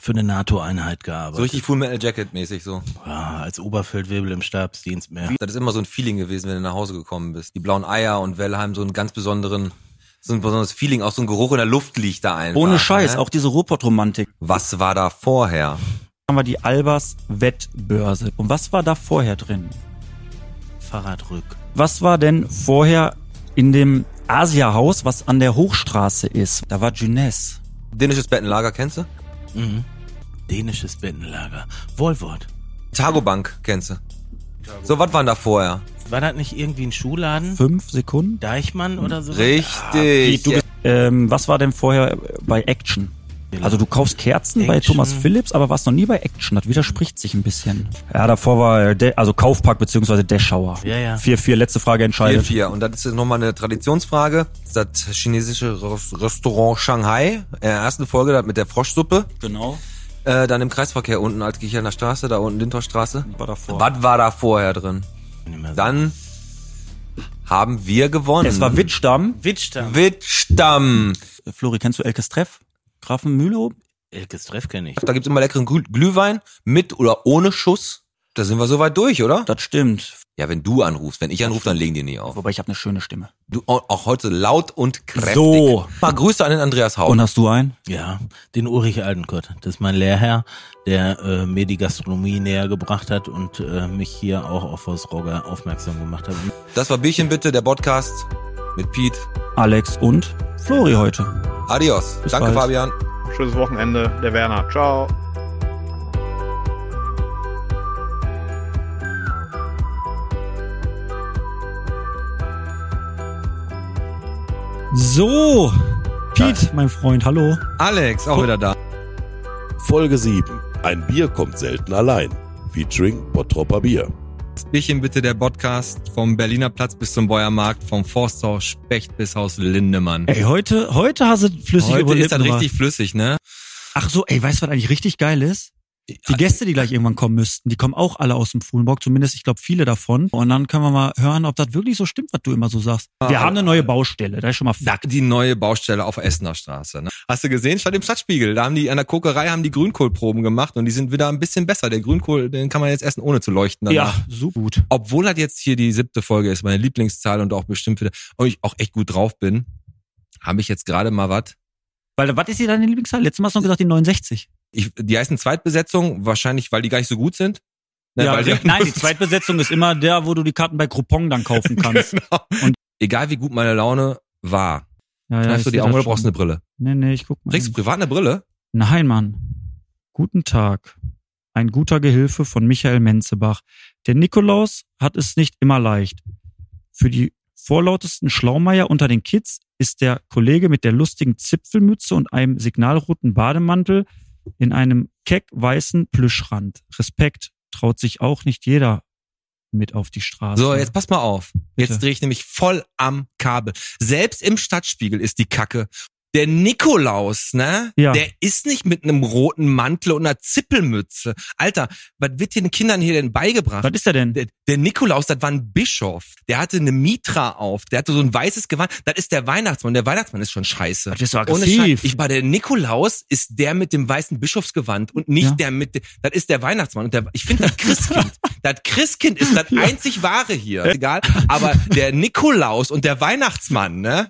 Speaker 15: für eine NATO-Einheit gearbeitet.
Speaker 2: So richtig Full Metal Jacket mäßig so.
Speaker 15: Ja, als Oberfeldwebel im Stabsdienst mehr.
Speaker 2: Das ist immer so ein Feeling gewesen, wenn du nach Hause gekommen bist. Die blauen Eier und Wellheim, so einen ganz besonderen, so ein besonderes Feeling, auch so ein Geruch in der Luft liegt da einfach.
Speaker 3: Ohne Scheiß,
Speaker 2: ne?
Speaker 3: auch diese Ruhrpott-Romantik.
Speaker 2: Was war da vorher?
Speaker 3: Haben wir die Albers Wettbörse. Und was war da vorher drin?
Speaker 15: Fahrradrück.
Speaker 3: Was war denn vorher in dem Asia-Haus, was an der Hochstraße ist? Da war Juness.
Speaker 2: Dänisches Bettenlager, kennst du?
Speaker 15: Mhm. Dänisches Bettenlager. Wohlwort.
Speaker 2: Tagobank, kennst du? So, was waren da vorher?
Speaker 15: War das nicht irgendwie ein Schuhladen?
Speaker 3: Fünf Sekunden?
Speaker 15: Deichmann oder Ah, so?
Speaker 2: Richtig.
Speaker 3: Ah, Du bist, ähm, was war denn vorher bei Action? Also du kaufst Kerzen bei
Speaker 15: Action.
Speaker 3: Thomas Phillips, aber warst noch nie bei Action. Das widerspricht sich ein bisschen. Ja, davor war äh, De also Kaufpark beziehungsweise Deschauer.
Speaker 2: Ja, ja.
Speaker 3: 4-4, letzte Frage entscheidet.
Speaker 2: 4-4. Und das ist jetzt nochmal eine Traditionsfrage. Das chinesische Ros- Restaurant Shanghai. In der ersten Folge das mit der Froschsuppe.
Speaker 3: Genau.
Speaker 2: Äh, dann im Kreisverkehr unten, als Kirchheimer Straße, da unten Lindhorststraße.
Speaker 3: War davor.
Speaker 2: Was war da vorher drin? Dann haben wir gewonnen.
Speaker 3: Es war Wittstamm.
Speaker 15: Wittstamm.
Speaker 2: Wittstamm.
Speaker 3: Flori, kennst du Elkes Treff? Grafenmühle oben?
Speaker 15: Elkes Treff kenne ich.
Speaker 2: Da gibt's immer leckeren Glüh- Glühwein mit oder ohne Schuss. Da sind wir soweit durch, oder?
Speaker 3: Das stimmt.
Speaker 2: Ja, wenn du anrufst. Wenn ich anrufe, dann legen die nie auf.
Speaker 3: Wobei ich habe eine schöne Stimme.
Speaker 2: Du auch auch heute laut und kräftig.
Speaker 3: So.
Speaker 2: Mal Oh. Grüße an den Andreas Hau.
Speaker 3: Und hast du einen?
Speaker 15: Ja, den Ulrich Altenkott. Das ist mein Lehrherr, der äh, mir die Gastronomie näher gebracht hat und äh, mich hier auch auf Wolfsroger aufmerksam gemacht hat.
Speaker 2: Das war Bierchen bitte, der Podcast mit Pete.
Speaker 3: Alex und Flori heute.
Speaker 2: Adios.
Speaker 3: Bis
Speaker 2: Danke,
Speaker 3: bald.
Speaker 2: Fabian.
Speaker 16: Schönes Wochenende, der Werner. Ciao.
Speaker 3: So, Pete, mein Freund, hallo.
Speaker 2: Alex, auch wieder da.
Speaker 1: Folge 7. Ein Bier kommt selten allein. Featuring Bottropper Bier.
Speaker 2: Bierchen bitte, der Podcast vom Berliner Platz bis zum Bäuermarkt, vom Forsthaus Specht bis Haus Lindemann.
Speaker 3: Ey, heute, heute hast du flüssig über
Speaker 2: Heute
Speaker 3: die
Speaker 2: ist das
Speaker 3: Lippen
Speaker 2: richtig flüssig, ne?
Speaker 3: Ach so, ey, weißt du, was eigentlich richtig geil ist? Die Gäste, die gleich irgendwann kommen müssten, die kommen auch alle aus dem Fuhlenbock, zumindest ich glaube viele davon. Und dann können wir mal hören, ob das wirklich so stimmt, was du immer so sagst. Wir
Speaker 2: Ah.
Speaker 3: haben eine neue Baustelle, da ist schon mal
Speaker 2: Da, die neue Baustelle auf Essener Straße. Ne? Hast du gesehen? Statt dem Stadtspiegel. Da haben die an der Kokerei haben die Grünkohlproben gemacht und die sind wieder ein bisschen besser. Der Grünkohl, den kann man jetzt essen, ohne zu leuchten. danach.
Speaker 3: Ja, so gut.
Speaker 2: Obwohl das jetzt hier die siebte Folge ist, meine Lieblingszahl und auch bestimmt wieder, und ich auch echt gut drauf bin, habe ich jetzt gerade mal was.
Speaker 3: Weil was ist hier deine Lieblingszahl? Letztes Mal hast du noch gesagt die 69.
Speaker 2: Ich, die heißen Zweitbesetzung, wahrscheinlich, weil die gar nicht so gut sind. Ne,
Speaker 3: ja,
Speaker 2: weil
Speaker 3: die, nein, die Zweitbesetzung ist immer der, wo du die Karten bei Groupon dann kaufen kannst.
Speaker 2: Genau. egal wie gut meine Laune war.
Speaker 3: Ja, ja,
Speaker 2: Hast
Speaker 3: ich
Speaker 2: du
Speaker 3: seh
Speaker 2: die Augen
Speaker 3: das
Speaker 2: oder brauchst du
Speaker 3: schon. Mhm.
Speaker 2: eine Brille?
Speaker 3: Nee, nee, ich guck mal.
Speaker 2: Trägst du privat eine Brille?
Speaker 3: Nein, Mann. Guten Tag. Ein guter Gehilfe von Michael Menzebach. Der Nikolaus hat es nicht immer leicht. Für die vorlautesten Schlaumeier unter den Kids ist der Kollege mit der lustigen Zipfelmütze und einem signalroten Bademantel in einem keck weißen Plüschrand. Respekt, traut sich auch nicht jeder mit auf die Straße.
Speaker 2: So, jetzt pass mal auf.
Speaker 3: Bitte.
Speaker 2: Jetzt drehe ich nämlich voll am Kabel. Selbst im Stadtspiegel ist die Kacke. Der Nikolaus, ne?
Speaker 3: Ja.
Speaker 2: Der ist nicht mit einem roten Mantel und einer Zippelmütze. Alter, was wird den Kindern hier denn beigebracht?
Speaker 3: Was ist der denn?
Speaker 2: Der, der Nikolaus, das war ein Bischof. Der hatte eine Mitra auf. Der hatte so ein weißes Gewand. Das ist der Weihnachtsmann. Der Weihnachtsmann ist schon scheiße.
Speaker 3: Das ist so
Speaker 2: Ohne
Speaker 3: aggressiv.
Speaker 2: Scheiß. Ich, bei der Nikolaus ist der mit dem weißen Bischofsgewand und nicht
Speaker 3: Ja.
Speaker 2: der mit, das ist der Weihnachtsmann. Und der, ich finde das Christkind, das Christkind ist das einzig wahre hier. Ist Egal. Aber der Nikolaus und der Weihnachtsmann, ne?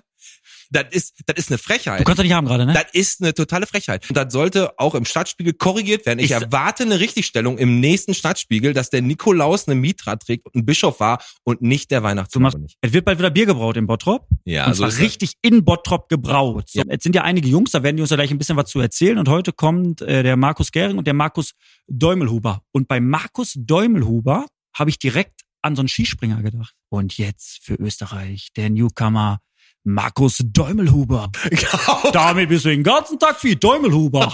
Speaker 2: Das ist, das ist eine Frechheit.
Speaker 3: Du kannst doch nicht haben gerade, ne?
Speaker 2: Das ist eine totale Frechheit. Und das sollte auch im Stadtspiegel korrigiert werden. Ich,
Speaker 3: Ich-
Speaker 2: erwarte eine Richtigstellung im nächsten Stadtspiegel, dass der Nikolaus eine Mitra trägt und ein Bischof war und nicht der
Speaker 3: Du
Speaker 2: Weihnachtsmann.
Speaker 3: machst, es wird bald wieder Bier gebraut in Bottrop.
Speaker 2: Ja,
Speaker 3: und
Speaker 2: so
Speaker 3: zwar
Speaker 2: ist das.
Speaker 3: richtig in Bottrop gebraut. So,
Speaker 2: Ja.
Speaker 3: Jetzt sind ja einige Jungs, da werden die uns ja gleich ein bisschen was zu erzählen. Und heute kommt äh, der Markus Gering und der Markus Däumelhuber. Und bei Markus Däumelhuber habe ich direkt an so einen Skispringer gedacht. Und jetzt für Österreich der Newcomer Markus Däumelhuber. Damit bist du den ganzen Tag wie Däumelhuber,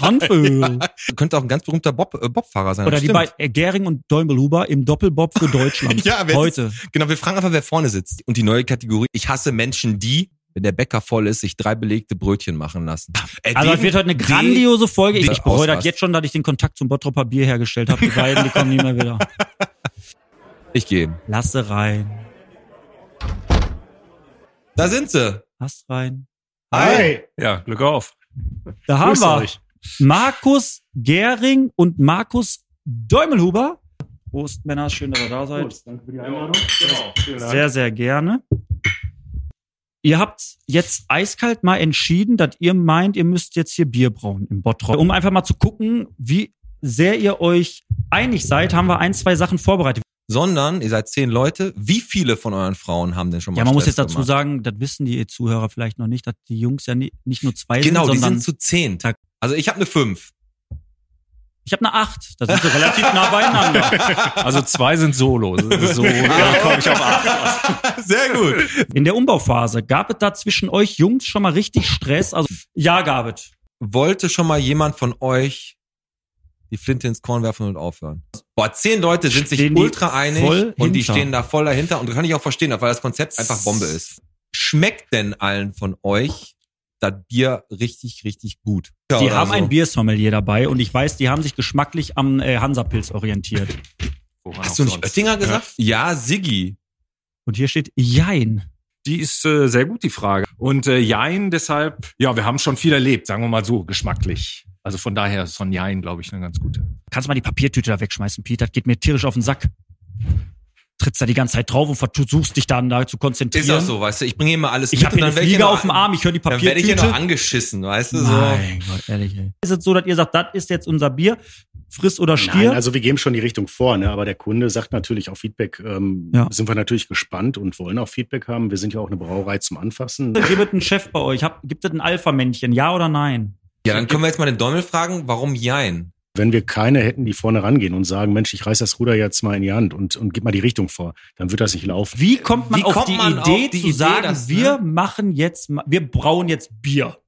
Speaker 3: Handöl.
Speaker 2: Könnte auch ein ganz berühmter Bob, äh, Bobfahrer sein.
Speaker 3: Oder die
Speaker 2: Stimmt.
Speaker 3: beiden äh, Gering und Däumelhuber im Doppelbob für Deutschland.
Speaker 2: Ja, wer
Speaker 3: heute.
Speaker 2: Genau, wir fragen einfach, wer vorne sitzt. Und die neue Kategorie, ich hasse Menschen, die, wenn der Bäcker voll ist, sich drei belegte Brötchen machen lassen. Äh,
Speaker 3: Also es
Speaker 2: den-
Speaker 3: wird heute eine
Speaker 2: den-
Speaker 3: grandiose Folge. Ich,
Speaker 2: den
Speaker 3: ich bereue das
Speaker 2: Ausrast.
Speaker 3: jetzt schon, dass ich den Kontakt zum Bottropper Bier hergestellt habe. Die beiden, die kommen nie mehr wieder.
Speaker 2: Ich gehe.
Speaker 3: Lasse rein.
Speaker 2: Da sind sie.
Speaker 3: Lass rein.
Speaker 2: Hi.
Speaker 6: Ja, Glück auf.
Speaker 3: Da haben
Speaker 6: Grüßt
Speaker 3: wir.
Speaker 6: euch.
Speaker 3: Markus Gering und Markus Däumelhuber. Prost, Männer, schön, dass ihr da seid.
Speaker 12: danke für die Einladung.
Speaker 3: Sehr, sehr gerne. Ihr habt jetzt eiskalt mal entschieden, dass ihr meint, ihr müsst jetzt hier Bier brauen im Bottrop. Um einfach mal zu gucken, wie sehr ihr euch einig seid, haben wir ein, zwei Sachen vorbereitet.
Speaker 2: Sondern, ihr seid zehn Leute. Wie viele von euren Frauen haben denn schon mal
Speaker 3: Ja, man muss
Speaker 2: Stress
Speaker 3: jetzt dazu
Speaker 2: gemacht?
Speaker 3: sagen, das wissen die Zuhörer vielleicht noch nicht, dass die Jungs ja ni- nicht nur zwei
Speaker 2: Genau,
Speaker 3: sind,
Speaker 2: die
Speaker 3: sondern
Speaker 2: sind zu zehn. Also ich habe eine fünf.
Speaker 3: ich habe eine acht. Da sind sie relativ nah beieinander.
Speaker 5: Also zwei sind solo. So ja, komme ich auf acht.
Speaker 2: Sehr gut.
Speaker 3: In der Umbauphase gab es da zwischen euch Jungs schon mal richtig Stress. Also ja, gab es.
Speaker 2: Wollte schon mal jemand von euch die Flinte ins Korn werfen und aufhören? Boah, zehn Leute sind sich
Speaker 3: Stehen die
Speaker 2: ultra einig und
Speaker 3: voll
Speaker 2: die
Speaker 3: hinter.
Speaker 2: stehen da voll dahinter und kann ich auch verstehen, weil das Konzept einfach Bombe ist. Schmeckt denn allen von euch das Bier richtig, richtig gut? Ja, also.
Speaker 3: die
Speaker 2: oder
Speaker 3: haben
Speaker 2: so?
Speaker 3: ein Biersommelier dabei und ich weiß, die haben sich geschmacklich am äh, Hansapilz orientiert.
Speaker 2: Hast du nicht Oettinger gesagt? Ja, Siggi.
Speaker 3: Und hier steht Jein.
Speaker 5: Die ist äh, sehr gut, die Frage. Und äh, Jein deshalb, ja, wir haben schon viel erlebt, sagen wir mal so, geschmacklich. Also von daher ist von Jein, glaube ich, eine ganz gute.
Speaker 3: Kannst du mal die Papiertüte da wegschmeißen, Pete? Das geht mir tierisch auf den Sack. Trittst da die ganze Zeit drauf und versuchst dich dann da zu konzentrieren.
Speaker 2: Ist auch so, weißt du, ich bringe immer alles
Speaker 3: Ich
Speaker 2: mit
Speaker 3: hab hier eine
Speaker 2: werd
Speaker 3: Fliege
Speaker 2: noch
Speaker 3: auf dem
Speaker 2: an-
Speaker 3: Arm, ich hör die
Speaker 2: Dann werde ich ja noch
Speaker 3: Papiertüte.
Speaker 2: angeschissen, weißt du, so.
Speaker 5: Mein
Speaker 3: Gott, ehrlich, ey. Ist es so, dass ihr sagt, das ist jetzt unser Bier, friss oder
Speaker 5: stirb?
Speaker 17: Nein, also wir geben schon die Richtung vor, ne? aber der Kunde sagt natürlich auch Feedback, ähm, sind wir natürlich gespannt und wollen auch Feedback haben. Wir sind ja auch eine Brauerei zum Anfassen.
Speaker 3: Gibt es einen Chef bei euch? Hab, gibt es ein Alpha-Männchen? Ja oder nein?
Speaker 2: Ja, dann können wir jetzt mal den Däumel fragen, warum Jein?
Speaker 17: Wenn wir keine hätten, die vorne rangehen und sagen, Mensch, ich reiß das Ruder jetzt mal in die Hand und, und gib mal die Richtung vor, dann wird das nicht laufen.
Speaker 3: Wie kommt man, auf, die Idee zu sagen, wir
Speaker 5: ne?
Speaker 3: machen jetzt, ma- wir brauen jetzt Bier?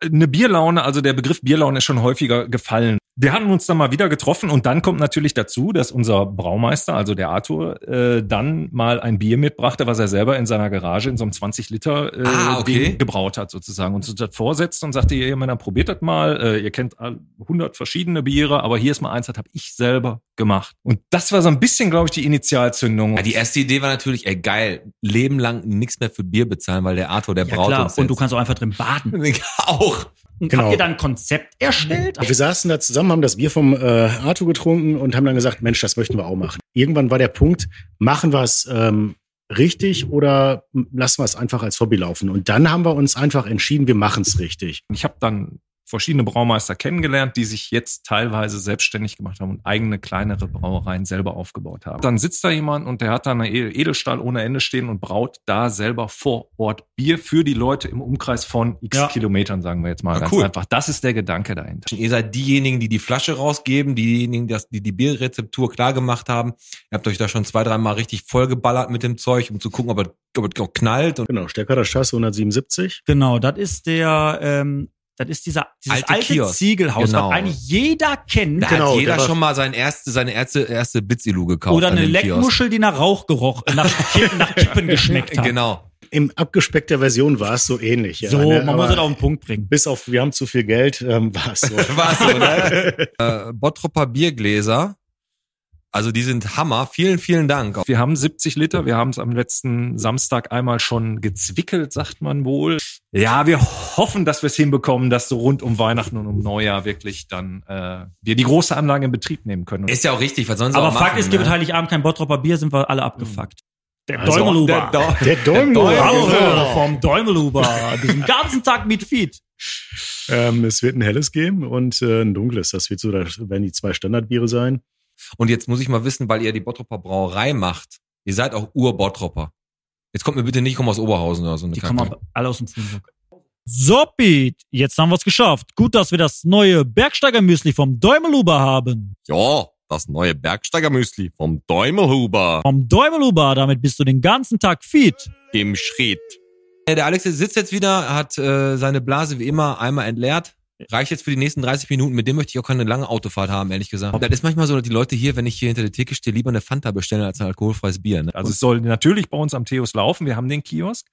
Speaker 5: Eine Bierlaune, also der Begriff Bierlaune ist schon häufiger gefallen. Wir hatten uns dann mal wieder getroffen und dann kommt natürlich dazu, dass unser Braumeister, also der Arthur, äh, dann mal ein Bier mitbrachte, was er selber in seiner Garage in so einem 20 Liter äh,
Speaker 2: Ah, okay.
Speaker 5: Ding gebraut hat sozusagen und uns das vorsetzt und sagte, ihr Männer, probiert das mal. Äh, ihr kennt all- 100 verschiedene Biere, aber hier ist mal eins, das habe ich selber gemacht. Und das war so ein bisschen, glaube ich, die Initialzündung.
Speaker 2: Ja, die erste Idee war natürlich, ey, geil, Leben lang nichts mehr für Bier bezahlen, weil der Arthur, der
Speaker 3: Ja,
Speaker 2: braut
Speaker 3: klar.
Speaker 2: uns
Speaker 3: Und du kannst auch einfach drin baden.
Speaker 2: auch.
Speaker 3: Habt
Speaker 5: Genau.
Speaker 3: ihr dann ein Konzept erstellt?
Speaker 17: Wir saßen da zusammen, haben das Bier vom äh, Arthur getrunken und haben dann gesagt, Mensch, das möchten wir auch machen. Irgendwann war der Punkt, machen wir es ähm, richtig oder m- lassen wir es einfach als Hobby laufen. Und dann haben wir uns einfach entschieden, wir machen es richtig.
Speaker 5: Ich habe dann verschiedene Braumeister kennengelernt, die sich jetzt teilweise selbstständig gemacht haben und eigene kleinere Also Brauereien selber aufgebaut haben. Dann sitzt da jemand und der hat da eine Edelstahl ohne Ende stehen und braut da selber vor Ort Bier für die Leute im Umkreis von x Kilometern, sagen wir jetzt mal ganz
Speaker 2: Ah, cool.
Speaker 5: einfach. Das ist der Gedanke dahinter.
Speaker 2: Ihr seid diejenigen, die die Flasche rausgeben, diejenigen, die das- die die Bierrezeptur klar gemacht haben. Ihr habt euch da schon zwei, dreimal richtig vollgeballert mit dem Zeug, um zu gucken, ob er, ob er knallt. Und
Speaker 17: genau, Stärker der Straße 177.
Speaker 3: Genau, das ist der, ähm, das ist dieser, dieses
Speaker 2: Alte
Speaker 3: alte,
Speaker 2: Kiosk.
Speaker 3: Ziegelhaus,
Speaker 2: Genau.
Speaker 3: was eigentlich jeder kennt.
Speaker 2: Da hat jeder schon mal sein erste, seine erste, erste Bitzilu Genau, gekauft.
Speaker 3: Genau, Oder
Speaker 2: an
Speaker 3: eine
Speaker 2: dem Kiosk.
Speaker 3: Leckmuschel, die nach Rauch gerochen, nach, Kippen- nach Kippen geschmeckt hat.
Speaker 2: Genau.
Speaker 17: Im abgespeckter Version war es so ähnlich. ja,
Speaker 3: So,
Speaker 17: ne?
Speaker 3: man muss
Speaker 17: Aber
Speaker 3: es auf den Punkt bringen.
Speaker 17: Bis auf, wir haben zu viel Geld, ähm, war es so.
Speaker 2: War so, ne? äh, Bottropper Biergläser. Also die sind Hammer. Vielen, vielen Dank.
Speaker 5: Wir haben 70 Liter. Wir haben es am letzten Samstag einmal schon gezwickelt, sagt man wohl. Ja, wir hoffen, dass wir es hinbekommen, dass so rund um Weihnachten und um Neujahr wirklich dann äh, wir die große Anlage in Betrieb nehmen können.
Speaker 2: Ist ja auch ne? richtig, was sonst
Speaker 3: Aber Fakt ist, gibt Heiligabend kein Bottroper Bier, sind wir alle abgefuckt. Der
Speaker 2: Also,
Speaker 3: Däumelhuber.
Speaker 2: der Dau- Der
Speaker 17: Däumelhuber.
Speaker 3: Bravo,
Speaker 17: Genau.
Speaker 3: vom Däumelhuber. Diesen ganzen Tag mit Feed.
Speaker 17: Ähm, es wird ein helles geben und äh, ein dunkles. Das wird so, das werden die zwei Standardbiere sein.
Speaker 2: Und jetzt muss ich mal wissen, weil ihr die Bottropper Brauerei macht. Ihr seid auch Ur-Bottropper. Jetzt kommt mir bitte nicht, ich komme aus Oberhausen oder so. ne? Die
Speaker 3: kommen alle aus dem Frühstück. So, Piet, jetzt haben wir es geschafft. Gut, dass wir das neue Bergsteiger-Müsli vom Däumelhuber haben.
Speaker 2: Ja, das neue Bergsteigermüsli vom Däumelhuber.
Speaker 3: Vom Däumelhuber, damit bist du den ganzen Tag Feed.
Speaker 2: Im Schritt. Ja, Äh, Der Alex sitzt jetzt wieder, hat äh, seine Blase wie immer einmal entleert. Reicht jetzt für die nächsten 30 Minuten. Mit dem möchte ich auch keine lange Autofahrt haben, ehrlich gesagt. Das ist manchmal so, dass die Leute hier, wenn ich hier hinter der Theke stehe, lieber eine Fanta bestellen als ein alkoholfreies Bier. Ne?
Speaker 5: Also es soll natürlich bei uns am Theos laufen. Wir haben den Kiosk.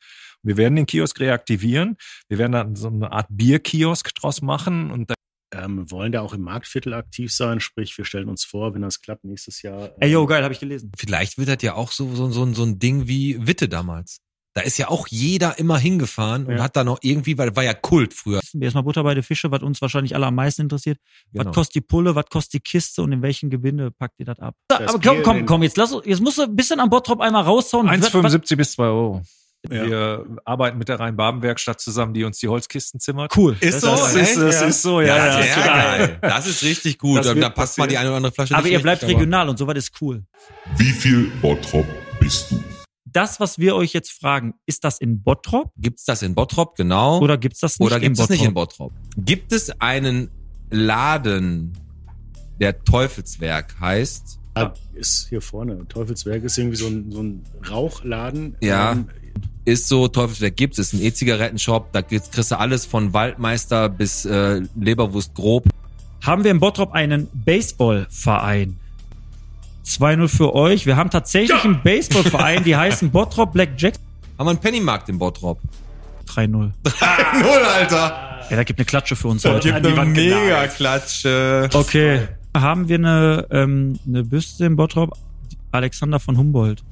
Speaker 5: Wir werden den Kiosk reaktivieren. Wir werden dann so eine Art Bierkiosk draus machen und
Speaker 17: Ähm, wir wollen da auch im Marktviertel aktiv sein, sprich, wir stellen uns vor, wenn das klappt, nächstes Jahr. äh,
Speaker 3: Ey, yo, geil, habe ich gelesen.
Speaker 2: Vielleicht wird das ja auch so, so, so, so ein Ding wie Witte damals. Da ist ja auch jeder immer hingefahren und
Speaker 3: Ja.
Speaker 2: hat da noch irgendwie, weil war ja Kult früher.
Speaker 3: Wir erstmal Butter bei den Fische, was uns wahrscheinlich alle am meisten interessiert.
Speaker 2: Genau.
Speaker 3: Was kostet die Pulle, was kostet die Kiste und in welchen Gewinde packt ihr das ab?
Speaker 12: Das
Speaker 3: Aber komm,
Speaker 12: Bier in
Speaker 3: komm,
Speaker 12: den-
Speaker 3: komm, jetzt lass uns- jetzt musst du ein bisschen am Bottrop einmal raushauen. Was- was-
Speaker 5: 1,75 bis 2 Euro. Wir arbeiten mit der Rhein-Baben-Werkstatt zusammen, die uns die Holzkisten zimmert.
Speaker 3: Cool.
Speaker 2: Ist so,
Speaker 5: das
Speaker 2: echt?
Speaker 5: ist, das ist so, ja.
Speaker 2: das
Speaker 5: ja,
Speaker 2: ist geil. Das ist richtig gut.
Speaker 5: Das
Speaker 2: da
Speaker 5: wird
Speaker 2: passt mal die eine oder andere Flasche
Speaker 3: Aber
Speaker 2: nicht
Speaker 3: ihr
Speaker 2: schlecht,
Speaker 3: bleibt
Speaker 2: aber-
Speaker 3: regional und sowas ist cool.
Speaker 11: Wie viel Bottrop bist du?
Speaker 3: Das, was wir euch jetzt fragen, ist das in Bottrop?
Speaker 2: Gibt's das in Bottrop, genau?
Speaker 3: Oder gibt's das nicht
Speaker 2: Oder
Speaker 3: in
Speaker 2: gibt's das nicht in
Speaker 3: Bottrop?
Speaker 2: Bottrop? Gibt es einen Laden, der Teufelswerk heißt?
Speaker 17: Ah, Ist hier vorne. Teufelswerk ist irgendwie so ein, so ein Rauchladen.
Speaker 2: Ja.
Speaker 17: Ähm,
Speaker 2: Ist so, Teufelswerk gibt's, ist ein E-Zigarettenshop, da kriegst kriegst du alles von Waldmeister bis äh, Leberwurst grob.
Speaker 3: Haben wir in Bottrop einen Baseballverein? 2-0 für euch. Wir haben tatsächlich einen Baseballverein, die heißen Bottrop Blackjacks.
Speaker 2: Haben wir einen Pennymarkt in Bottrop?
Speaker 3: 3-0.
Speaker 2: 3-0, Alter!
Speaker 3: Ja, da gibt eine Klatsche für uns
Speaker 2: Da
Speaker 3: heute.
Speaker 2: gibt
Speaker 3: An die
Speaker 2: eine
Speaker 3: Wand genagelt.
Speaker 2: Mega-Klatsche.
Speaker 3: Okay. Haben wir eine, ähm, eine Büste im Bottrop? Alexander von Humboldt.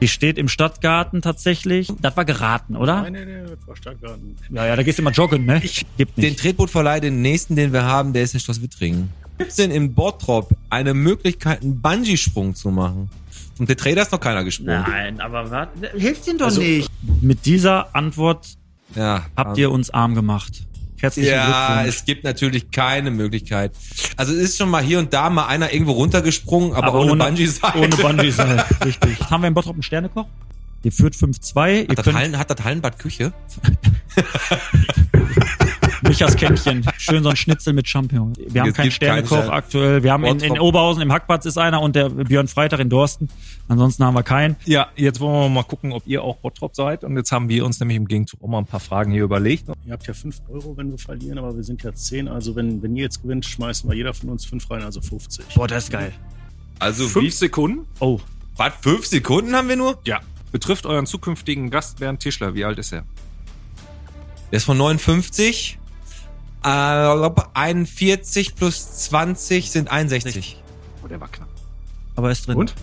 Speaker 3: Die steht im Stadtgarten tatsächlich. Das war geraten, oder?
Speaker 17: Nein, nein, nein, war Stadtgarten.
Speaker 3: Ja, ja, da gehst du immer joggen, ne? Gibt nicht.
Speaker 2: Den Tretbootverleih, den nächsten, den wir haben, der ist in Schloss Wittringen. Gibt's denn in Bottrop eine Möglichkeit, einen Bungee-Sprung zu machen? Vom Tetraeder ist noch keiner gesprungen.
Speaker 3: Nein, aber was? Hilft ihm doch
Speaker 2: Also-
Speaker 3: nicht. Mit dieser Antwort
Speaker 2: Ja,
Speaker 3: habt
Speaker 2: ähm,
Speaker 3: ihr uns arm gemacht. Herzlichen
Speaker 2: Ja,
Speaker 3: Glückwunsch.
Speaker 2: es gibt natürlich keine Möglichkeit. Also es ist schon mal hier und da mal einer irgendwo runtergesprungen, aber, ohne, Bungee-Seil.
Speaker 3: Ohne Bungee-Seil, richtig. Haben wir in Bottrop einen Sternekoch? Ihr führt 5-2. Ihr
Speaker 2: Hat das,
Speaker 3: könnt-
Speaker 2: Hallen, hat das Hallenbad Küche?
Speaker 3: Michas Kännchen. Schön so ein Schnitzel mit Champignons. Wir haben
Speaker 2: Es
Speaker 3: keinen
Speaker 2: gibt keinen
Speaker 3: Sternekoch
Speaker 2: Stern-
Speaker 3: aktuell. Wir haben in, in
Speaker 5: Bottrop.
Speaker 3: Oberhausen im Hackplatz ist einer und der Björn Freitag in Dorsten. Ansonsten haben wir keinen.
Speaker 5: Ja, jetzt wollen wir mal gucken, ob ihr auch Bottrop seid. Und jetzt haben wir uns nämlich im Gegenzug auch mal ein paar Fragen hier überlegt.
Speaker 17: Ihr habt ja 5 Euro, wenn wir verlieren, aber wir sind ja 10. Also wenn, wenn ihr jetzt gewinnt, schmeißen wir jeder von uns 5 rein, also 50.
Speaker 3: Boah, das ist geil.
Speaker 2: Also
Speaker 5: Fünf Sekunden?
Speaker 3: Oh.
Speaker 2: Was? Fünf Sekunden haben wir nur?
Speaker 5: Ja. Betrifft euren zukünftigen Gast Bernd Tischler. Wie alt ist er?
Speaker 2: Der ist von 59. Äh, ich glaub, 41 plus 20 sind 61.
Speaker 5: Oh, der war knapp.
Speaker 3: Aber ist drin. Und?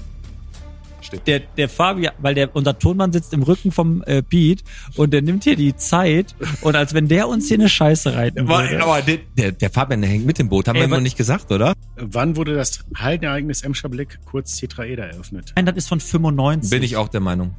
Speaker 5: Steht.
Speaker 3: Der, der Fabian, weil der, unser Tonmann sitzt im Rücken vom äh, Pete und der nimmt hier die Zeit und als wenn der uns hier eine Scheiße reiten würde.
Speaker 2: Aber Genau, der, der, der Fabian, der hängt mit dem Boot, haben
Speaker 3: Ey,
Speaker 2: wir
Speaker 3: was-
Speaker 2: noch nicht gesagt, oder?
Speaker 17: Wann wurde das Hallenereignis Emscher Blick, kurz Tetraeder, eröffnet?
Speaker 3: Nein, das ist von 95.
Speaker 2: Bin ich auch der Meinung.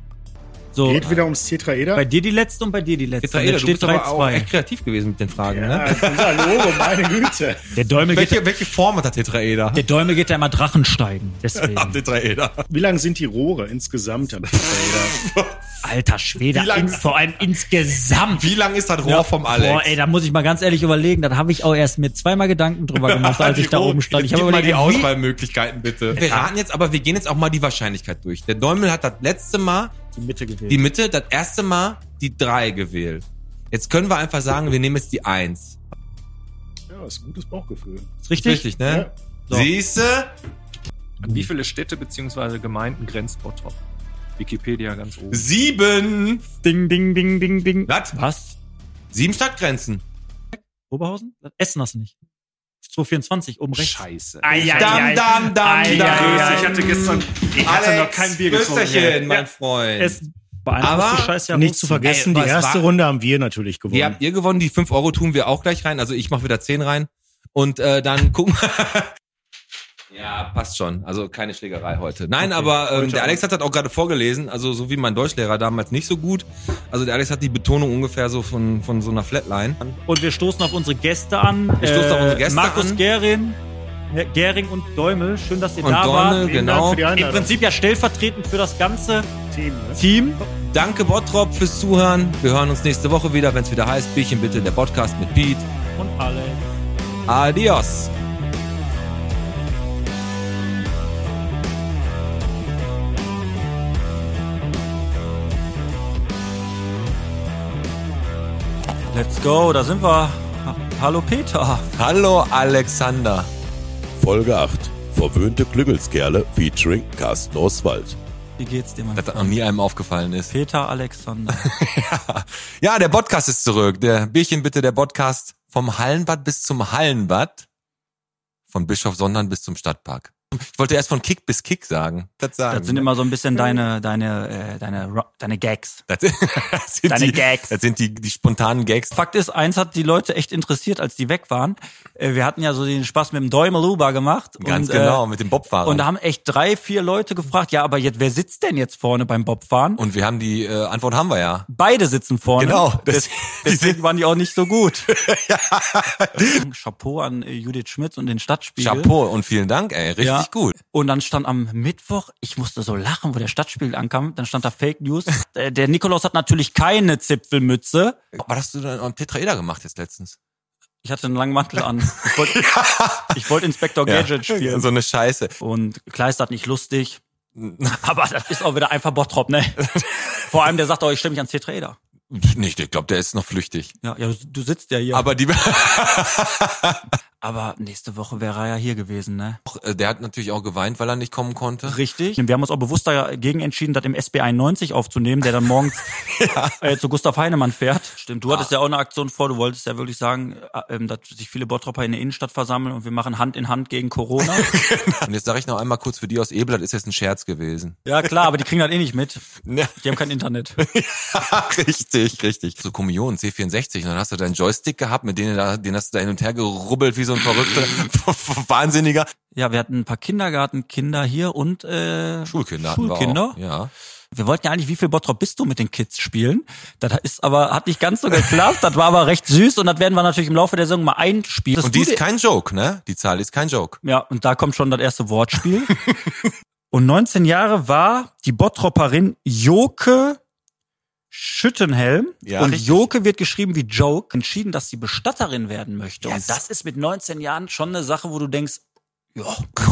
Speaker 3: So,
Speaker 17: Geht wieder um ums Tetraeder?
Speaker 3: bei dir die letzte und bei dir die letzte.
Speaker 2: Tetraeder,
Speaker 3: Da
Speaker 2: du
Speaker 3: steht
Speaker 2: bist aber auch
Speaker 3: 3-2.
Speaker 2: echt kreativ gewesen mit den Fragen,
Speaker 17: Ja,
Speaker 2: ne?
Speaker 17: unser Logo, meine Güte.
Speaker 3: Der Däumel geht,
Speaker 2: Welche, welche Form hat der Tetraeder?
Speaker 3: der Däumel geht da immer Drachen steigen. Deswegen.
Speaker 2: Am Tetraeder.
Speaker 17: Wie lang sind die Rohre insgesamt am Tetraeder?
Speaker 3: Alter Schwede,
Speaker 2: Wie lang-
Speaker 3: in, vor allem insgesamt.
Speaker 2: Wie lang ist das Rohr vom Alex?
Speaker 3: Boah, ey, da muss ich mal ganz ehrlich überlegen. Da habe ich auch erst mir zweimal Gedanken drüber gemacht, als
Speaker 2: Die
Speaker 3: ich da
Speaker 2: Roh-
Speaker 3: oben stand. Ich
Speaker 2: Jetzt
Speaker 3: habe
Speaker 2: gib mal die
Speaker 3: überlegt, wie-
Speaker 2: Auswahlmöglichkeiten bitte. Wir raten jetzt, aber wir gehen jetzt auch mal die Wahrscheinlichkeit durch. Der Däumel hat das letzte Mal
Speaker 3: Die Mitte gewählt.
Speaker 2: die Mitte, das erste Mal die 3 gewählt. Jetzt können wir einfach sagen, wir nehmen jetzt die 1.
Speaker 17: ja, ist ein gutes Bauchgefühl.
Speaker 3: Ist richtig?
Speaker 2: Richtig, ne?
Speaker 5: Ja. So.
Speaker 2: Siehste?
Speaker 5: An wie viele Städte bzw. Gemeinden grenzt Bottrop? Wikipedia ganz oben.
Speaker 2: Sieben!
Speaker 3: Ding, ding, ding, ding, ding.
Speaker 2: Was?
Speaker 3: Was?
Speaker 2: Sieben Stadtgrenzen.
Speaker 3: Oberhausen? Essen das nicht. 224, oben rechts.
Speaker 5: Scheiße.
Speaker 2: Dam, dam, dam, dam.
Speaker 3: ich
Speaker 2: hatte Alex, noch kein Bier getrunken, Prösterchen, ey. mein Freund.
Speaker 3: Essen. Bei einer
Speaker 2: Aber
Speaker 3: musst du Scheiß ja
Speaker 17: Nicht zu
Speaker 3: hochziehen.
Speaker 17: vergessen,
Speaker 2: Ey,
Speaker 17: die
Speaker 2: was
Speaker 17: erste
Speaker 2: war-
Speaker 17: Runde haben wir natürlich
Speaker 2: Die
Speaker 17: gewonnen.
Speaker 2: habt ihr gewonnen, die 5 Euro tun wir auch gleich rein. Also ich mache wieder 10 rein. Und äh, dann gucken wir. ja, passt schon. Also keine Schlägerei heute. Nein, aber ähm, der Alex hat das auch gerade vorgelesen. Also so wie mein Deutschlehrer damals nicht so gut. Also der Alex hat die Betonung ungefähr so von, von so einer Flatline.
Speaker 3: Und wir stoßen auf unsere Gäste an. Äh,
Speaker 2: Wir stoßen auf unsere Gäste
Speaker 3: Markus
Speaker 2: an.
Speaker 3: Gering, ja, Gering und Däumel. Schön, dass ihr
Speaker 2: Und
Speaker 3: da
Speaker 2: Däumel,
Speaker 3: wart.
Speaker 2: Vielen genau. Dank für die
Speaker 3: Im
Speaker 2: Einladung.
Speaker 3: Prinzip ja stellvertretend für das ganze
Speaker 17: Team. Ne?
Speaker 3: Team.
Speaker 2: Danke Bottrop fürs Zuhören. Wir hören uns nächste Woche wieder, wenn es wieder heißt. Bierchen bitte, der Podcast mit Pete.
Speaker 3: Und alle.
Speaker 2: Adios.
Speaker 3: Let's go, da sind wir. Ha- Hallo Peter.
Speaker 2: Hallo Alexander.
Speaker 1: Folge 8. Verwöhnte Klüngelskerle featuring Carsten Oswald.
Speaker 3: Wie geht's dir, mein
Speaker 2: Dass das noch nie einem aufgefallen ist.
Speaker 3: Peter Alexander.
Speaker 2: Ja, der Podcast ist zurück. Der Bierchen bitte, der Podcast vom Hallenbad bis zum Hallenbad. Von Bischof Sondern bis zum Stadtpark. Ich wollte erst von Kick bis Kick sagen. Das, sagen.
Speaker 3: Das sind immer so ein bisschen deine, deine, äh, deine, Ro- deine Gags.
Speaker 2: Das, sind
Speaker 3: deine
Speaker 2: die-
Speaker 3: Gags.
Speaker 2: Das sind die, die spontanen Gags.
Speaker 3: Fakt ist, eins hat die Leute echt interessiert, als die weg waren. Äh, Wir hatten ja so den Spaß mit dem Däumeluba gemacht.
Speaker 2: Ganz
Speaker 3: und, äh,
Speaker 2: genau, mit dem Bobfahrer.
Speaker 3: Und da haben echt drei, vier Leute gefragt, ja, aber jetzt, wer sitzt denn jetzt vorne beim Bobfahren?
Speaker 2: Und wir haben die äh, Antwort haben wir ja.
Speaker 3: Beide sitzen vorne.
Speaker 2: Genau.
Speaker 3: Des- deswegen waren die auch nicht so gut. Chapeau an äh, Judith Schmitz und den Stadtspiegel.
Speaker 2: Chapeau und vielen Dank, ey. Richtig
Speaker 3: Ja.
Speaker 2: gut.
Speaker 3: Und dann stand am Mittwoch, ich musste so lachen, wo der Stadtspiegel ankam, dann stand da Fake News. Äh, Der Nikolaus hat natürlich keine Zipfelmütze.
Speaker 2: Was hast du denn am Tetraeder gemacht jetzt letztens?
Speaker 3: Ich hatte einen langen Mantel an. Ich wollte ich wollte Inspector
Speaker 2: Ja,
Speaker 3: Gadget spielen.
Speaker 2: so eine Scheiße.
Speaker 3: Und Kleistert nicht lustig. Aber das ist auch wieder einfach Bottrop, ne? Vor allem, der sagt auch, ich stelle mich ans Tetraeder.
Speaker 2: Nicht, ich glaube, der ist noch flüchtig.
Speaker 3: Ja, ja, du sitzt ja hier.
Speaker 2: Aber die.
Speaker 3: Aber nächste Woche wäre er ja hier gewesen, ne?
Speaker 2: äh, Der hat natürlich auch geweint, weil er nicht kommen konnte.
Speaker 3: Richtig. Wir haben uns auch bewusst dagegen entschieden, das im SB 91 aufzunehmen, der dann morgens äh, zu Gustav Heinemann fährt. Stimmt, du
Speaker 2: Ah.
Speaker 3: hattest ja auch eine Aktion vor, du wolltest ja wirklich sagen, äh, ähm, dass sich viele Bottropper in der Innenstadt versammeln und wir machen Hand in Hand gegen Corona.
Speaker 2: Und jetzt sage ich noch einmal kurz für die aus Ebel, das ist jetzt ein Scherz gewesen.
Speaker 3: ja klar, aber die kriegen das eh nicht mit.
Speaker 2: Ne.
Speaker 3: Die haben kein Internet.
Speaker 2: richtig, richtig. So Kommunion, C64. Und dann hast du deinen Joystick gehabt, mit denen da, den hast du da hin und her gerubbelt wie so ein verrückter Wahnsinniger.
Speaker 3: Ja, wir hatten ein paar Kindergartenkinder hier und äh,
Speaker 2: Schulkinder. hatten wir auch.
Speaker 3: Schulkinder.
Speaker 2: Ja.
Speaker 3: Wir wollten ja eigentlich, wie viel Bottrop bist du mit den Kids spielen? Das ist aber, hat nicht ganz so geklappt. Das war aber recht süß und das werden wir natürlich im Laufe der Saison mal einspielen.
Speaker 2: Und die
Speaker 3: Das
Speaker 2: ist
Speaker 3: Gute-
Speaker 2: kein Joke, ne? Die Zahl ist kein Joke.
Speaker 3: Ja, und da kommt schon das erste Wortspiel. und 19 Jahre war die Bottropperin Joke Schüttenhelm.
Speaker 2: Ja,
Speaker 3: und
Speaker 2: richtig.
Speaker 3: Joke wird geschrieben wie Joke, entschieden, dass sie Bestatterin werden möchte. Und das ist mit 19 Jahren schon eine Sache, wo du denkst, ja,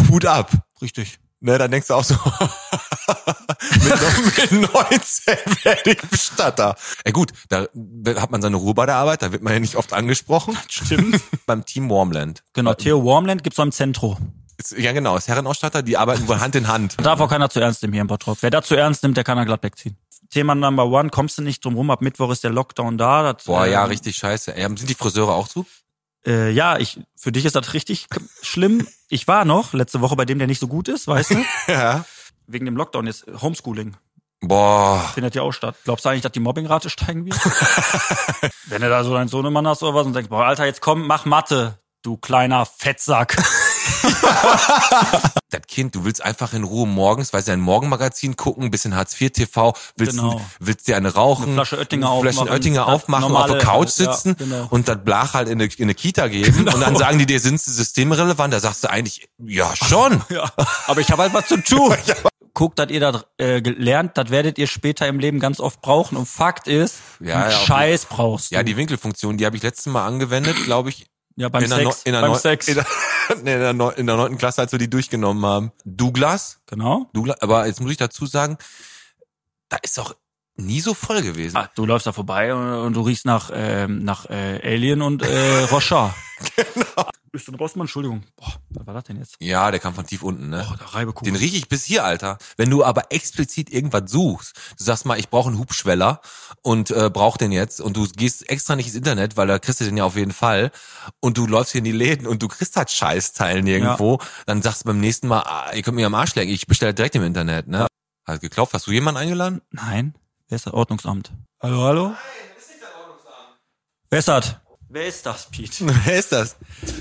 Speaker 2: Hut ab.
Speaker 3: Richtig.
Speaker 2: Ne, dann denkst du auch so, mit, mit 19 werde ich Bestatter. Ja gut, da hat man seine Ruhe bei der Arbeit, da wird man ja nicht oft angesprochen.
Speaker 3: stimmt.
Speaker 2: Beim Team Warmland.
Speaker 3: genau, Theo Warmland gibt's auch im Zentro.
Speaker 2: Ist- Ja genau, ist Herrenausstatter, die arbeiten wohl Hand in Hand.
Speaker 3: Darf auch keiner zu ernst nehmen hier in Bottrop. Wer da zu ernst nimmt, der kann er glatt wegziehen. Thema Number One, kommst du nicht drum rum, ab Mittwoch ist der Lockdown da. Das,
Speaker 2: Boah, ja,
Speaker 3: ähm,
Speaker 2: richtig scheiße. Ey, sind die Friseure auch zu?
Speaker 3: Äh, ja, ich, für dich ist das richtig k- schlimm. Ich war noch letzte Woche bei dem, der nicht so gut ist, weißt du?
Speaker 2: ja.
Speaker 3: Wegen dem Lockdown jetzt äh, Homeschooling.
Speaker 2: Boah.
Speaker 3: Findet ja auch statt. Glaubst du eigentlich, dass die Mobbingrate steigen wird? Wenn du da so einen Sohnemann hast oder was und denkst, boah, Alter, jetzt komm, mach Mathe, du kleiner Fettsack.
Speaker 2: Das Kind, du willst einfach in Ruhe morgens, weil sie ein Morgenmagazin gucken, ein bisschen Hartz IV TV, willst,
Speaker 3: Genau.
Speaker 2: willst dir eine rauchen,
Speaker 3: Eine Flasche Oettinger
Speaker 2: eine Flasche
Speaker 3: aufmachen,
Speaker 2: Oettinger
Speaker 3: das
Speaker 2: aufmachen auf
Speaker 3: normale-
Speaker 2: der Couch
Speaker 3: ja,
Speaker 2: sitzen
Speaker 3: genau.
Speaker 2: und das Blach halt in eine, in eine Kita geben und dann sagen die dir, sind sie systemrelevant? Da sagst du eigentlich, ja schon.
Speaker 3: ja, aber ich habe halt was zu tun. Guckt, dass ihr das äh, gelernt, das werdet ihr später im Leben ganz oft brauchen. Und Fakt ist,
Speaker 2: Ja,
Speaker 3: einen
Speaker 2: ja, auf-
Speaker 3: Scheiß brauchst du.
Speaker 2: Ja, die Winkelfunktion, die habe ich letztes Mal angewendet, glaube ich.
Speaker 3: Ja, beim
Speaker 2: in der
Speaker 3: Sex,
Speaker 2: Neu- in der
Speaker 3: beim
Speaker 2: Neu-
Speaker 3: Sex.
Speaker 2: In der, nee, in der Neu- in der neunten Klasse, als wir die durchgenommen haben. Douglas.
Speaker 3: Genau.
Speaker 2: Douglas, aber jetzt muss ich dazu sagen, da ist auch nie so voll gewesen.
Speaker 3: Ah, du läufst da vorbei und, und du riechst nach, ähm, nach äh, Alien und äh, Rochard. genau. Ist ein Rossmann, Entschuldigung. Boah, was war das denn jetzt?
Speaker 2: Ja, der kam von tief unten, ne? Oh,
Speaker 3: der Reibekuchen.
Speaker 2: Den riech ich bis hier, Alter. Wenn du aber explizit irgendwas suchst, du sagst mal, ich brauche einen Hubschweller und äh, brauch den jetzt und du gehst extra nicht ins Internet, weil da kriegst du den ja auf jeden Fall und du läufst hier in die Läden und du kriegst halt Scheißteilen irgendwo, dann sagst du beim nächsten Mal, ah, ihr könnt mir am Arsch lecken, ich bestelle direkt im Internet, ne? Hat geklopft, hast du jemanden eingeladen?
Speaker 3: Nein, wer ist das Ordnungsamt? Hallo, hallo? Wer ist das? Wer ist das, Pete?
Speaker 2: Wer ist das?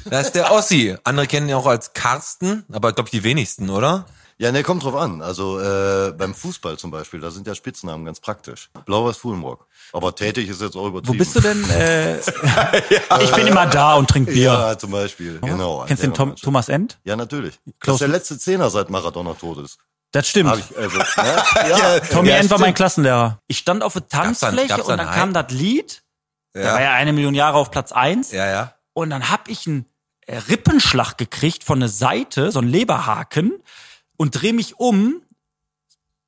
Speaker 2: Das ist der Ossi. Andere kennen ihn auch als Carsten, aber glaube ich die wenigsten, oder?
Speaker 7: Ja, ne, kommt drauf an. Also äh, beim Fußball zum Beispiel, da sind ja Spitznamen ganz praktisch. Blauers Fulenbrock. Aber tätig ist jetzt auch übertrieben.
Speaker 3: Wo bist du denn? Äh, Ich bin immer da und trink Bier. Oh,
Speaker 7: Ja, zum Beispiel. Genau.
Speaker 3: Kennst du den Tom, Thomas End?
Speaker 7: Ja, natürlich. Das
Speaker 3: Klaus-
Speaker 7: ist der letzte Zehner seit Maradona tot ist.
Speaker 3: Das stimmt.
Speaker 7: Hab ich, also, ne? ja,
Speaker 3: Tommy
Speaker 7: ja,
Speaker 3: End war
Speaker 7: stimmt.
Speaker 3: mein Klassenlehrer. Ich stand auf der Tanzfläche
Speaker 2: gab's da
Speaker 3: und dann
Speaker 2: einen
Speaker 3: kam das Lied. Da war ja eine Million Jahre auf Platz eins.
Speaker 2: Ja, ja.
Speaker 3: Und dann hab ich einen äh, Rippenschlag gekriegt von der Seite, so einen Leberhaken, und dreh mich um.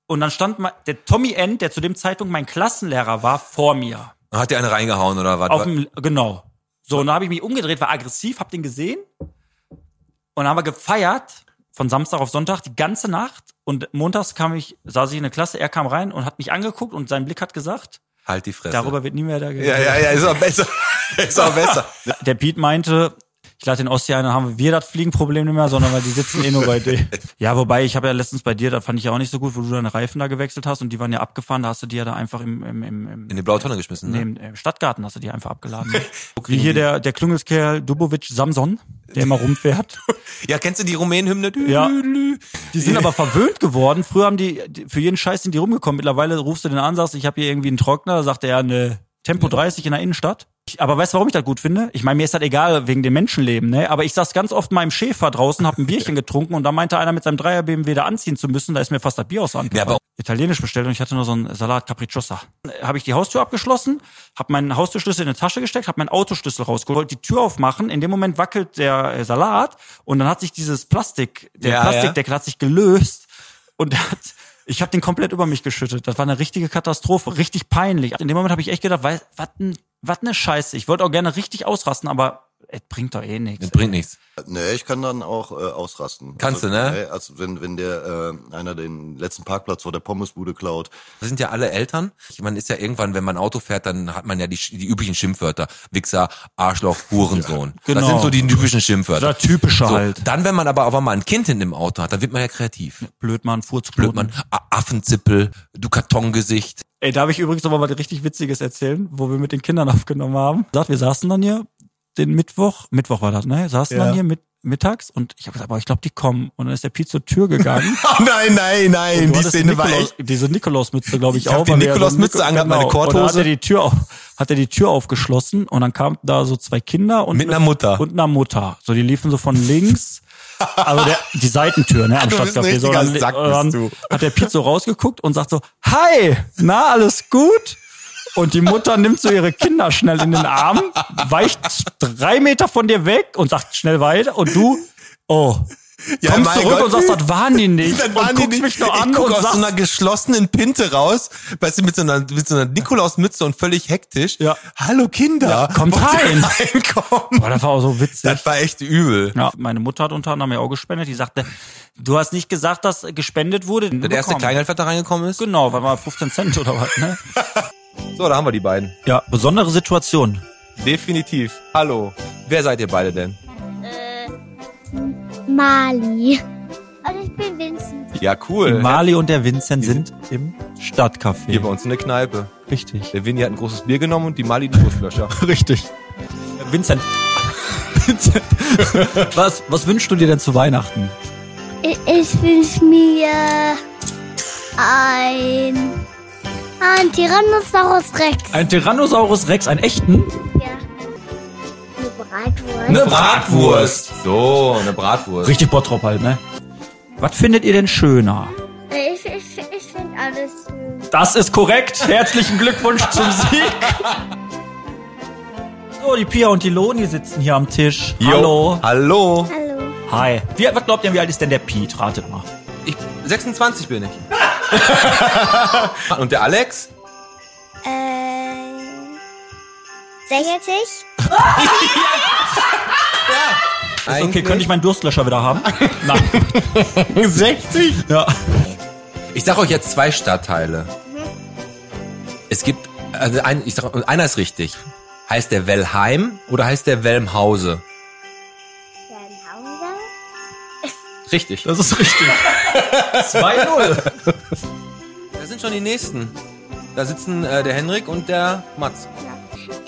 Speaker 3: Und dann stand mal der Tommy End, der zu dem Zeitpunkt mein Klassenlehrer war, vor mir.
Speaker 2: Hat dir eine reingehauen oder was?
Speaker 3: Auf dem, genau. So, und dann habe ich mich umgedreht, war aggressiv, hab den gesehen. Und dann haben wir gefeiert von Samstag auf Sonntag die ganze Nacht. Und montags kam ich, saß ich in der Klasse, er kam rein und hat mich angeguckt und sein Blick hat gesagt,
Speaker 2: halt die Fresse.
Speaker 3: darüber wird nie mehr da geredet.
Speaker 2: Ja, ja, ja, ist auch besser. Ist auch besser.
Speaker 3: Der Pete meinte, Ich lade den Ossi ein, dann haben wir das Fliegenproblem nicht mehr, sondern weil die sitzen eh nur bei dir. Ja, wobei, ich habe ja letztens bei dir, das fand ich ja auch nicht so gut, wo du deine Reifen da gewechselt hast und die waren ja abgefahren, da hast du die ja da einfach im, im, im, im
Speaker 2: In die blaue Tonne geschmissen,
Speaker 3: Nee,
Speaker 2: ne?
Speaker 3: im, im Stadtgarten hast du die einfach abgeladen. Wie hier der, der Klüngelskerl Dubovic Samson, der immer rumfährt.
Speaker 2: Ja, kennst du die Rumänen-Hymne? Dü-
Speaker 3: Ja.
Speaker 2: dü- dü.
Speaker 3: Die sind aber verwöhnt geworden. Früher haben die, die für jeden Scheiß sind die rumgekommen. Mittlerweile rufst du den an, sagst, ich habe hier irgendwie einen Trockner, sagt er, ne, Tempo 30 in der Innenstadt. Ich, aber weißt du, warum ich das gut finde? Ich meine, mir ist das egal wegen dem Menschenleben, ne? Aber ich saß ganz oft meinem Schäfer draußen, hab ein Bierchen getrunken und da meinte einer mit seinem Dreier BMW da anziehen zu müssen, da ist mir fast das Bier aus der Hand gefallen. Italienisch bestellt und ich hatte nur so einen Salat Capricciosa. Habe ich die Haustür abgeschlossen, habe meinen Haustürschlüssel in eine Tasche gesteckt, habe meinen Autoschlüssel rausgeholt, wollte die Tür aufmachen. In dem Moment wackelt der äh, Salat und dann hat sich dieses Plastik, der
Speaker 2: Ja, ja.
Speaker 3: Plastikdeckel hat sich gelöst und der hat, ich habe den komplett über mich geschüttet. Das war eine richtige Katastrophe, richtig peinlich. In dem Moment habe ich echt gedacht, was eine Scheiße. Ich wollte auch gerne richtig ausrasten, aber es bringt doch eh nichts.
Speaker 2: Bringt nichts.
Speaker 7: Nee, Ne, ich kann dann auch äh, ausrasten.
Speaker 2: Kannst
Speaker 7: also,
Speaker 2: du, ne?
Speaker 7: nee, Also wenn, wenn der äh, einer den letzten Parkplatz vor der Pommesbude klaut.
Speaker 2: Das sind ja alle Eltern. Man ist ja irgendwann, wenn man Auto fährt, dann hat man ja die, die üblichen Schimpfwörter. Wichser, Arschloch, Hurensohn. Das
Speaker 3: Genau.
Speaker 2: sind so die typischen Schimpfwörter.
Speaker 3: Das typische
Speaker 2: so,
Speaker 3: halt.
Speaker 2: Dann, wenn man aber auch mal ein Kind in dem Auto hat, dann wird man ja kreativ.
Speaker 3: Blödmann, Furzknoten.
Speaker 2: Blödmann, A- Affenzippel, du Kartongesicht.
Speaker 3: Ey, darf ich übrigens noch mal was richtig Witziges erzählen, wo wir mit den Kindern aufgenommen haben? Sagt, wir saßen dann hier den Mittwoch, Mittwoch war das, ne? Saßen
Speaker 2: Ja.
Speaker 3: dann hier mit, mittags und ich habe gesagt, aber ich glaube, die kommen. Und dann ist der Piet zur Tür gegangen.
Speaker 2: nein, nein,
Speaker 3: Und
Speaker 2: nein,
Speaker 3: du hattest Nikolaus, Diese Nikolausmütze, glaube ich,
Speaker 2: Ich hab
Speaker 3: auch.
Speaker 2: die
Speaker 3: weil wir ja so
Speaker 2: Nikolausmütze
Speaker 3: Nikol-
Speaker 2: angehabt, meine
Speaker 3: Und dann hat
Speaker 2: Korthose.
Speaker 3: er die Tür, auf, hat er die Tür aufgeschlossen und dann kamen da so zwei Kinder und
Speaker 2: Mit einer Mutter.
Speaker 3: Und einer Mutter. So, die liefen so von links. Also der, die Seitentür, ne, am
Speaker 2: Du bist ein
Speaker 3: Stadtcafé. So,
Speaker 2: richtiger
Speaker 3: dann,
Speaker 2: Sack
Speaker 3: dann
Speaker 2: bist du.
Speaker 3: hat der Piet so rausgeguckt und sagt so, hi, na, alles gut? Und die Mutter nimmt so ihre Kinder schnell in den Arm, weicht drei Meter von dir weg und sagt schnell weiter und du, oh,
Speaker 2: Ja,
Speaker 3: kommst
Speaker 2: mein
Speaker 3: zurück
Speaker 2: Gott.
Speaker 3: und sagst, das waren die nicht.
Speaker 2: Dann
Speaker 3: und
Speaker 2: waren die
Speaker 3: guckst
Speaker 2: nicht.
Speaker 3: mich nur
Speaker 2: ich
Speaker 3: an
Speaker 2: guck
Speaker 3: und
Speaker 2: aus
Speaker 3: sagst,
Speaker 2: so einer geschlossenen Pinte raus, weißt du, mit so einer, mit so einer Nikolausmütze und völlig hektisch. Ja. Hallo Kinder.
Speaker 3: kommt
Speaker 2: Wollt ihr
Speaker 3: rein.
Speaker 2: reinkommen?
Speaker 3: Boah, das war auch so witzig. Das
Speaker 2: war echt übel.
Speaker 3: Ja, meine Mutter hat unter anderem ja auch gespendet. Die sagte, du hast nicht gesagt, dass gespendet wurde. Das
Speaker 2: erste Kleingeld, was da reingekommen ist?
Speaker 3: Genau, war mal 15 Cent oder was, ne?
Speaker 2: So, da haben wir die beiden.
Speaker 3: Ja, besondere Situation.
Speaker 2: Definitiv. Hallo. Wer seid ihr beide denn?
Speaker 18: Mali. Und ich bin Vincent.
Speaker 2: Ja, cool.
Speaker 3: Die Mali und der Vincent sind im Stadtcafé.
Speaker 2: Hier bei uns in der Kneipe. Richtig. Der Vinny hat ein großes Bier genommen und die Mali die Wurstflasche.
Speaker 3: Richtig. Vincent. was, was wünschst du dir denn zu Weihnachten?
Speaker 18: Ich, ich wünsche mir ein, ein Tyrannosaurus Rex.
Speaker 3: Ein Tyrannosaurus Rex, einen echten?
Speaker 18: Eine Bratwurst.
Speaker 2: Eine Bratwurst. So, eine Bratwurst.
Speaker 3: Richtig Bottrop halt, ne? Was findet ihr denn schöner?
Speaker 18: Ich, ich, ich finde alles süß.
Speaker 3: Das ist korrekt. Herzlichen Glückwunsch zum Sieg. So, die Pia und die Loni sitzen hier am Tisch.
Speaker 2: Jo.
Speaker 3: Hallo.
Speaker 2: Hallo.
Speaker 18: Hallo.
Speaker 3: Hi. Wie, was glaubt ihr, wie alt ist denn der Piet? Ratet mal.
Speaker 2: Ich, 26 bin ich. und der Alex?
Speaker 18: Äh, 60?
Speaker 3: Ist okay, könnte ich meinen Durstlöscher wieder haben?
Speaker 2: Nein.
Speaker 3: 60? Ja.
Speaker 2: Ich sag euch jetzt zwei Stadtteile. Es gibt, also ein, ich sag, und einer ist richtig. Heißt der Wellheim oder heißt der Welmhause?
Speaker 18: Wellhauser?
Speaker 2: Richtig.
Speaker 3: Das ist richtig.
Speaker 2: 2-0. Das sind schon die nächsten. Da sitzen äh, der Henrik und der Mats.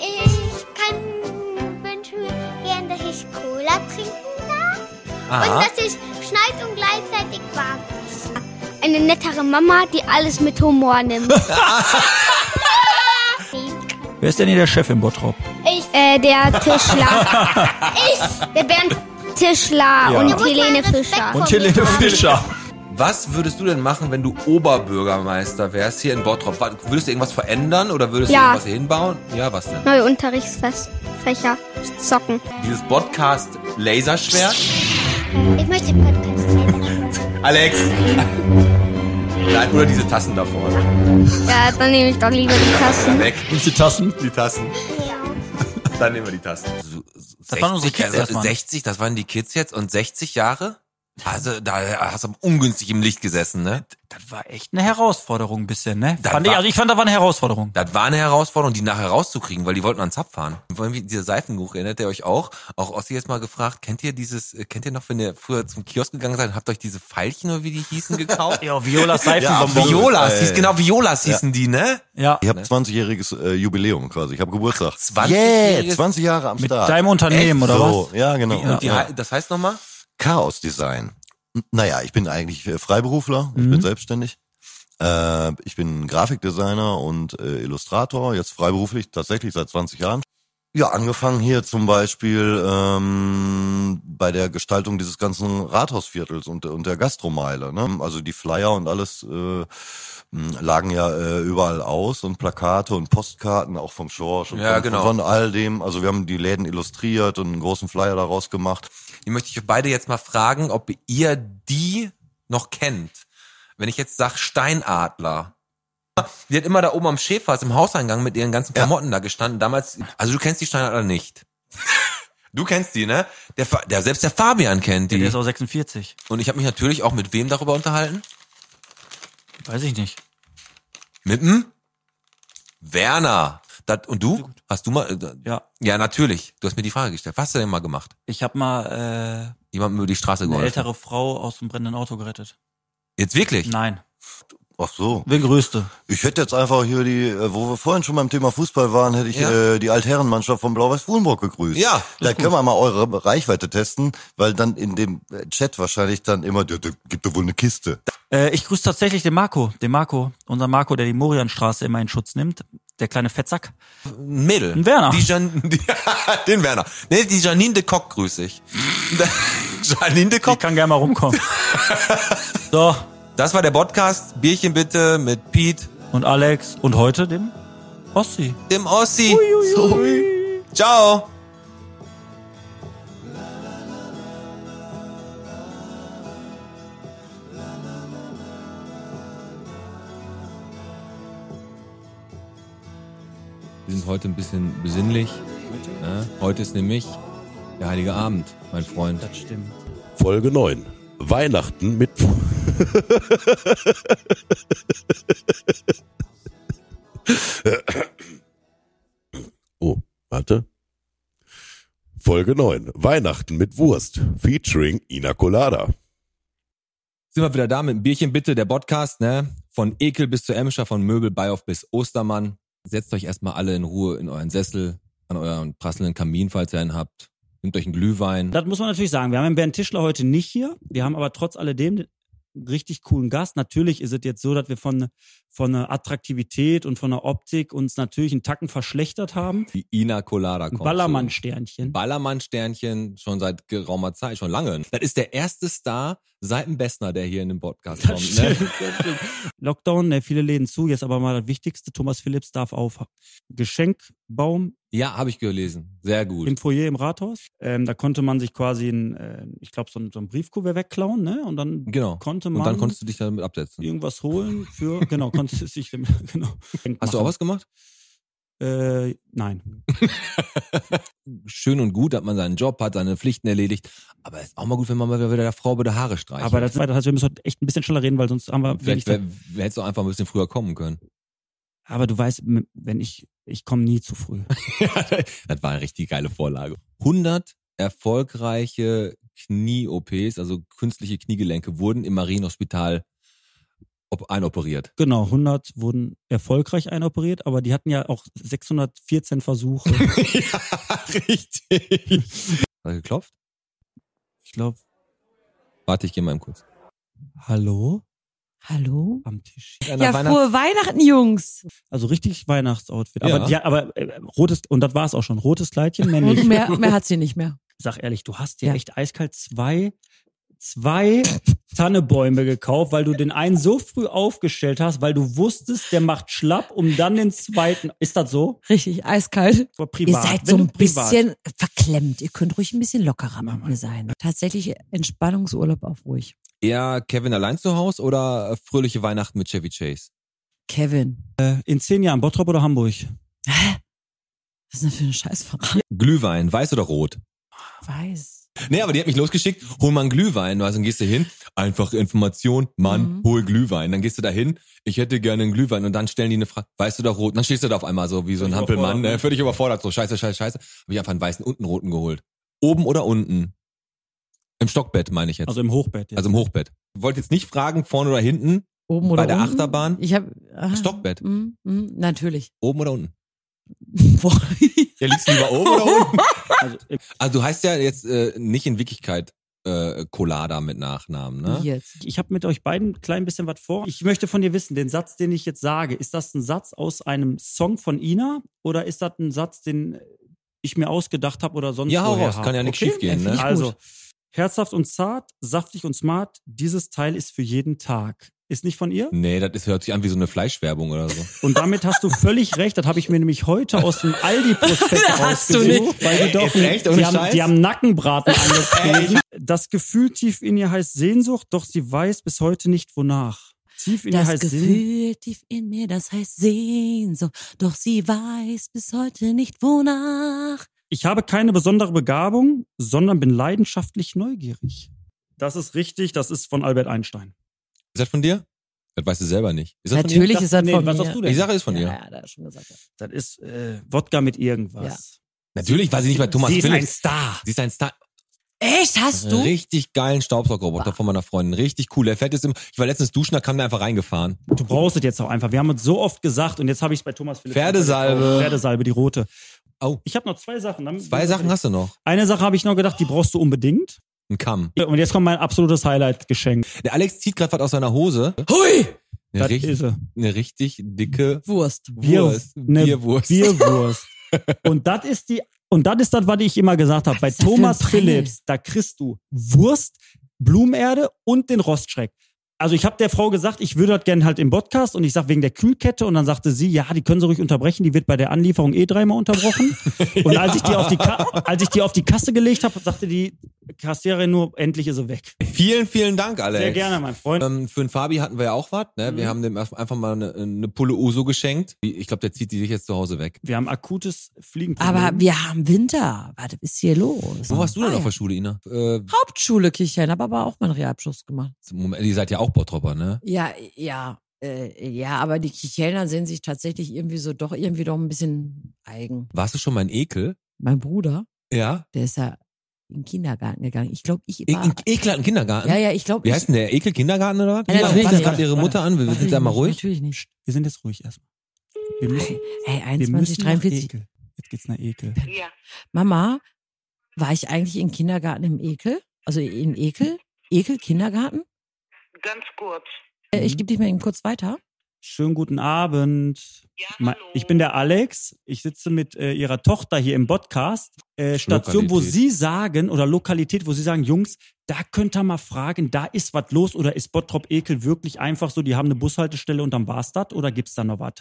Speaker 18: Ich kann wünsche mir gern, dass ich Cola trinken darf.
Speaker 2: Aha.
Speaker 18: Und dass ich schneit und gleichzeitig warm ist. Eine nettere Mama, die alles mit Humor nimmt.
Speaker 3: Wer ist denn hier der Chef im Bottrop?
Speaker 18: ich, äh, der Tischler. ich, der Bernd Tischler
Speaker 2: Ja.
Speaker 18: und Helene Fischer.
Speaker 2: Fischer. Was würdest du denn machen, wenn du Oberbürgermeister wärst hier in Bottrop? Wa- Würdest du irgendwas verändern oder würdest
Speaker 18: Ja.
Speaker 2: du irgendwas hier hinbauen? Ja, was denn?
Speaker 18: Neue Unterrichtsfächer zocken.
Speaker 2: Dieses Podcast Laserschwert?
Speaker 18: Ich möchte Podcast.
Speaker 2: Alex! Nein, oder diese Tassen da vorne.
Speaker 18: Ja, dann nehme ich doch lieber die Tassen.
Speaker 2: Weg.
Speaker 3: Die Tassen?
Speaker 2: Die Tassen. Dann nehmen wir die Tassen.
Speaker 3: Das waren unsere Kids erstmal.
Speaker 2: 60, das waren die Kids jetzt und 60 Jahre?
Speaker 19: Also, da hast du ungünstig im Licht gesessen, ne?
Speaker 3: Das war echt eine Herausforderung ein bisschen, ne?
Speaker 19: Das
Speaker 3: Fand ich,
Speaker 19: war-
Speaker 3: also ich fand, das war eine Herausforderung.
Speaker 19: Das war eine Herausforderung, die nachher rauszukriegen, weil die wollten ans Zapf fahren. Und Irgendwie dieser Seifengeruch, erinnert ihr euch auch? Auch Ossi jetzt mal gefragt, kennt ihr dieses, äh, kennt ihr noch, wenn ihr früher zum Kiosk gegangen seid, und habt euch diese Pfeilchen oder wie die hießen gekauft?
Speaker 3: ja, Violas Seifenbonbon.
Speaker 19: Ja, Violas, hieß,
Speaker 7: Äh,
Speaker 19: genau, Violas hießen
Speaker 7: ja.
Speaker 19: die, ne?
Speaker 3: Ja.
Speaker 7: Ich habe 20-jähriges äh, Jubiläum quasi. Ich habe Geburtstag.
Speaker 19: 20
Speaker 7: Yeah, 20 Jahre am
Speaker 3: Mit
Speaker 7: Start.
Speaker 3: deinem Unternehmen,
Speaker 7: Echt?
Speaker 3: oder
Speaker 7: so,
Speaker 3: was?
Speaker 7: Ja, genau.
Speaker 19: Wie- und die
Speaker 7: ja.
Speaker 19: hei- das heißt nochmal?
Speaker 7: Chaos-Design. N- Naja, ich bin eigentlich äh, Freiberufler, ich
Speaker 19: Mhm.
Speaker 7: bin selbstständig. Äh, ich bin Grafikdesigner und äh, Illustrator, jetzt freiberuflich tatsächlich seit 20 Jahren. Ja, angefangen hier zum Beispiel ähm, bei der Gestaltung dieses ganzen Rathausviertels und, und der Gastromeile. Ne? Also die Flyer und alles äh, m, lagen ja äh, überall aus und Plakate und Postkarten auch vom Schorsch und
Speaker 19: Ja,
Speaker 7: von,
Speaker 19: genau.
Speaker 7: von all dem. Also wir haben die Läden illustriert und einen großen Flyer daraus gemacht.
Speaker 19: Die möchte ich euch beide jetzt mal fragen, ob ihr die noch kennt. Wenn ich jetzt sage Steinadler. Die hat immer da oben am Schäfers im Hauseingang mit ihren ganzen Klamotten da gestanden. Damals, also du kennst die Steinadler nicht. Du kennst die, ne? Der, Fa- der, selbst der Fabian kennt die.
Speaker 3: Der ist auch 46.
Speaker 19: Und ich habe mich natürlich auch mit wem darüber unterhalten?
Speaker 3: Weiß ich nicht.
Speaker 19: Mit dem Werner. Das, und du? Hast du mal? äh,
Speaker 3: Ja.
Speaker 19: Ja, natürlich. Du hast mir die Frage gestellt. Was hast du denn mal gemacht?
Speaker 3: Ich habe mal
Speaker 19: Jemandem über die Straße
Speaker 3: äh, eine
Speaker 19: geholfen.
Speaker 3: ältere Frau aus dem brennenden Auto gerettet.
Speaker 19: Jetzt wirklich?
Speaker 3: Nein.
Speaker 7: Ach so.
Speaker 3: Wen grüßte?
Speaker 7: Ich hätte jetzt einfach hier die, äh, wo wir vorhin schon beim Thema Fußball waren, hätte ich
Speaker 19: Ja.
Speaker 7: äh, die Altherrenmannschaft von Blau-Weiß-Fuhlenburg gegrüßt.
Speaker 19: Ja,
Speaker 7: Da
Speaker 19: ist gut.
Speaker 7: können wir mal eure Reichweite testen, weil dann in dem äh, Chat wahrscheinlich dann immer, der, der gibt doch wohl eine Kiste.
Speaker 3: Äh, ich grüße tatsächlich den Marco, den Marco, unser Marco, der die Morianstraße immer in Schutz nimmt. Der kleine Fettsack.
Speaker 19: Ein Mädel.
Speaker 3: Ein Werner.
Speaker 19: Die Jan die, den Werner. Nee, die Janine de Kock grüße ich. Janine de Kock. Ich
Speaker 3: kann gerne mal rumkommen. so.
Speaker 19: Das war der Podcast. Bierchen bitte mit Pete.
Speaker 3: Und Alex. Und heute dem Ossi.
Speaker 19: Dem Ossi. So. Ciao.
Speaker 2: Wir sind heute ein bisschen besinnlich. Ne? Heute ist nämlich der Heilige Abend, mein Freund. Das
Speaker 3: stimmt.
Speaker 1: Folge 9. Weihnachten mit. oh, warte. Folge 9. Weihnachten mit Wurst. Featuring Ina Colada.
Speaker 2: Sind wir wieder da mit dem Bierchen bitte, der Podcast, ne? Von Ekel bis zu Emscher, von Möbel, Beihoff bis Ostermann. Setzt euch erstmal alle in Ruhe in euren Sessel, an euren prasselnden Kamin, falls ihr einen habt. Nehmt euch einen Glühwein.
Speaker 3: Das muss man natürlich sagen. Wir haben den Bernd Tischler heute nicht hier. Wir haben aber trotz alledem einen richtig coolen Gast. Natürlich ist es jetzt so, dass wir von, von einer Attraktivität und von der Optik uns natürlich einen Tacken verschlechtert haben.
Speaker 2: Die Ina Colada
Speaker 3: Ein
Speaker 2: kommt.
Speaker 3: Ballermann-Sternchen.
Speaker 2: Ballermann-Sternchen schon seit geraumer Zeit, schon lange. Das ist der erste Star seit dem Bessner, der hier in den Podcast
Speaker 3: Das
Speaker 2: kommt. Ne?
Speaker 3: stimmt, Lockdown, ne, viele Läden zu. Jetzt aber mal das Wichtigste. Thomas Phillips darf auf. Geschenkbaum
Speaker 2: Ja, habe ich gelesen. Sehr gut.
Speaker 3: im Foyer im Rathaus. Ähm, da konnte man sich quasi, ein, äh, ich glaube, so, ein- so ein Briefkuvert wegklauen, ne? Und dann
Speaker 2: Genau.
Speaker 3: konnte man
Speaker 2: Und dann konntest du dich damit absetzen.
Speaker 3: irgendwas holen für, genau, konntest du dich, damit- genau.
Speaker 2: Hast du auch was gemacht?
Speaker 3: Äh, nein.
Speaker 2: Schön und gut, dass man seinen Job hat, seine Pflichten erledigt. Aber ist auch mal gut, wenn man mal wieder der Frau bei der Haare streicht.
Speaker 3: Aber das, das heißt, wir müssen heute echt ein bisschen schneller reden, weil sonst haben wir wenig
Speaker 2: Vielleicht wär,
Speaker 3: Zeit.
Speaker 2: hättest du einfach ein bisschen früher kommen können.
Speaker 3: Aber du weißt, m- wenn ich, ich komme nie zu früh.
Speaker 2: Das war eine richtig geile Vorlage. 100 erfolgreiche Knie-OPs, also künstliche Kniegelenke, wurden im Marienhospital op- einoperiert.
Speaker 3: Genau, 100 wurden erfolgreich einoperiert, aber die hatten ja auch 614 Versuche.
Speaker 2: Hat er geklopft?
Speaker 3: Ich glaube.
Speaker 2: Warte, ich gehe mal eben kurz.
Speaker 3: Hallo?
Speaker 9: Hallo?
Speaker 3: Am Tisch.
Speaker 9: Ja, frohe Weihnachten, Jungs.
Speaker 3: Also richtig Weihnachtsoutfit.
Speaker 9: Ja.
Speaker 3: Aber, die, aber äh, rotes, und das war es auch schon. Rotes Kleidchen, männlich.
Speaker 9: Und mehr, mehr hat sie nicht mehr.
Speaker 3: Sag ehrlich, du hast dir echt eiskalt zwei, zwei Tannebäume gekauft, weil du den einen so früh aufgestellt hast, weil du wusstest, der macht schlapp, um dann den zweiten. Ist das so?
Speaker 9: Richtig, eiskalt.
Speaker 3: Aber privat.
Speaker 9: Ihr seid
Speaker 3: Wenn
Speaker 9: so
Speaker 3: du
Speaker 9: ein
Speaker 3: privat-
Speaker 9: bisschen verklemmt. Ihr könnt ruhig ein bisschen lockerer mit mir sein. Tatsächlich Entspannungsurlaub auf ruhig.
Speaker 2: Eher Kevin allein zu Hause oder äh, fröhliche Weihnachten mit Chevy Chase?
Speaker 9: Kevin.
Speaker 3: Äh, in zehn Jahren, Bottrop oder Hamburg?
Speaker 9: Was ist denn für eine Scheißfrage?
Speaker 2: Glühwein, weiß oder rot?
Speaker 9: Weiß.
Speaker 2: Nee, aber die hat mich losgeschickt, hol mal einen Glühwein. Also dann gehst du hin, einfache Information,
Speaker 20: Mhm.
Speaker 2: Mann, hol Glühwein. Dann gehst du da hin, ich hätte gerne einen Glühwein. Und dann stellen die eine Frage, weißt du doch rot? Und dann stehst du da auf einmal so wie so ein
Speaker 5: Völlig
Speaker 2: Hampelmann,
Speaker 5: überfordert.
Speaker 2: ne? völlig überfordert, so scheiße, scheiße, scheiße. Hab ich einfach einen weißen und einen roten geholt. Oben oder unten? Im Stockbett meine ich jetzt.
Speaker 3: Also im Hochbett, ja.
Speaker 2: Also im Hochbett. Wollte jetzt nicht fragen, vorne oder hinten.
Speaker 20: Oben oder
Speaker 2: Bei der
Speaker 20: unten?
Speaker 2: Achterbahn.
Speaker 20: Ich habe
Speaker 2: Stockbett.
Speaker 20: Mm, mm, natürlich.
Speaker 2: Oben oder unten? Ja, liegst du lieber oben oder unten? Also, du heißt ja jetzt äh, nicht in Wirklichkeit äh, Colada mit Nachnamen, ne?
Speaker 3: Ich habe mit euch beiden ein klein bisschen was vor. Ich möchte von dir wissen, den Satz, den ich jetzt sage, ist das ein Satz aus einem Song von Ina oder ist das ein Satz, den ich mir ausgedacht habe oder sonst
Speaker 2: Ja, hau
Speaker 3: woher
Speaker 2: raus,
Speaker 3: hab?
Speaker 2: kann ja nichts schiefgehen,
Speaker 3: Ja,
Speaker 2: ne?
Speaker 3: find ich gut. Also, herzhaft und zart, saftig und smart, dieses Teil ist für jeden Tag. Ist nicht von ihr?
Speaker 2: Nee, das ist, hört sich an wie so eine Fleischwerbung oder so.
Speaker 3: Und damit hast du völlig recht. Das habe ich mir nämlich heute aus dem Aldi-Prospekt
Speaker 2: Hast du
Speaker 3: rausgesucht.
Speaker 2: nicht.
Speaker 3: Weil die doch
Speaker 2: Jetzt echt? Ohne
Speaker 3: die, haben,
Speaker 2: Scheiß?
Speaker 3: die haben Nackenbraten angeschrieben. Das Gefühl tief in ihr heißt Sehnsucht, doch sie weiß bis heute nicht wonach. Tief in ihr
Speaker 20: Das
Speaker 3: heißt Sehnsucht.
Speaker 20: Gefühl tief in mir, das heißt Sehnsucht. Doch sie weiß bis heute nicht wonach.
Speaker 3: Ich habe keine besondere Begabung, sondern bin leidenschaftlich neugierig. Das ist richtig, das ist von Albert Einstein.
Speaker 2: Ist das von dir? Das weißt du selber nicht. Ist das
Speaker 3: Natürlich
Speaker 2: von dir?
Speaker 3: ist das Nee, von was mir. hast du denn?
Speaker 2: Ich sage, ist von dir.
Speaker 3: Ja, Das ist äh, Wodka mit irgendwas.
Speaker 2: Natürlich war sie nicht bei Thomas
Speaker 3: Sie ist
Speaker 2: Philips.
Speaker 3: ein Star.
Speaker 2: Sie ist ein Star.
Speaker 20: Echt? Hast du?
Speaker 2: Richtig geilen Staubsaugerroboter von meiner Freundin. Richtig cool. Der fährt jetzt im, ich war letztens duschen, da kam der einfach reingefahren.
Speaker 3: Du brauchst es jetzt auch einfach. Wir haben uns so oft gesagt und jetzt habe ich es bei Thomas Philipp.
Speaker 2: Pferdesalbe.
Speaker 3: Pferdesalbe, die rote.
Speaker 2: Oh.
Speaker 3: Ich habe noch zwei Sachen. Dann
Speaker 2: Zwei Sachen hast du noch.
Speaker 3: Eine Sache habe ich noch gedacht, die brauchst du unbedingt.
Speaker 2: Ein Kamm.
Speaker 3: Und jetzt kommt mein absolutes Highlight-Geschenk.
Speaker 2: Der Alex zieht gerade was aus seiner Hose.
Speaker 3: Hui!
Speaker 2: Eine,
Speaker 3: Das
Speaker 2: richtig,
Speaker 3: ist er.
Speaker 2: eine richtig dicke
Speaker 20: Wurst.
Speaker 2: Wurst.
Speaker 3: Eine
Speaker 2: Bierwurst.
Speaker 3: Bierwurst. und das ist die, und das ist das, was ich immer gesagt habe. Bei Thomas
Speaker 20: für ein Preis?
Speaker 3: Philips, da kriegst du Wurst, Blumenerde und den Rostschreck. Also ich habe der Frau gesagt, ich würde das gerne halt im Podcast und ich sag wegen der Kühlkette und dann sagte sie, ja, die können sie ruhig unterbrechen, die wird bei der Anlieferung eh dreimal unterbrochen. und als ich die auf die, Ka als ich die auf die Kasse gelegt habe, sagte die Kassiererin nur, endlich ist sie weg.
Speaker 2: Vielen, vielen Dank, Alex.
Speaker 3: Sehr gerne, mein Freund.
Speaker 2: Ähm, für den Fabi hatten wir ja auch was. Ne? Wir
Speaker 3: Mhm.
Speaker 2: haben dem erst- einfach mal eine, eine Pulle Uso geschenkt. Ich glaube, der zieht die sich jetzt zu Hause weg.
Speaker 3: Wir haben akutes Fliegenproblem.
Speaker 20: Aber wir haben Winter. Was ist hier los?
Speaker 2: Wo warst du denn
Speaker 20: Ah,
Speaker 2: auf der Schule, Ina? Äh,
Speaker 20: Hauptschule Kichern, habe aber auch meinen Realabschluss gemacht.
Speaker 2: Moment, ihr seid ja auch Bottropper, ne?
Speaker 20: Ja, ja, äh, ja, aber die Kichelner sehen sich tatsächlich irgendwie so doch irgendwie doch ein bisschen eigen.
Speaker 2: Warst du schon mal in Ekel?
Speaker 20: Mein Bruder,
Speaker 2: Ja.
Speaker 20: der ist ja in den Kindergarten gegangen. Ich glaube, ich
Speaker 2: E
Speaker 20: war.
Speaker 2: in Ekel hat einen Kindergarten?
Speaker 20: Ja, ja, ich glaub,
Speaker 2: Wie
Speaker 20: ich-
Speaker 2: heißt denn der? Ekel Kindergarten oder was?
Speaker 20: Ja, natürlich
Speaker 2: Warte,
Speaker 20: nicht.
Speaker 2: gerade ihre Mutter an. Wir sind da mal ruhig.
Speaker 20: Natürlich nicht.
Speaker 3: Wir sind jetzt ruhig erstmal. Wir müssen.
Speaker 20: Hey,
Speaker 3: wir
Speaker 20: 21,
Speaker 3: müssen nach
Speaker 20: 43.
Speaker 3: Ekel. Jetzt geht's nach Ekel.
Speaker 20: Mama, war ich eigentlich im Kindergarten im Ekel? Also in Ekel? Ekel, Kindergarten?
Speaker 21: Ganz kurz.
Speaker 20: Äh, ich gebe dich mal eben kurz weiter.
Speaker 3: Schönen guten Abend. Ma- Ich bin der Alex. Ich sitze mit äh, ihrer Tochter hier im Podcast. Äh, Station, wo
Speaker 2: Lokalität.
Speaker 3: Sie sagen, oder Lokalität, wo Sie sagen, Jungs, da könnt ihr mal fragen, da ist was los oder ist Bottrop Ekel wirklich einfach so, die haben eine Bushaltestelle und dann war's das oder gibt's da noch was?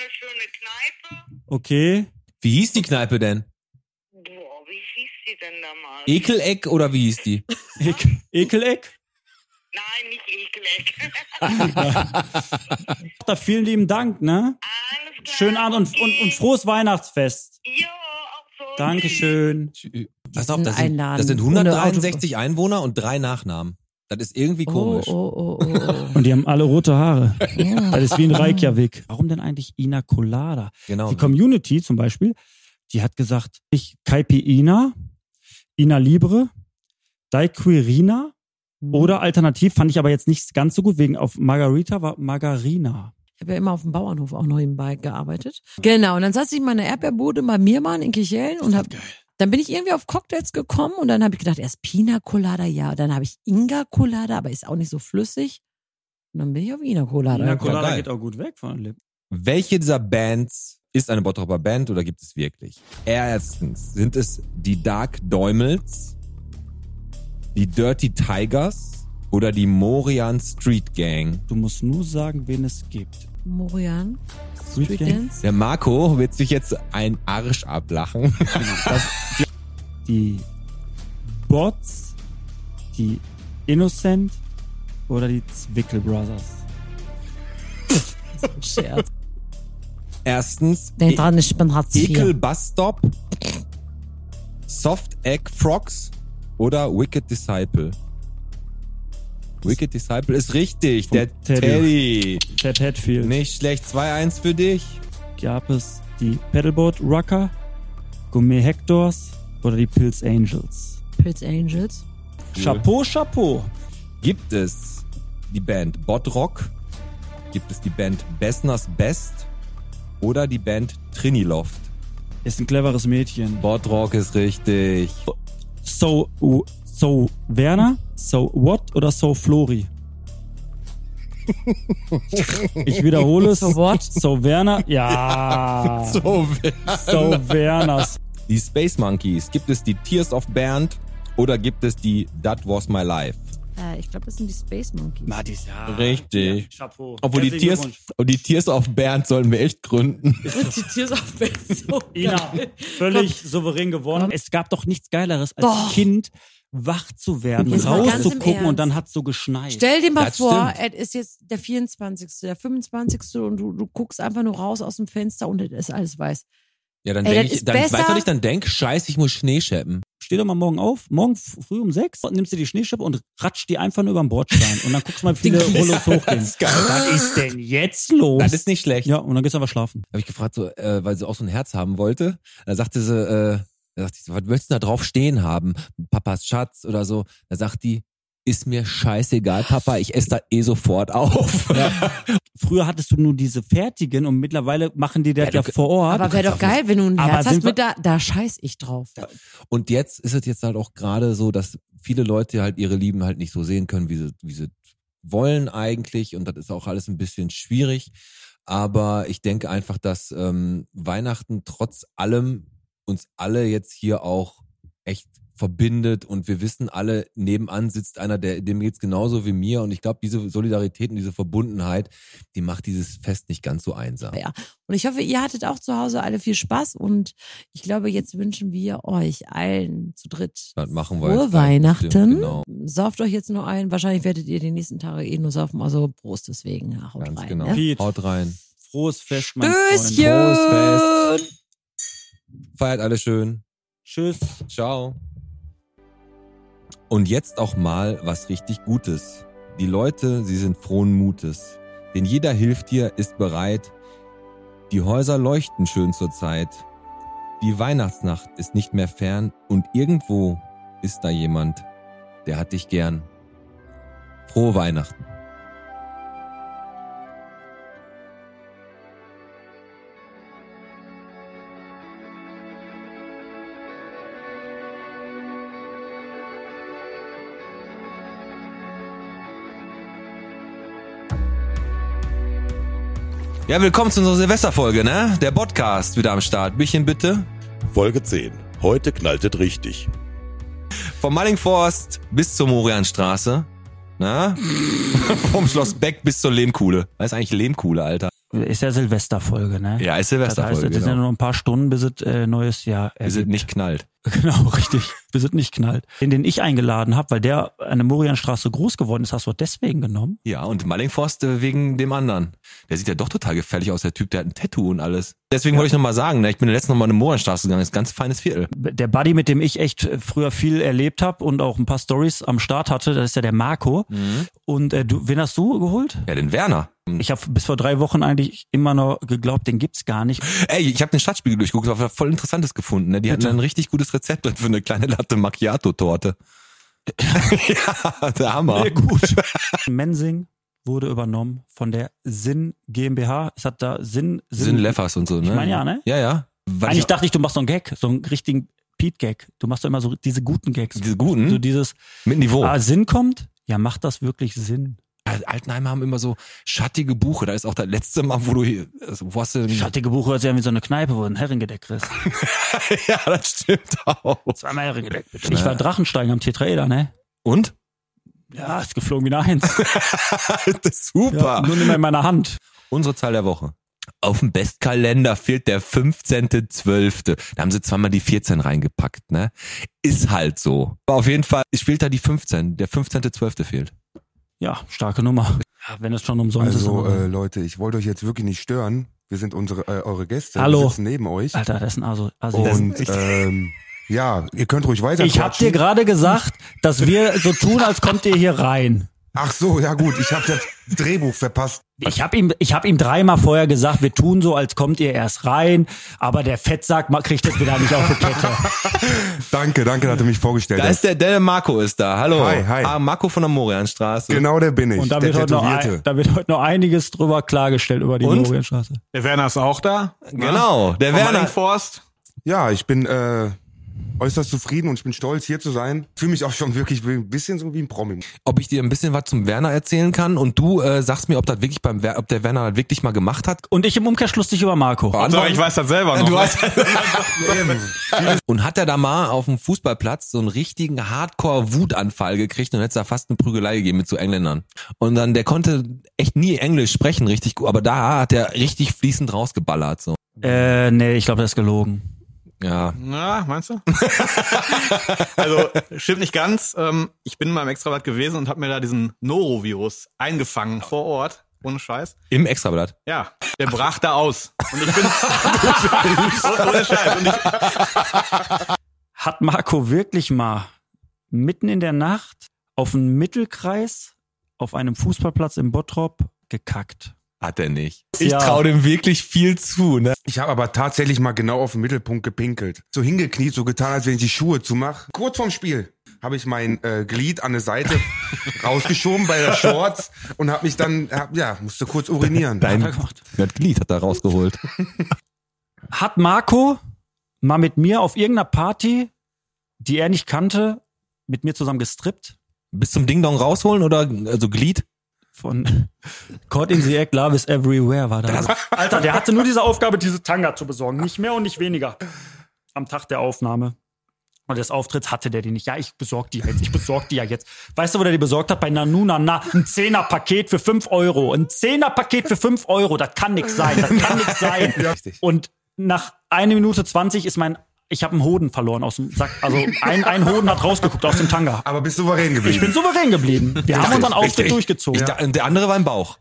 Speaker 3: Okay.
Speaker 2: Wie hieß die Kneipe denn? Boah, wie hieß die denn damals? Ekeleck oder wie hieß die?
Speaker 3: Ekeleck?
Speaker 21: Nein, nicht ekelig.
Speaker 3: Tochter, vielen lieben Dank, ne? Schönen Abend und, und, und frohes Weihnachtsfest.
Speaker 21: Jo,
Speaker 3: auch so. Dankeschön.
Speaker 2: Pass auf, das sind,
Speaker 3: Einladen.
Speaker 2: das sind
Speaker 3: Ohne
Speaker 2: 163 Einwohner und drei Nachnamen. Das ist irgendwie komisch.
Speaker 20: Oh, oh, oh, oh.
Speaker 3: Und die haben alle rote Haare.
Speaker 20: Ja.
Speaker 3: Das ist wie ein Reykjavik. Warum denn eigentlich Ina Colada?
Speaker 2: Genau.
Speaker 3: Die Community zum Beispiel, die hat gesagt, ich Kaipi Ina, Ina Libre, Daiquirina oder alternativ fand ich aber jetzt nicht ganz so gut wegen auf Margarita war Margarina.
Speaker 20: Ich habe ja immer auf dem Bauernhof auch noch nebenbei gearbeitet. Genau, und dann saß ich in meiner Erdbeerbude bei mir mal in Kichellen und hab, dann bin ich irgendwie auf Cocktails gekommen und dann habe ich gedacht, erst Pina Colada, ja, und dann habe ich Inga Colada, aber ist auch nicht so flüssig. Und dann bin ich auf Ina Colada.
Speaker 3: Ina
Speaker 20: gekommen.
Speaker 3: Colada geht auch gut weg von den Lippen.
Speaker 2: Welche dieser Bands ist eine Bottroper Band oder gibt es wirklich? Erstens sind es die Dark Däumels, die Dirty Tigers oder die Morian Street Gang.
Speaker 3: Du musst nur sagen, wen es gibt.
Speaker 20: Morian, Street Dance.
Speaker 2: Der Marco wird sich jetzt einen Arsch ablachen.
Speaker 3: Genau, Die Bots, die Innocent oder die Zwickel Brothers.
Speaker 20: Scherz.
Speaker 2: Erstens
Speaker 20: Denk dran, ich bin Hartz IV.
Speaker 2: Ekel Bus Stop, Soft Egg Frogs oder Wicked Disciple? Wicked Disciple ist richtig, der Teddy.
Speaker 3: Teddy. Ted Hatfield.
Speaker 2: Nicht schlecht, 2-1 für dich.
Speaker 3: Gab es die Pedalboard Rucker, Gourmet Hectors oder die Pilz Angels?
Speaker 20: Pilz Angels.
Speaker 3: Chapeau, Chapeau.
Speaker 2: Gibt es die Band Bodrock? Gibt es die Band Bessners Best? Oder die Band Triniloft?
Speaker 3: Ist ein cleveres Mädchen.
Speaker 2: Bodrock ist richtig.
Speaker 3: So, so Werner, so what oder so Flori? Ich wiederhole es.
Speaker 2: So
Speaker 3: what? So Werner, ja.
Speaker 2: So
Speaker 3: So Werner.
Speaker 2: Die Space Monkeys, gibt es die Tears of Band oder gibt es die That Was My Life?
Speaker 20: Äh, ich glaube, das sind die Space Monkeys.
Speaker 3: Matis, ja.
Speaker 2: Richtig.
Speaker 20: Ja, Chapeau.
Speaker 2: Obwohl die
Speaker 20: Herzlichen
Speaker 2: Tears, und die Tears of Band sollen wir echt gründen.
Speaker 20: Und die Tiers auf Best. So
Speaker 3: Ina,
Speaker 20: geil.
Speaker 3: völlig souverän gewonnen. Es gab doch nichts Geileres, als
Speaker 20: Doch.
Speaker 3: Kind wach zu werden,
Speaker 20: Jetzt mal ganz im
Speaker 3: rauszugucken und
Speaker 20: Ernst.
Speaker 3: dann hat's so geschneit.
Speaker 20: Stell dir mal vor, es ist jetzt der 24., der 25. und du, du guckst einfach nur raus aus dem Fenster und es ist alles weiß.
Speaker 2: Ja, dann
Speaker 20: Ey,
Speaker 2: denk
Speaker 20: das
Speaker 2: ich,
Speaker 20: ist
Speaker 2: dann,
Speaker 20: besser.
Speaker 2: weißt du nicht, dann denk, scheiße, ich muss Schnee scheppen.
Speaker 3: Steh doch mal morgen auf, morgen f- früh um sechs, nimmst du die Schneeschippe und ratscht die einfach nur über den Bordstein. Und dann guckst du mal, wie viele
Speaker 2: Den-
Speaker 3: Rollos hochgehen.
Speaker 2: Das ist geil.
Speaker 3: Was ist denn jetzt los?
Speaker 2: Das ist nicht schlecht.
Speaker 3: Ja, und dann gehst du einfach schlafen.
Speaker 2: Habe ich gefragt, so, äh, weil sie auch so ein Herz haben wollte. Da sagte sie, äh, da sagte ich, so, was möchtest du da drauf stehen haben? Papas Schatz oder so. Da sagt die, ist mir scheißegal, Papa, ich esse da eh sofort auf.
Speaker 3: Früher hattest du nur diese fertigen und mittlerweile machen die das ja, vor Ort.
Speaker 20: Aber wäre doch geil, wenn du ein
Speaker 3: Aber
Speaker 20: Herz hast
Speaker 3: sind
Speaker 20: mit da, da scheiß ich drauf.
Speaker 2: Und jetzt ist es jetzt halt auch gerade so, dass viele Leute halt ihre Lieben halt nicht so sehen können, wie sie, wie sie wollen eigentlich. Und das ist auch alles ein bisschen schwierig. Aber ich denke einfach, dass ähm, Weihnachten trotz allem uns alle jetzt hier auch echt verbindet und wir wissen alle, nebenan sitzt einer, der, dem geht's genauso wie mir. Und ich glaube, diese Solidarität und diese Verbundenheit, die macht dieses Fest nicht ganz so einsam.
Speaker 20: Ja. Und ich hoffe, ihr hattet auch zu Hause alle viel Spaß und ich glaube, jetzt wünschen wir euch allen zu dritt
Speaker 2: Das machen wir
Speaker 20: frohe
Speaker 2: jetzt gleich bestimmt,
Speaker 20: Weihnachten.
Speaker 2: Genau.
Speaker 20: Sauft euch jetzt nur ein. Wahrscheinlich werdet ihr die nächsten Tage eh nur saufen. Also Prost deswegen. Ja, haut
Speaker 2: Ganz
Speaker 20: rein.
Speaker 2: genau.
Speaker 20: Ne?
Speaker 2: Haut rein.
Speaker 3: Frohes Fest, mein
Speaker 20: Stößchen.
Speaker 3: Freund.
Speaker 2: Frohes Fest. Feiert alle schön.
Speaker 3: Tschüss.
Speaker 2: Ciao. Und jetzt auch mal was richtig Gutes. Die Leute, sie sind frohen Mutes. Denn jeder hilft dir, ist bereit. Die Häuser leuchten schön zur Zeit. Die Weihnachtsnacht ist nicht mehr fern und irgendwo ist da jemand, der hat dich gern. Frohe Weihnachten. Ja, willkommen zu unserer Silvesterfolge, ne? Der Podcast wieder am Start. Bierchen bitte.
Speaker 1: Folge 10. Heute knallt es richtig.
Speaker 2: Vom Mallingforst bis zur Morianstraße. Na? Vom Schloss Beck bis zur Lehmkuhle. Was ist eigentlich Lehmkuhle, Alter?
Speaker 3: Ist ja Silvesterfolge,
Speaker 2: Ja,
Speaker 3: ne?
Speaker 2: ist
Speaker 3: Das heißt,
Speaker 2: Silvesterfolge.
Speaker 3: es sind ja
Speaker 2: genau.
Speaker 3: nur ein paar Stunden, bis es äh, neues Jahr
Speaker 2: Bis es
Speaker 3: ergibt.
Speaker 2: nicht knallt.
Speaker 3: Genau, richtig. Bis es nicht knallt. Den, den ich eingeladen habe, weil der an der Morianstraße groß geworden ist, hast du deswegen genommen.
Speaker 2: Ja, und Mallingforst äh, wegen dem anderen. Der sieht ja doch total gefährlich aus, der Typ, der hat ein Tattoo und alles. Deswegen wollte ich nochmal sagen, ne? ich bin letztens nochmal in die Morianstraße gegangen, ist ein ganz feines Viertel.
Speaker 3: Der Buddy, mit dem ich echt äh, früher viel erlebt habe und auch ein paar Stories am Start hatte, das ist ja der Marco.
Speaker 1: Mhm.
Speaker 3: Und äh, du, wen hast du geholt?
Speaker 2: Ja, den Werner.
Speaker 3: Ich habe bis vor drei Wochen eigentlich immer noch geglaubt, den gibt's gar nicht.
Speaker 2: Ey, ich habe den Stadtspiegel durchgeguckt, hab da voll Interessantes gefunden. Ne? Die hatten
Speaker 3: Bitte.
Speaker 2: ein richtig gutes Rezept drin für eine kleine Latte Macchiato-Torte. ja, der Hammer.
Speaker 3: Nee, gut. Mensing wurde übernommen von der Sinn GmbH. Es hat da Sinn
Speaker 2: Sinn Leffers und so, ne?
Speaker 3: Ich meine ja, ne?
Speaker 2: Ja, ja. Weil
Speaker 3: Eigentlich
Speaker 2: ich-
Speaker 3: dachte ich, du machst so einen Gag, so einen richtigen Pete-Gag. Du machst doch immer so diese guten Gags.
Speaker 2: Diese guten?
Speaker 3: So dieses
Speaker 2: Mit Niveau.
Speaker 3: Ah, Sinn kommt? Ja, macht das wirklich Sinn?
Speaker 2: Altenheim haben immer so schattige Buche. Da ist auch das letzte Mal, wo du hier, also, wo hast du denn-
Speaker 3: Schattige Buche hört sich an wie so eine Kneipe, wo du ein Herrengedeck kriegst.
Speaker 2: ja, das stimmt auch.
Speaker 3: Zweimal Herrengedeck, bitte.
Speaker 22: ne?
Speaker 3: Ich war Drachensteigen am Tetraeder, ne?
Speaker 2: Und?
Speaker 3: Ja, ist geflogen wie eine Eins.
Speaker 2: Super.
Speaker 3: Ja, nur nicht mehr in meiner Hand.
Speaker 2: Unsere Zahl der Woche. Auf dem Bestkalender fehlt der 15.12. Da haben sie zweimal die 14 reingepackt, ne? Ist halt so. Aber auf jeden Fall spielt da die 15. Der 15.12. fehlt.
Speaker 3: Ja, starke Nummer. Ja, wenn es schon umsonst
Speaker 22: also,
Speaker 3: ist.
Speaker 22: äh, Leute, ich wollte euch jetzt wirklich nicht stören. Wir sind unsere, äh, eure Gäste.
Speaker 3: Hallo.
Speaker 22: Wir sitzen neben euch.
Speaker 3: Alter, das ist ein Aso. Assi.
Speaker 22: Und
Speaker 3: Das ist echt-
Speaker 22: ähm, Ja, ihr könnt ruhig weiter.
Speaker 3: Ich hab dir gerade gesagt, dass wir so tun, als kommt ihr hier rein.
Speaker 22: Ach so, ja gut, ich habe das Drehbuch verpasst.
Speaker 3: Ich habe ihm, ich hab ihm dreimal vorher gesagt, wir tun so, als kommt ihr erst rein, aber der Fettsack ma- kriegt das wieder nicht auf die Kette.
Speaker 22: Danke, danke, dass du mich vorgestellt
Speaker 2: Da
Speaker 22: hast.
Speaker 2: ist der, der Marco ist da. Hallo.
Speaker 22: Hi, hi.
Speaker 2: Ah, Marco von der Morianstraße.
Speaker 22: Genau der bin ich.
Speaker 3: Und da wird, heute noch, ein, da wird heute noch einiges drüber klargestellt über die
Speaker 2: Und?
Speaker 3: Morienstraße.
Speaker 16: Der Werner ist auch da.
Speaker 22: Genau, der
Speaker 16: Vom
Speaker 22: Werner.
Speaker 16: Forst.
Speaker 22: Ja, ich bin äh, äußerst zufrieden und ich bin stolz, hier zu sein. Fühle mich auch schon wirklich ein bisschen so wie ein Promi.
Speaker 2: Ob ich dir ein bisschen was zum Werner erzählen kann und du äh, sagst mir, ob das wirklich beim Wer- ob der Werner das wirklich mal gemacht hat.
Speaker 3: Und ich im Umkehrschluss dich über Marco.
Speaker 2: Antworten?
Speaker 16: ich weiß das selber noch.
Speaker 2: Du weißt- und hat er da mal auf dem Fußballplatz so einen richtigen Hardcore-Wutanfall gekriegt und hätte da fast eine Prügelei gegeben mit so Engländern. Und dann, der konnte echt nie Englisch sprechen, richtig gut, aber da hat er richtig fließend rausgeballert. So.
Speaker 3: Äh, nee, ich glaube, das ist gelogen.
Speaker 2: Ja.
Speaker 16: Na, meinst du? also, stimmt nicht ganz. Ähm, ich bin mal im Extrablatt gewesen und habe mir da diesen Norovirus eingefangen vor Ort. Ohne Scheiß.
Speaker 2: Im Extrablatt.
Speaker 16: Ja, der brach da aus. Und ich bin. ohne Scheiß. Und ich,
Speaker 3: Hat Marco wirklich mal mitten in der Nacht auf einen Mittelkreis auf einem Fußballplatz im Bottrop gekackt?
Speaker 2: Hat er nicht.
Speaker 3: Ich Ja. trau
Speaker 2: dem wirklich viel zu, ne?
Speaker 22: Ich habe aber tatsächlich mal genau auf den Mittelpunkt gepinkelt. So hingekniet, so getan, als wenn ich die Schuhe zumache. Kurz vorm Spiel habe ich mein äh, Glied an der Seite rausgeschoben bei der Shorts und habe mich dann, hab, ja, musste kurz urinieren.
Speaker 2: Dein das Glied hat er rausgeholt.
Speaker 3: Hat Marco mal mit mir auf irgendeiner Party, die er nicht kannte, mit mir zusammen gestrippt?
Speaker 2: Bis zum Ding Dong rausholen oder also Glied?
Speaker 3: Von Caught in the Act, Love is Everywhere war das. Alter, der hatte nur diese Aufgabe, diese Tanga zu besorgen. Nicht mehr und nicht weniger. Am Tag der Aufnahme und des Auftritts hatte der die nicht. Ja, ich besorg die jetzt. Ich besorg die ja jetzt. Weißt du, wo der die besorgt hat? Bei Nanu Nana. Ein Zehner-Paket für 5 Euro. Ein Zehner-Paket für 5 Euro. Das kann nix sein. Das kann nix sein. Und nach 1 Minute 20 ist mein. Ich habe einen Hoden verloren aus dem Sack. Also ein, ein Hoden hat rausgeguckt aus dem Tanga.
Speaker 22: Aber bist souverän
Speaker 3: Ich bin souverän geblieben. Wir haben unseren Auftritt durchgezogen.
Speaker 2: der andere war im Bauch.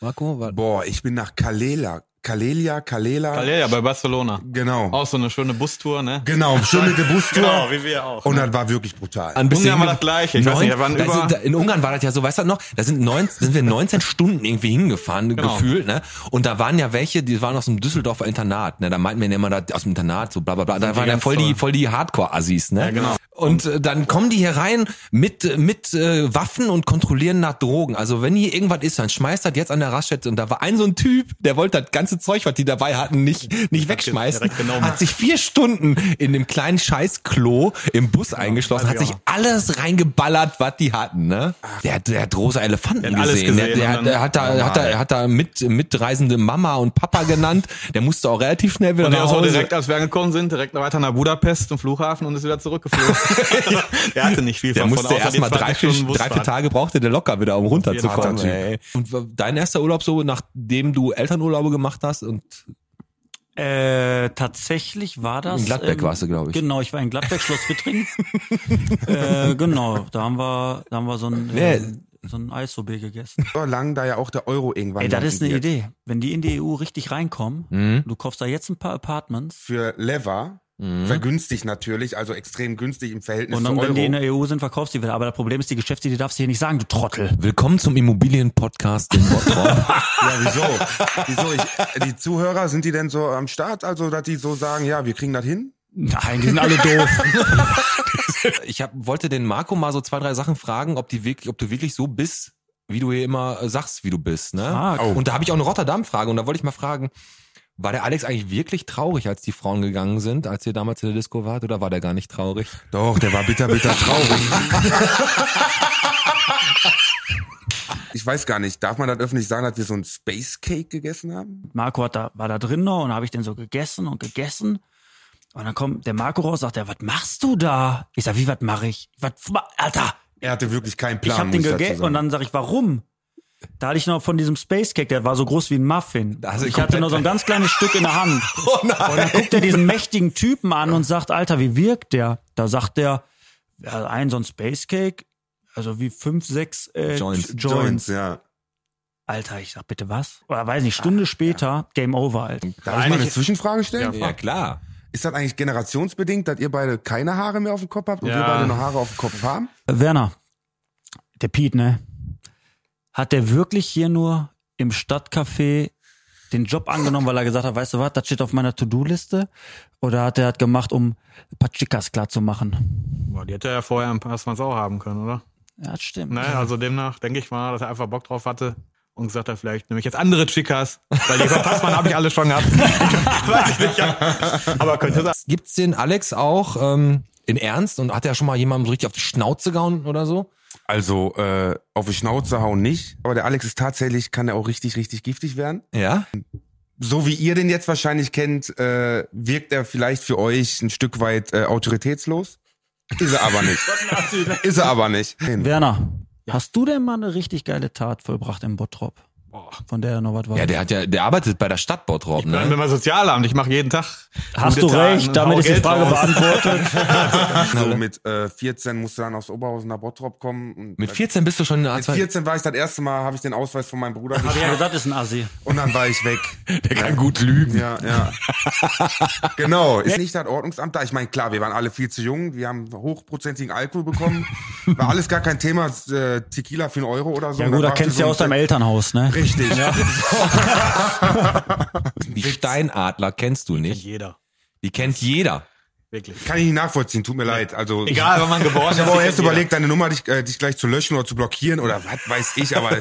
Speaker 2: Marco, war
Speaker 22: Boah, ich bin nach Kalela. Kalela, Kalela.
Speaker 16: Calella bei Barcelona.
Speaker 22: Genau.
Speaker 16: Auch so eine schöne Bustour, ne?
Speaker 22: Genau, schöne Bustour.
Speaker 16: Genau, wie wir auch.
Speaker 22: Und das war wirklich brutal.
Speaker 2: An bisschen
Speaker 16: Ungarn war das Gleiche. Ich weiß nicht, da waren
Speaker 2: da
Speaker 16: über-
Speaker 2: sind, da, in Ungarn war das ja so, weißt du das noch? Da sind, 19, sind wir 19 Stunden irgendwie hingefahren,
Speaker 16: Genau.
Speaker 2: gefühlt, ne? Und da waren ja welche, die waren aus dem Düsseldorfer Internat, ne? Da meinten wir ja immer, da, aus dem Internat, so bla bla bla. Da
Speaker 16: die
Speaker 2: waren ja
Speaker 16: ganz
Speaker 2: voll die,
Speaker 16: toll.
Speaker 2: voll die Hardcore-Assis, ne?
Speaker 16: Ja, genau.
Speaker 2: Und äh, dann kommen die hier rein mit, äh, mit äh, Waffen und kontrollieren nach Drogen. Also wenn hier irgendwas ist, dann schmeißt das jetzt an der Raststätte. Und da war ein so ein Typ, der wollte das ganze Zeug, was die dabei hatten, nicht, nicht wegschmeißen.
Speaker 16: direkt genommen.
Speaker 2: Hat sich vier Stunden in dem kleinen Scheißklo im Bus eingeschlossen, hat
Speaker 16: also
Speaker 2: sich
Speaker 16: ja.
Speaker 2: alles reingeballert, was die hatten. Ne? Der, hat- der hat rosa Elefanten
Speaker 16: Der hat alles
Speaker 2: gesehen. ne?
Speaker 16: gesehen
Speaker 2: der,
Speaker 16: und
Speaker 2: der, der
Speaker 16: dann-
Speaker 2: hat da, hat da,
Speaker 16: Normal.
Speaker 2: hat da mit, mitreisende Mama und Papa genannt. Der musste auch relativ schnell wieder
Speaker 16: Und der
Speaker 2: nach
Speaker 16: ist auch
Speaker 2: Hause.
Speaker 16: direkt, als wir angekommen sind, direkt weiter nach Budapest zum Flughafen und ist wieder zurückgeflogen. der hatte nicht viel
Speaker 2: Der
Speaker 16: von
Speaker 2: musste
Speaker 16: außer die
Speaker 2: erstmal
Speaker 16: 20
Speaker 2: drei, vier,
Speaker 16: Stunden
Speaker 2: drei, vier
Speaker 16: Busfahrt.
Speaker 2: Tage brauchte der locker wieder, um runterzukommen.
Speaker 16: Jeden Tag.
Speaker 2: Ey. Und w- dein erster Urlaub so, nachdem du Elternurlaube gemacht hast und
Speaker 3: Äh, tatsächlich war das.
Speaker 2: In Gladbeck warst du, glaub ich.
Speaker 3: Genau, ich war in Gladbeck, Schloss Wittring. äh, genau, da haben wir, da haben wir so ein, äh, so ein Eissobe gegessen.
Speaker 22: So lang da ja auch der Euro irgendwann.
Speaker 3: Ey, das ist eine
Speaker 22: langiert.
Speaker 3: Idee. Wenn die in die EU richtig reinkommen,
Speaker 22: Mhm.
Speaker 3: du kaufst da jetzt ein paar Apartments.
Speaker 22: Für Lever,
Speaker 2: Mhm.
Speaker 22: vergünstigt natürlich, also extrem günstig im Verhältnis
Speaker 3: Und
Speaker 22: zu
Speaker 3: dann,
Speaker 22: Euro.
Speaker 3: wenn die in der EU sind, verkaufst du die wieder. Aber das Problem ist, die Geschäfte, die darfst du hier nicht sagen, du Trottel.
Speaker 2: Willkommen zum Immobilien-Podcast in Bottrop.
Speaker 22: Ja, wieso? wieso? Ich, die Zuhörer, sind die denn so am Start? Also, dass die so sagen, ja, wir kriegen das hin?
Speaker 3: Nein, die sind alle doof.
Speaker 2: ich hab, wollte den Marco mal so zwei, drei Sachen fragen, ob, die wirklich, ob du wirklich so bist, wie du hier immer äh, sagst, wie du bist. Ne?
Speaker 3: Frag. Oh.
Speaker 2: Und da habe ich auch eine Rotterdam-Frage und da wollte ich mal fragen, war der Alex eigentlich wirklich traurig, als die Frauen gegangen sind, als ihr damals in der Disco wart, oder war der gar nicht traurig?
Speaker 22: Doch, der war bitter, bitter traurig. Ich weiß gar nicht, darf man das öffentlich sagen, dass wir so einen Space Cake gegessen haben?
Speaker 3: Marco hat da, war da drin noch und habe ich den so gegessen und gegessen. Und dann kommt der Marco raus, sagt er, was machst du da? Ich sag, wie, was mache ich? Was, ma- Alter,
Speaker 22: Er hatte wirklich keinen Plan.
Speaker 3: ich habe
Speaker 22: muss
Speaker 3: den
Speaker 22: dazu
Speaker 3: gegessen
Speaker 22: sagen.
Speaker 3: und dann sag ich, warum? Da hatte ich noch von diesem Space Cake, der war so groß wie ein Muffin.
Speaker 2: Also
Speaker 3: ich hatte Oh
Speaker 2: komplett-
Speaker 3: nur so ein ganz kleines Stück in der Hand.
Speaker 22: Oh
Speaker 3: Und dann guckt er diesen mächtigen Typen an und sagt, Alter, wie wirkt der? Da sagt der, ja, ein so ein Space Cake, also wie fünf, sechs äh,
Speaker 2: Joints.
Speaker 3: Joints.
Speaker 2: Joints,
Speaker 22: ja.
Speaker 3: Alter, ich sag
Speaker 22: Ah,
Speaker 3: bitte was? Oder weiß nicht, Stunde später, Game Over, Alter.
Speaker 22: Darf ich mal eine Zwischenfrage stellen?
Speaker 2: Ja, klar.
Speaker 22: Ist das eigentlich generationsbedingt, dass ihr beide keine Haare mehr auf dem Kopf habt und
Speaker 3: Ja.
Speaker 22: wir beide noch Haare auf dem Kopf haben?
Speaker 3: Werner, der Piet, ne? Hat der wirklich hier nur im Stadtcafé den Job angenommen, weil er gesagt hat, weißt du was, das steht auf meiner To-Do-Liste? Oder hat er das gemacht, um ein paar Chicas klar zu machen?
Speaker 16: Boah, die hätte er ja vorher ein paar Mal auch haben können, oder?
Speaker 3: Ja, das stimmt.
Speaker 16: Naja, also demnach denke ich mal, dass er einfach Bock drauf hatte und gesagt hat, vielleicht nehme ich jetzt andere Chicas, weil die Verpassmann habe ich alle schon gehabt. Weiß ich nicht, ja. Aber könnte sein.
Speaker 2: Gibt's den Alex auch ähm, in Ernst und hat er schon mal jemandem so richtig auf die Schnauze gehauen oder so?
Speaker 22: Also äh, auf die Schnauze hauen nicht, aber der Alex ist tatsächlich, kann er auch richtig, richtig giftig werden.
Speaker 2: Ja.
Speaker 22: So wie ihr den jetzt wahrscheinlich kennt, äh, wirkt er vielleicht für euch ein Stück weit äh, autoritätslos. Ist er aber nicht. ist er aber nicht.
Speaker 3: Werner, hast du denn mal eine richtig geile Tat vollbracht im Bottrop? Von der noch was war.
Speaker 2: Ja, der hat ja, der arbeitet bei der Stadt Bottrop, ne?
Speaker 16: Ich bin beim Sozialamt, ich mache jeden Tag.
Speaker 3: Hast
Speaker 16: gute
Speaker 3: du
Speaker 16: Taten
Speaker 3: recht,
Speaker 16: und
Speaker 3: damit
Speaker 16: hau
Speaker 3: ist die
Speaker 16: Geld
Speaker 3: Frage
Speaker 16: raus.
Speaker 22: beantwortet. so mit äh, 14 musste dann aus Oberhausen nach Bottrop kommen. Und,
Speaker 2: Mit 14 bist du schon in der
Speaker 22: Mit
Speaker 2: A2.
Speaker 22: 14 war ich das erste Mal, habe ich den Ausweis von meinem Bruder
Speaker 3: Hab ich ja
Speaker 22: geschnappt.
Speaker 3: gesagt, ist ein Assi.
Speaker 22: Und dann war ich weg.
Speaker 2: Der kann gut lügen.
Speaker 22: Ja, ja. genau, ist nicht das Ordnungsamt da. Ich meine, klar, wir waren alle viel zu jung, wir haben hochprozentigen Alkohol bekommen. War alles gar kein Thema, äh, Tequila für einen Euro oder so.
Speaker 3: Ja gut, da kennst du ja aus deinem Elternhaus, ne?
Speaker 22: Richtig.
Speaker 3: Ja.
Speaker 2: Die Steinadler kennst du nicht.
Speaker 16: Jeder.
Speaker 2: Die kennt jeder.
Speaker 16: Wirklich.
Speaker 22: Kann ich nicht nachvollziehen, tut mir leid. Also
Speaker 16: Egal, wann man geboren
Speaker 22: Ich habe
Speaker 16: ist,
Speaker 22: auch
Speaker 16: die
Speaker 22: erst
Speaker 16: kennt
Speaker 22: überlegt, deine Nummer dich, äh, dich gleich zu löschen oder zu blockieren oder was weiß ich, aber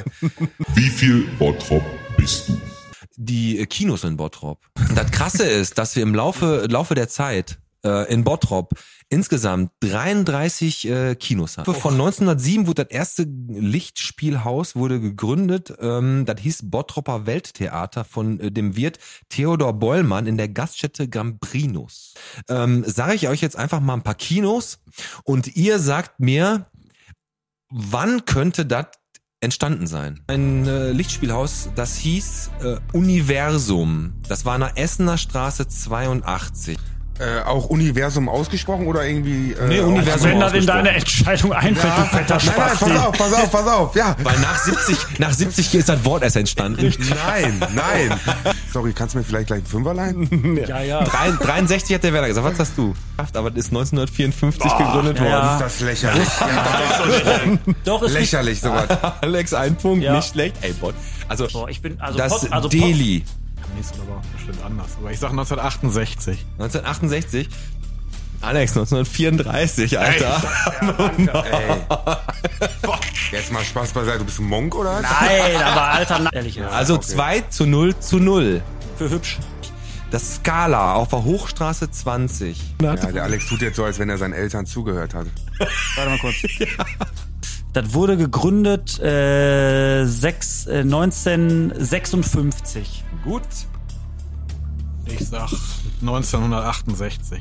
Speaker 23: Wie viel Bottrop bist du?
Speaker 2: die äh, Kinos in Bottrop. Das Krasse ist, dass wir im Laufe, Laufe der Zeit äh, in Bottrop insgesamt 33 äh, Kinos
Speaker 22: Oh.
Speaker 2: haben. Von 1907 wurde das erste Lichtspielhaus wurde gegründet. Ähm, das hieß Bottroper Welttheater von äh, dem Wirt Theodor Bollmann in der Gaststätte Gambrinus. Ähm, Sage ich euch jetzt einfach mal ein paar Kinos und ihr sagt mir, wann könnte das entstanden sein? Ein äh, Lichtspielhaus, das hieß äh, Universum. Das war in der Essener Straße 82.
Speaker 22: äh, auch Universum ausgesprochen oder irgendwie. Äh,
Speaker 2: Nee,
Speaker 22: auch-
Speaker 2: Universum Wenn das in ausgesprochen. deine
Speaker 3: Entscheidung
Speaker 2: einfällt, du fetter
Speaker 22: Nein, nein,
Speaker 2: Spasti.
Speaker 22: pass auf, pass auf, pass auf, Oh, ja.
Speaker 2: Weil nach 70, nach 70 hier ist das Wort erst entstanden.
Speaker 22: Nein, nein. Sorry, kannst du mir vielleicht gleich einen Fünfer leihen?
Speaker 3: Ja,
Speaker 2: Drei- 63 hat der Werner gesagt. Was hast du? Aber das ist 1954 gegründet worden.
Speaker 22: ja. Ist das lächerlich.
Speaker 3: Doch, ist nicht-
Speaker 22: lächerlich sowas.
Speaker 2: Alex, ein Punkt,
Speaker 3: Ja.
Speaker 2: nicht schlecht. Ey, Bot. Also,
Speaker 3: ich bin, also
Speaker 2: das
Speaker 3: Pod- also Pod-
Speaker 2: Delhi.
Speaker 16: Nächsten aber auch bestimmt anders. Aber ich sag 1968.
Speaker 2: 1968? Alex, 1934, Alter.
Speaker 22: Jetzt mal Spaß beiseite, du bist ein Monk oder?
Speaker 3: Nein, aber Alter, na- ehrlich gesagt.
Speaker 2: Also
Speaker 3: Okay.
Speaker 2: 2 zu 0 zu 0.
Speaker 3: Für hübsch.
Speaker 2: Das Skala auf der Hochstraße 20.
Speaker 22: Ja, der Alex tut jetzt so, als wenn er seinen Eltern zugehört hat.
Speaker 3: Warte mal kurz. Das wurde gegründet äh, sechs, äh, 1956.
Speaker 2: Gut.
Speaker 16: Ich sag 1968.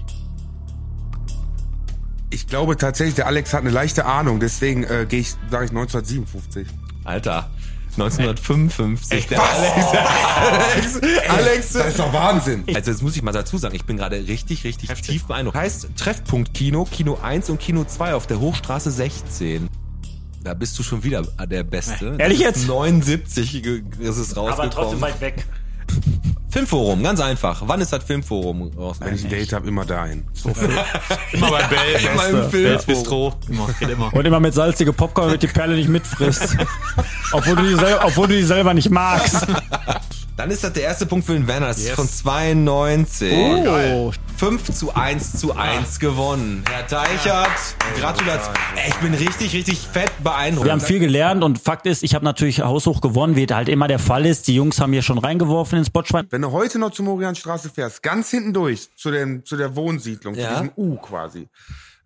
Speaker 22: Ich glaube tatsächlich, der Alex hat eine leichte Ahnung, deswegen äh, gehe ich, sage ich 1957.
Speaker 2: Alter, 1955. der
Speaker 22: Alex, Alex, das ist doch Wahnsinn.
Speaker 2: Also jetzt muss ich mal dazu sagen, ich bin gerade richtig, richtig tief beeindruckt. Heißt Treffpunkt Kino, Kino 1 und Kino 2 auf der Hochstraße 16. Da bist du schon wieder der Beste.
Speaker 3: Ehrlich jetzt?
Speaker 2: 79 ge- ist es rausgekommen.
Speaker 3: Aber trotzdem weit weg.
Speaker 2: Filmforum, ganz einfach. Wann ist das Filmforum rausgekommen?
Speaker 22: Wenn ich ein Date habe, immer dahin.
Speaker 16: Immer bei Bell,
Speaker 2: Immer im
Speaker 16: Bell's
Speaker 2: Filmforum.
Speaker 16: Bistro. Immer, geht immer.
Speaker 3: Und immer mit salzige Popcorn, damit die Perle nicht mitfrisst. obwohl, du die sel- obwohl du die selber nicht magst.
Speaker 2: Dann ist das der erste Punkt für den Werner. Das ist
Speaker 3: Yes.
Speaker 2: von 92.
Speaker 3: Oh, geil.
Speaker 2: 5 zu 1 zu 1 gewonnen. Herr Teichert, Gratulation. Ey, Ich bin richtig, richtig fett beeindruckt.
Speaker 3: Wir haben viel gelernt und Fakt ist, ich habe natürlich haushoch gewonnen, wie halt immer der Fall ist. Die Jungs haben hier schon reingeworfen ins Botschwein.
Speaker 22: Wenn du heute noch zur Morianstraße fährst, ganz hinten durch, zu, dem, zu der Wohnsiedlung,
Speaker 2: Ja.
Speaker 22: zu diesem U quasi,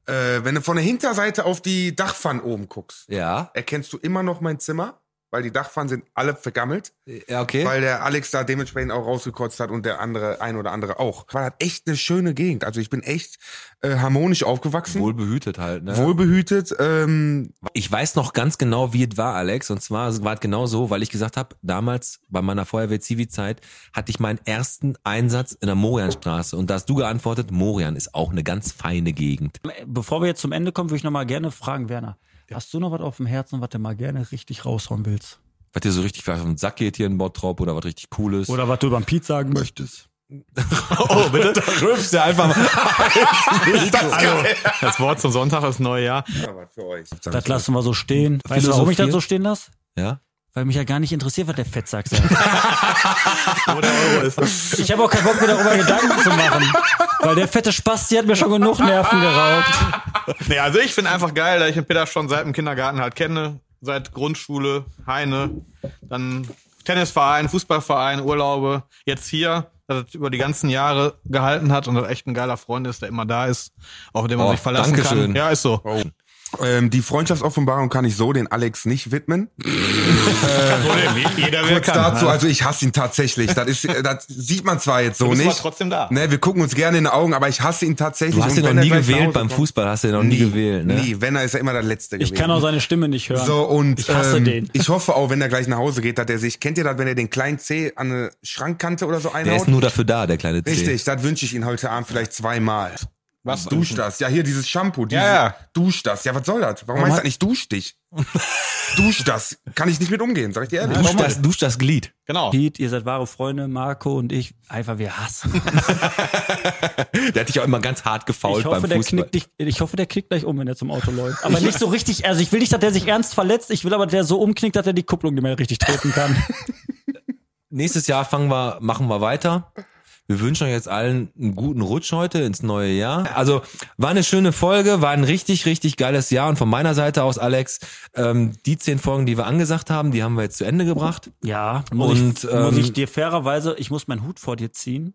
Speaker 22: äh, wenn du von der Hinterseite auf die Dachpfanne oben guckst,
Speaker 2: Ja.
Speaker 22: erkennst du immer noch mein Zimmer, weil die Dachpfannen sind alle vergammelt.
Speaker 2: Ja, okay.
Speaker 22: Weil der Alex da dementsprechend auch rausgekotzt hat und der andere, ein oder andere auch. War das echt eine schöne Gegend. Also ich bin echt äh, harmonisch aufgewachsen.
Speaker 2: Wohlbehütet halt, ne?
Speaker 22: Wohlbehütet. Ähm,
Speaker 2: Ich weiß noch ganz genau, wie es war, Alex. Und zwar war es genau so, weil ich gesagt habe, damals bei meiner Feuerwehr-Zivi-Zeit hatte ich meinen ersten Einsatz in der Morianstraße. Und da hast du geantwortet, Morian ist auch eine ganz feine Gegend.
Speaker 3: Bevor wir jetzt zum Ende kommen, würde ich noch mal gerne fragen, Werner, hast du noch was auf dem Herzen, was du mal gerne richtig raushauen willst?
Speaker 2: Was dir so richtig vielleicht auf den Sack geht hier in Bottrop oder was richtig cool ist.
Speaker 3: Oder was du über den Piet sagen möchtest?
Speaker 16: Oh, bitte?
Speaker 2: Da rülpst du einfach mal.
Speaker 16: das,
Speaker 2: Das ist geil.
Speaker 16: Also, das Wort zum Sonntag ist neu, ja.
Speaker 13: für euch.
Speaker 3: Das lassen wir so stehen. Weißt du, warum ich das so stehen lasse?
Speaker 2: Ja.
Speaker 3: Weil mich ja gar nicht interessiert, was der Fettsack sagt.
Speaker 16: ist.
Speaker 3: Ich habe auch keinen Bock, mir darüber Gedanken zu machen. Weil der fette Spasti hat mir schon genug Nerven geraubt.
Speaker 16: Nee, also ich finde einfach geil, da ich den Peter schon seit dem Kindergarten halt kenne, seit Grundschule, Heine, dann Tennisverein, Fußballverein, Urlaube, jetzt hier, dass es über die ganzen Jahre gehalten hat und das echt ein geiler Freund ist, der immer da ist, auf den man
Speaker 22: Oh,
Speaker 16: sich verlassen
Speaker 22: Dankeschön.
Speaker 16: kann. Ja, ist so.
Speaker 22: Ähm, die Freundschaftsoffenbarung kann ich so den Alex nicht widmen. äh,
Speaker 16: Jeder, wer
Speaker 22: kurz
Speaker 16: kann,
Speaker 22: dazu,
Speaker 16: ne?
Speaker 22: also ich hasse ihn tatsächlich. Das, ist, äh, das sieht man zwar jetzt so
Speaker 16: Du bist
Speaker 22: nicht.
Speaker 16: aber trotzdem da.
Speaker 22: Ne, wir gucken uns gerne in die Augen, aber ich hasse ihn tatsächlich.
Speaker 2: Du hast
Speaker 22: Und
Speaker 2: ihn noch
Speaker 22: wenn er
Speaker 2: nie
Speaker 22: gleich nach
Speaker 2: gewählt
Speaker 22: Hause
Speaker 2: beim
Speaker 22: kommt-
Speaker 2: Fußball, hast du ihn noch nie gewählt, ne?
Speaker 22: Nie, wenn er ist er immer der Letzte
Speaker 3: Ich
Speaker 22: gewesen.
Speaker 3: kann auch seine Stimme nicht hören.
Speaker 22: So, und
Speaker 3: ich hasse
Speaker 22: ähm,
Speaker 3: den.
Speaker 22: ich hoffe auch, wenn er gleich nach Hause geht, dass er sich, kennt ihr das, wenn er den kleinen C an eine Schrankkante oder so einhaut?
Speaker 2: Der ist nur dafür da, der kleine C.
Speaker 22: Richtig, das wünsche ich Ihnen heute Abend vielleicht zweimal.
Speaker 16: Was?
Speaker 22: Dusch das. Ja, hier dieses Shampoo. Dieses,
Speaker 16: Ja, ja.
Speaker 22: Dusch das. Ja, was soll das? Warum
Speaker 2: Warum
Speaker 22: heißt
Speaker 2: hat-
Speaker 22: das nicht Dusch dich? dusch das. Kann ich nicht mit umgehen, sag ich dir ehrlich.
Speaker 3: Dusch das-
Speaker 2: dusch das Glied.
Speaker 16: Genau.
Speaker 3: Piet, ihr seid wahre Freunde, Marco und ich. Einfach, wir hassen.
Speaker 2: Der hat dich auch immer ganz hart gefault
Speaker 3: Ich hoffe,
Speaker 2: beim
Speaker 3: der
Speaker 2: Fußball.
Speaker 3: knickt dich, ich hoffe, der knickt gleich um, wenn er zum Auto läuft. Aber nicht so richtig. Also ich will nicht, dass der sich ernst verletzt. Ich will aber, dass der so umknickt, dass er die Kupplung nicht mehr richtig treten kann.
Speaker 2: Nächstes Jahr fangen wir, machen wir weiter. Wir wünschen euch jetzt allen einen guten Rutsch heute ins neue Jahr. Also war eine schöne Folge, war ein richtig, richtig geiles Jahr. Und von meiner Seite aus, Alex, ähm, die zehn Folgen, die wir angesagt haben, die haben wir jetzt zu Ende gebracht.
Speaker 3: Ja, muss,
Speaker 2: und
Speaker 3: ich,
Speaker 2: ähm,
Speaker 3: muss ich dir fairerweise, ich muss meinen Hut vor dir ziehen.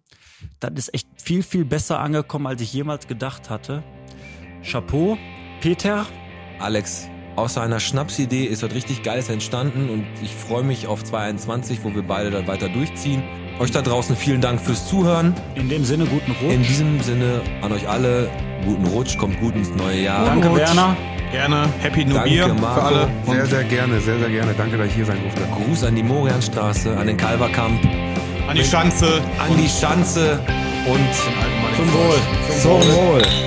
Speaker 3: Das ist echt viel, viel besser angekommen, als ich jemals gedacht hatte. Chapeau, Peter.
Speaker 2: Alex, außer einer Schnapsidee ist was richtig Geiles entstanden und ich freue mich auf 2021, wo wir beide dann weiter durchziehen. Euch da draußen vielen Dank fürs Zuhören.
Speaker 3: In dem Sinne, guten Rutsch.
Speaker 2: In diesem Sinne an euch alle, guten Rutsch, kommt gut ins neue Jahr.
Speaker 16: Danke, Werner. Gerne. Happy New
Speaker 2: Danke,
Speaker 16: Year für
Speaker 2: Marco.
Speaker 16: alle. Und
Speaker 22: Sehr, sehr gerne, sehr, sehr gerne. Danke, dass ich hier sein durfte.
Speaker 2: Gruß an die Morianstraße, an den Kalverkamp.
Speaker 16: An die Schanze.
Speaker 2: An die Schanze und
Speaker 16: Zum Wohl.
Speaker 2: Zum Wohl.